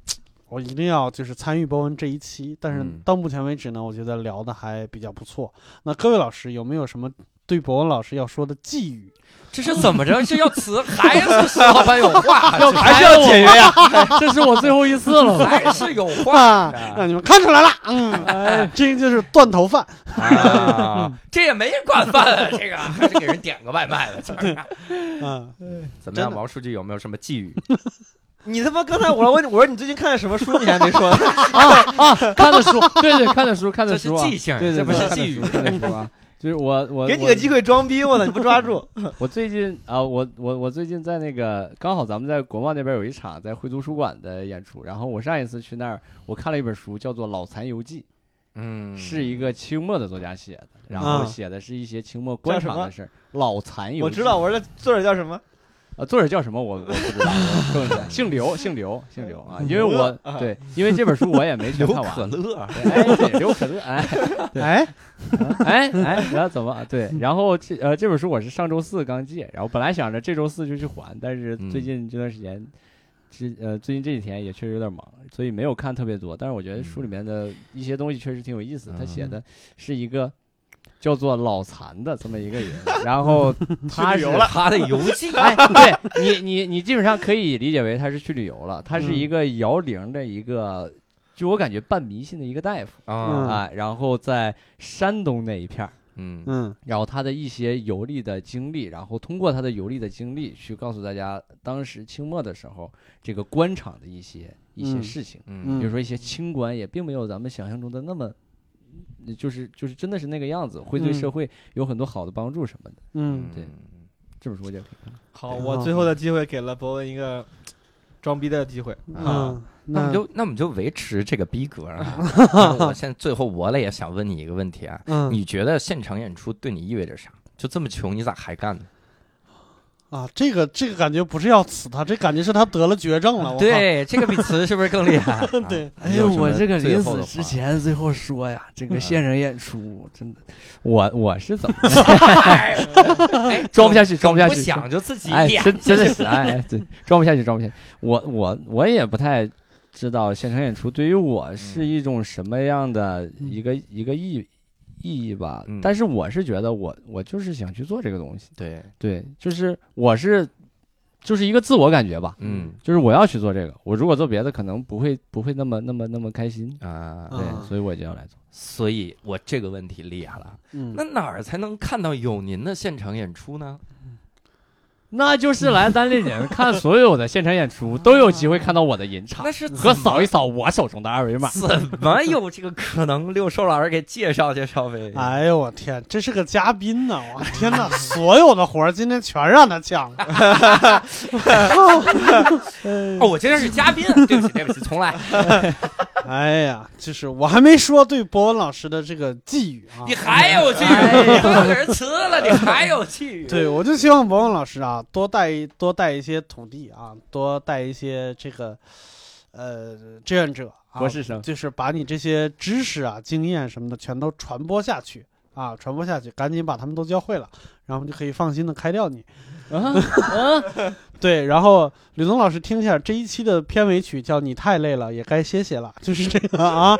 S1: 我一定要就是参与博文这一期，但是
S2: 嗯
S1: 到目前为止呢，我觉得聊的还比较不错。那各位老师有没有什么对博文老师要说的寄语？
S2: 这是怎么着？是要辞还是石老板有话？
S5: 要还是要解约啊 呀？哎这是我最后一次 了。
S2: 还是有 话
S1: 哇，啊让你们看出来了，嗯， 哎，这个就是断头饭。
S2: 啊？这也没人管饭啊，这个还是给人点个外卖吧。 这儿啊
S1: 嗯，
S2: 怎么样，
S1: 真的
S2: 毛书记有没有什么寄语？
S3: 你他妈刚才我问你，我说你最近看了什么书，你还没说呢。
S5: 看的书，对对，看的书，看
S2: 这
S5: 的
S2: 是
S5: 书啊，
S2: 记性，
S5: 对对，
S2: 这不是
S5: 对
S2: 寄语。
S5: 看的书看的书啊。就是我我
S3: 给你个机会装逼我呢，你不抓住。
S5: 我最近啊，我我我最近在那个刚好咱们在国贸那边有一场在汇图书馆的演出，然后我上一次去那儿，我看了一本书，叫做《老残游记
S2: 嗯》，
S5: 是一个清末的作家写的，然
S1: 啊
S5: 后写的是一些清末官场的事儿。老残游
S3: 我
S5: 记，
S3: 知道，我说这作者叫什么？
S5: 啊，作者叫什么我我不知道，我更 是姓刘，姓刘，姓刘啊，因为我
S3: 刘啊
S5: 对，因为这本书我也没全看 完。
S2: 乐，
S5: 哎，对，刘可乐，哎
S1: 哎，
S5: 哎哎，然后怎么对？然后这呃这本书我是上周四刚借，然后本来想着这周四就去还，但是最近这段时间，之呃最近这几天也确实有点忙，所以没有看特别多。但是我觉得书里面的一些东西确实挺有意思，他写的是一个叫做老残的这么一个人，然后他是
S2: 他的游记。
S5: 哎，对你，你你基本上可以理解为他是去旅游了，他是一个摇铃的一个，就我感觉半迷信的一个大夫
S1: 嗯
S5: 啊，然后在山东那一片儿，
S2: 嗯
S1: 嗯
S5: 然后他的一些游历的经历，然后通过他的游历的经历去告诉大家，当时清末的时候这个官场的一些一些
S1: 嗯
S5: 事情，
S1: 嗯
S5: 比如说一些清官也并没有咱们想象中的那么。就是就是真的是那个样子，会对
S1: 嗯
S5: 社会有很多好的帮助什么的。
S1: 嗯，
S5: 对这本书我觉得可以看
S3: 好，我最后的机会给了博文一个装逼的机会。
S1: 嗯，
S2: 那
S1: 那
S2: 我们就那我们就维持这个逼格啊。那我现在最后我了也想问你一个问题啊，
S1: 嗯
S2: 你觉得现场演出对你意味着啥？就这么穷，你咋还干呢？
S1: 啊，这个这个感觉不是要死他，这感觉是他得了绝症了。我靠，
S2: 对，这个比词是不是更厉 害？
S1: 对
S2: 啊，你有什么最后的话
S5: 前最后说呀，这个现场演出真的，我我是怎么装不下去， 装不下
S2: 不
S5: 去，
S2: 想就自己
S5: 哎，
S2: 演。
S5: 真真的 是哎，对，装不下去，装不下去。我我我也不太知道现场演出对于我
S2: 嗯
S5: 是一种什么样的一个、一个意意义吧，
S2: 嗯
S5: 但是我是觉得我我就是想去做这个东西，
S2: 对，
S5: 对，就是我是就是一个自我感觉吧，
S2: 嗯
S5: 就是我要去做这个，我如果做别的，可能不会不会那么那么那么开心。
S2: 啊，
S1: 嗯
S5: 对，所以我就要来做。
S2: 所以我这个问题厉害了。
S1: 嗯
S2: 那，哪儿才能看到有您的现场演出呢？
S5: 那就是来单立人看所有的现场演 出，都有机会看到我的吟唱
S2: 那是
S5: 和扫一扫我手中的二维 码。
S2: 怎么有这个可能？六兽老师给介绍介绍呗。
S1: 哎呦我天，这是个嘉宾呐！我天呐，所有的活儿今天全让他抢了。
S2: 哦，我今天是嘉 宾，对不起，对不起，重
S1: 啊
S2: 来。
S1: 哎呀，就是我还没说对博文老师的这个寄语啊
S2: 你，还有寄语？ 你都要给人辞了，你还有寄语？
S1: 哎对我就希望博文老师啊，多带一多带一些徒弟啊，多带一些这个呃志愿者啊，
S5: 博士生
S1: 就是把你这些知识啊、经验什么的全都传播下去啊，传播下去，赶紧把他们都教会了，然后我们就可以放心的开掉你。对，然后吕东老师听一下这一期的片尾曲，叫《你太累了，也该歇歇了》，就是这个啊。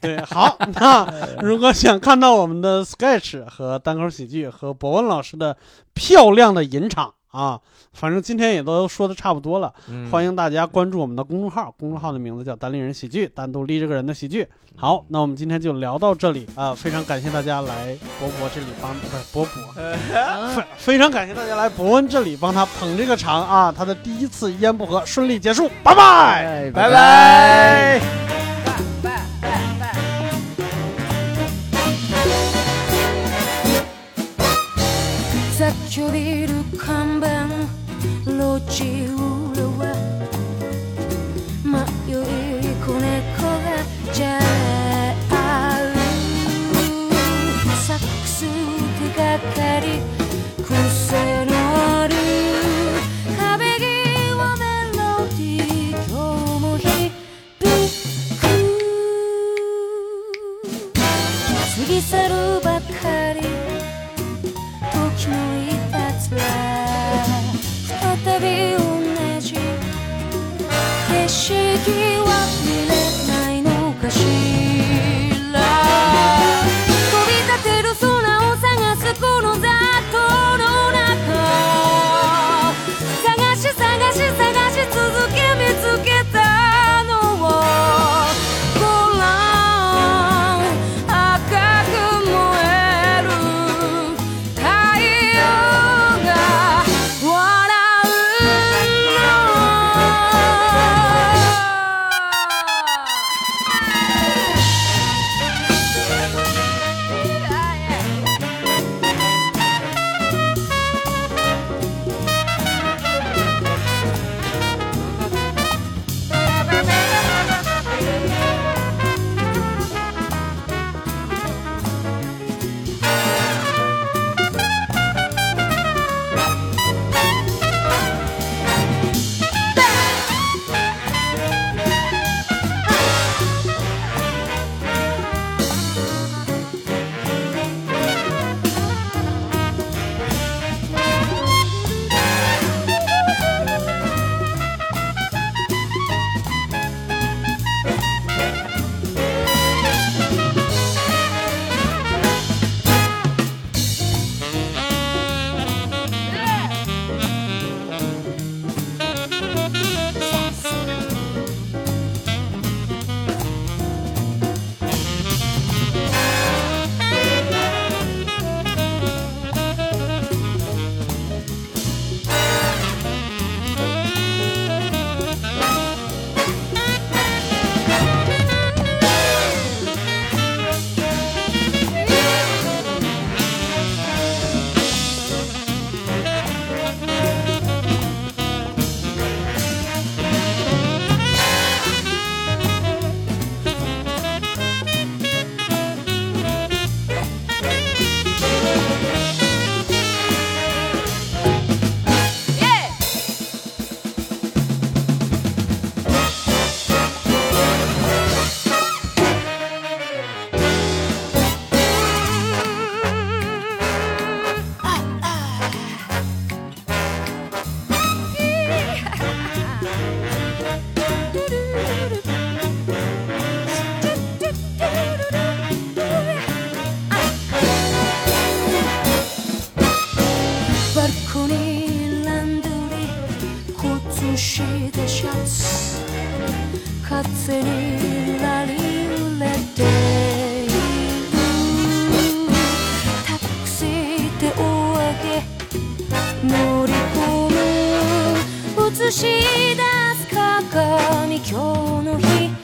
S1: 对，好，那如果想看到我们的 sketch 和单口喜剧和博文老师的漂亮的吟唱啊，反正今天也都说的差不多了，
S2: 嗯
S1: 欢迎大家关注我们的公众号，公众号的名字叫“单立人喜剧”，单独立这个人的喜剧。好，那我们今天就聊到这里啊、非常感谢大家来博博这里帮不是博博。
S3: 呃
S1: 非非常感谢大家来伯恩这里帮他捧这个场啊，他的第一次一言不合顺利结束，拜拜。
S5: 哎
S3: 拜拜。
S8: zaccio di Ducamben lo ci ulewa ma io dico ne cosa c'è saxu che cacari kusse noru kabe gi wa melody komo hi 過ぎ去るばかり時のいたずら再び同じ景色は見れないのかしら飛び立てる空を探すこの雑踏の中探し探し探し続け見つけたのをご覧赤く燃える太陽が笑うの Yeah. Yeah! balconi landuri 靴下シャツ風になり揺れているタクシー手を上げ乗り込む映し出す鏡今日の日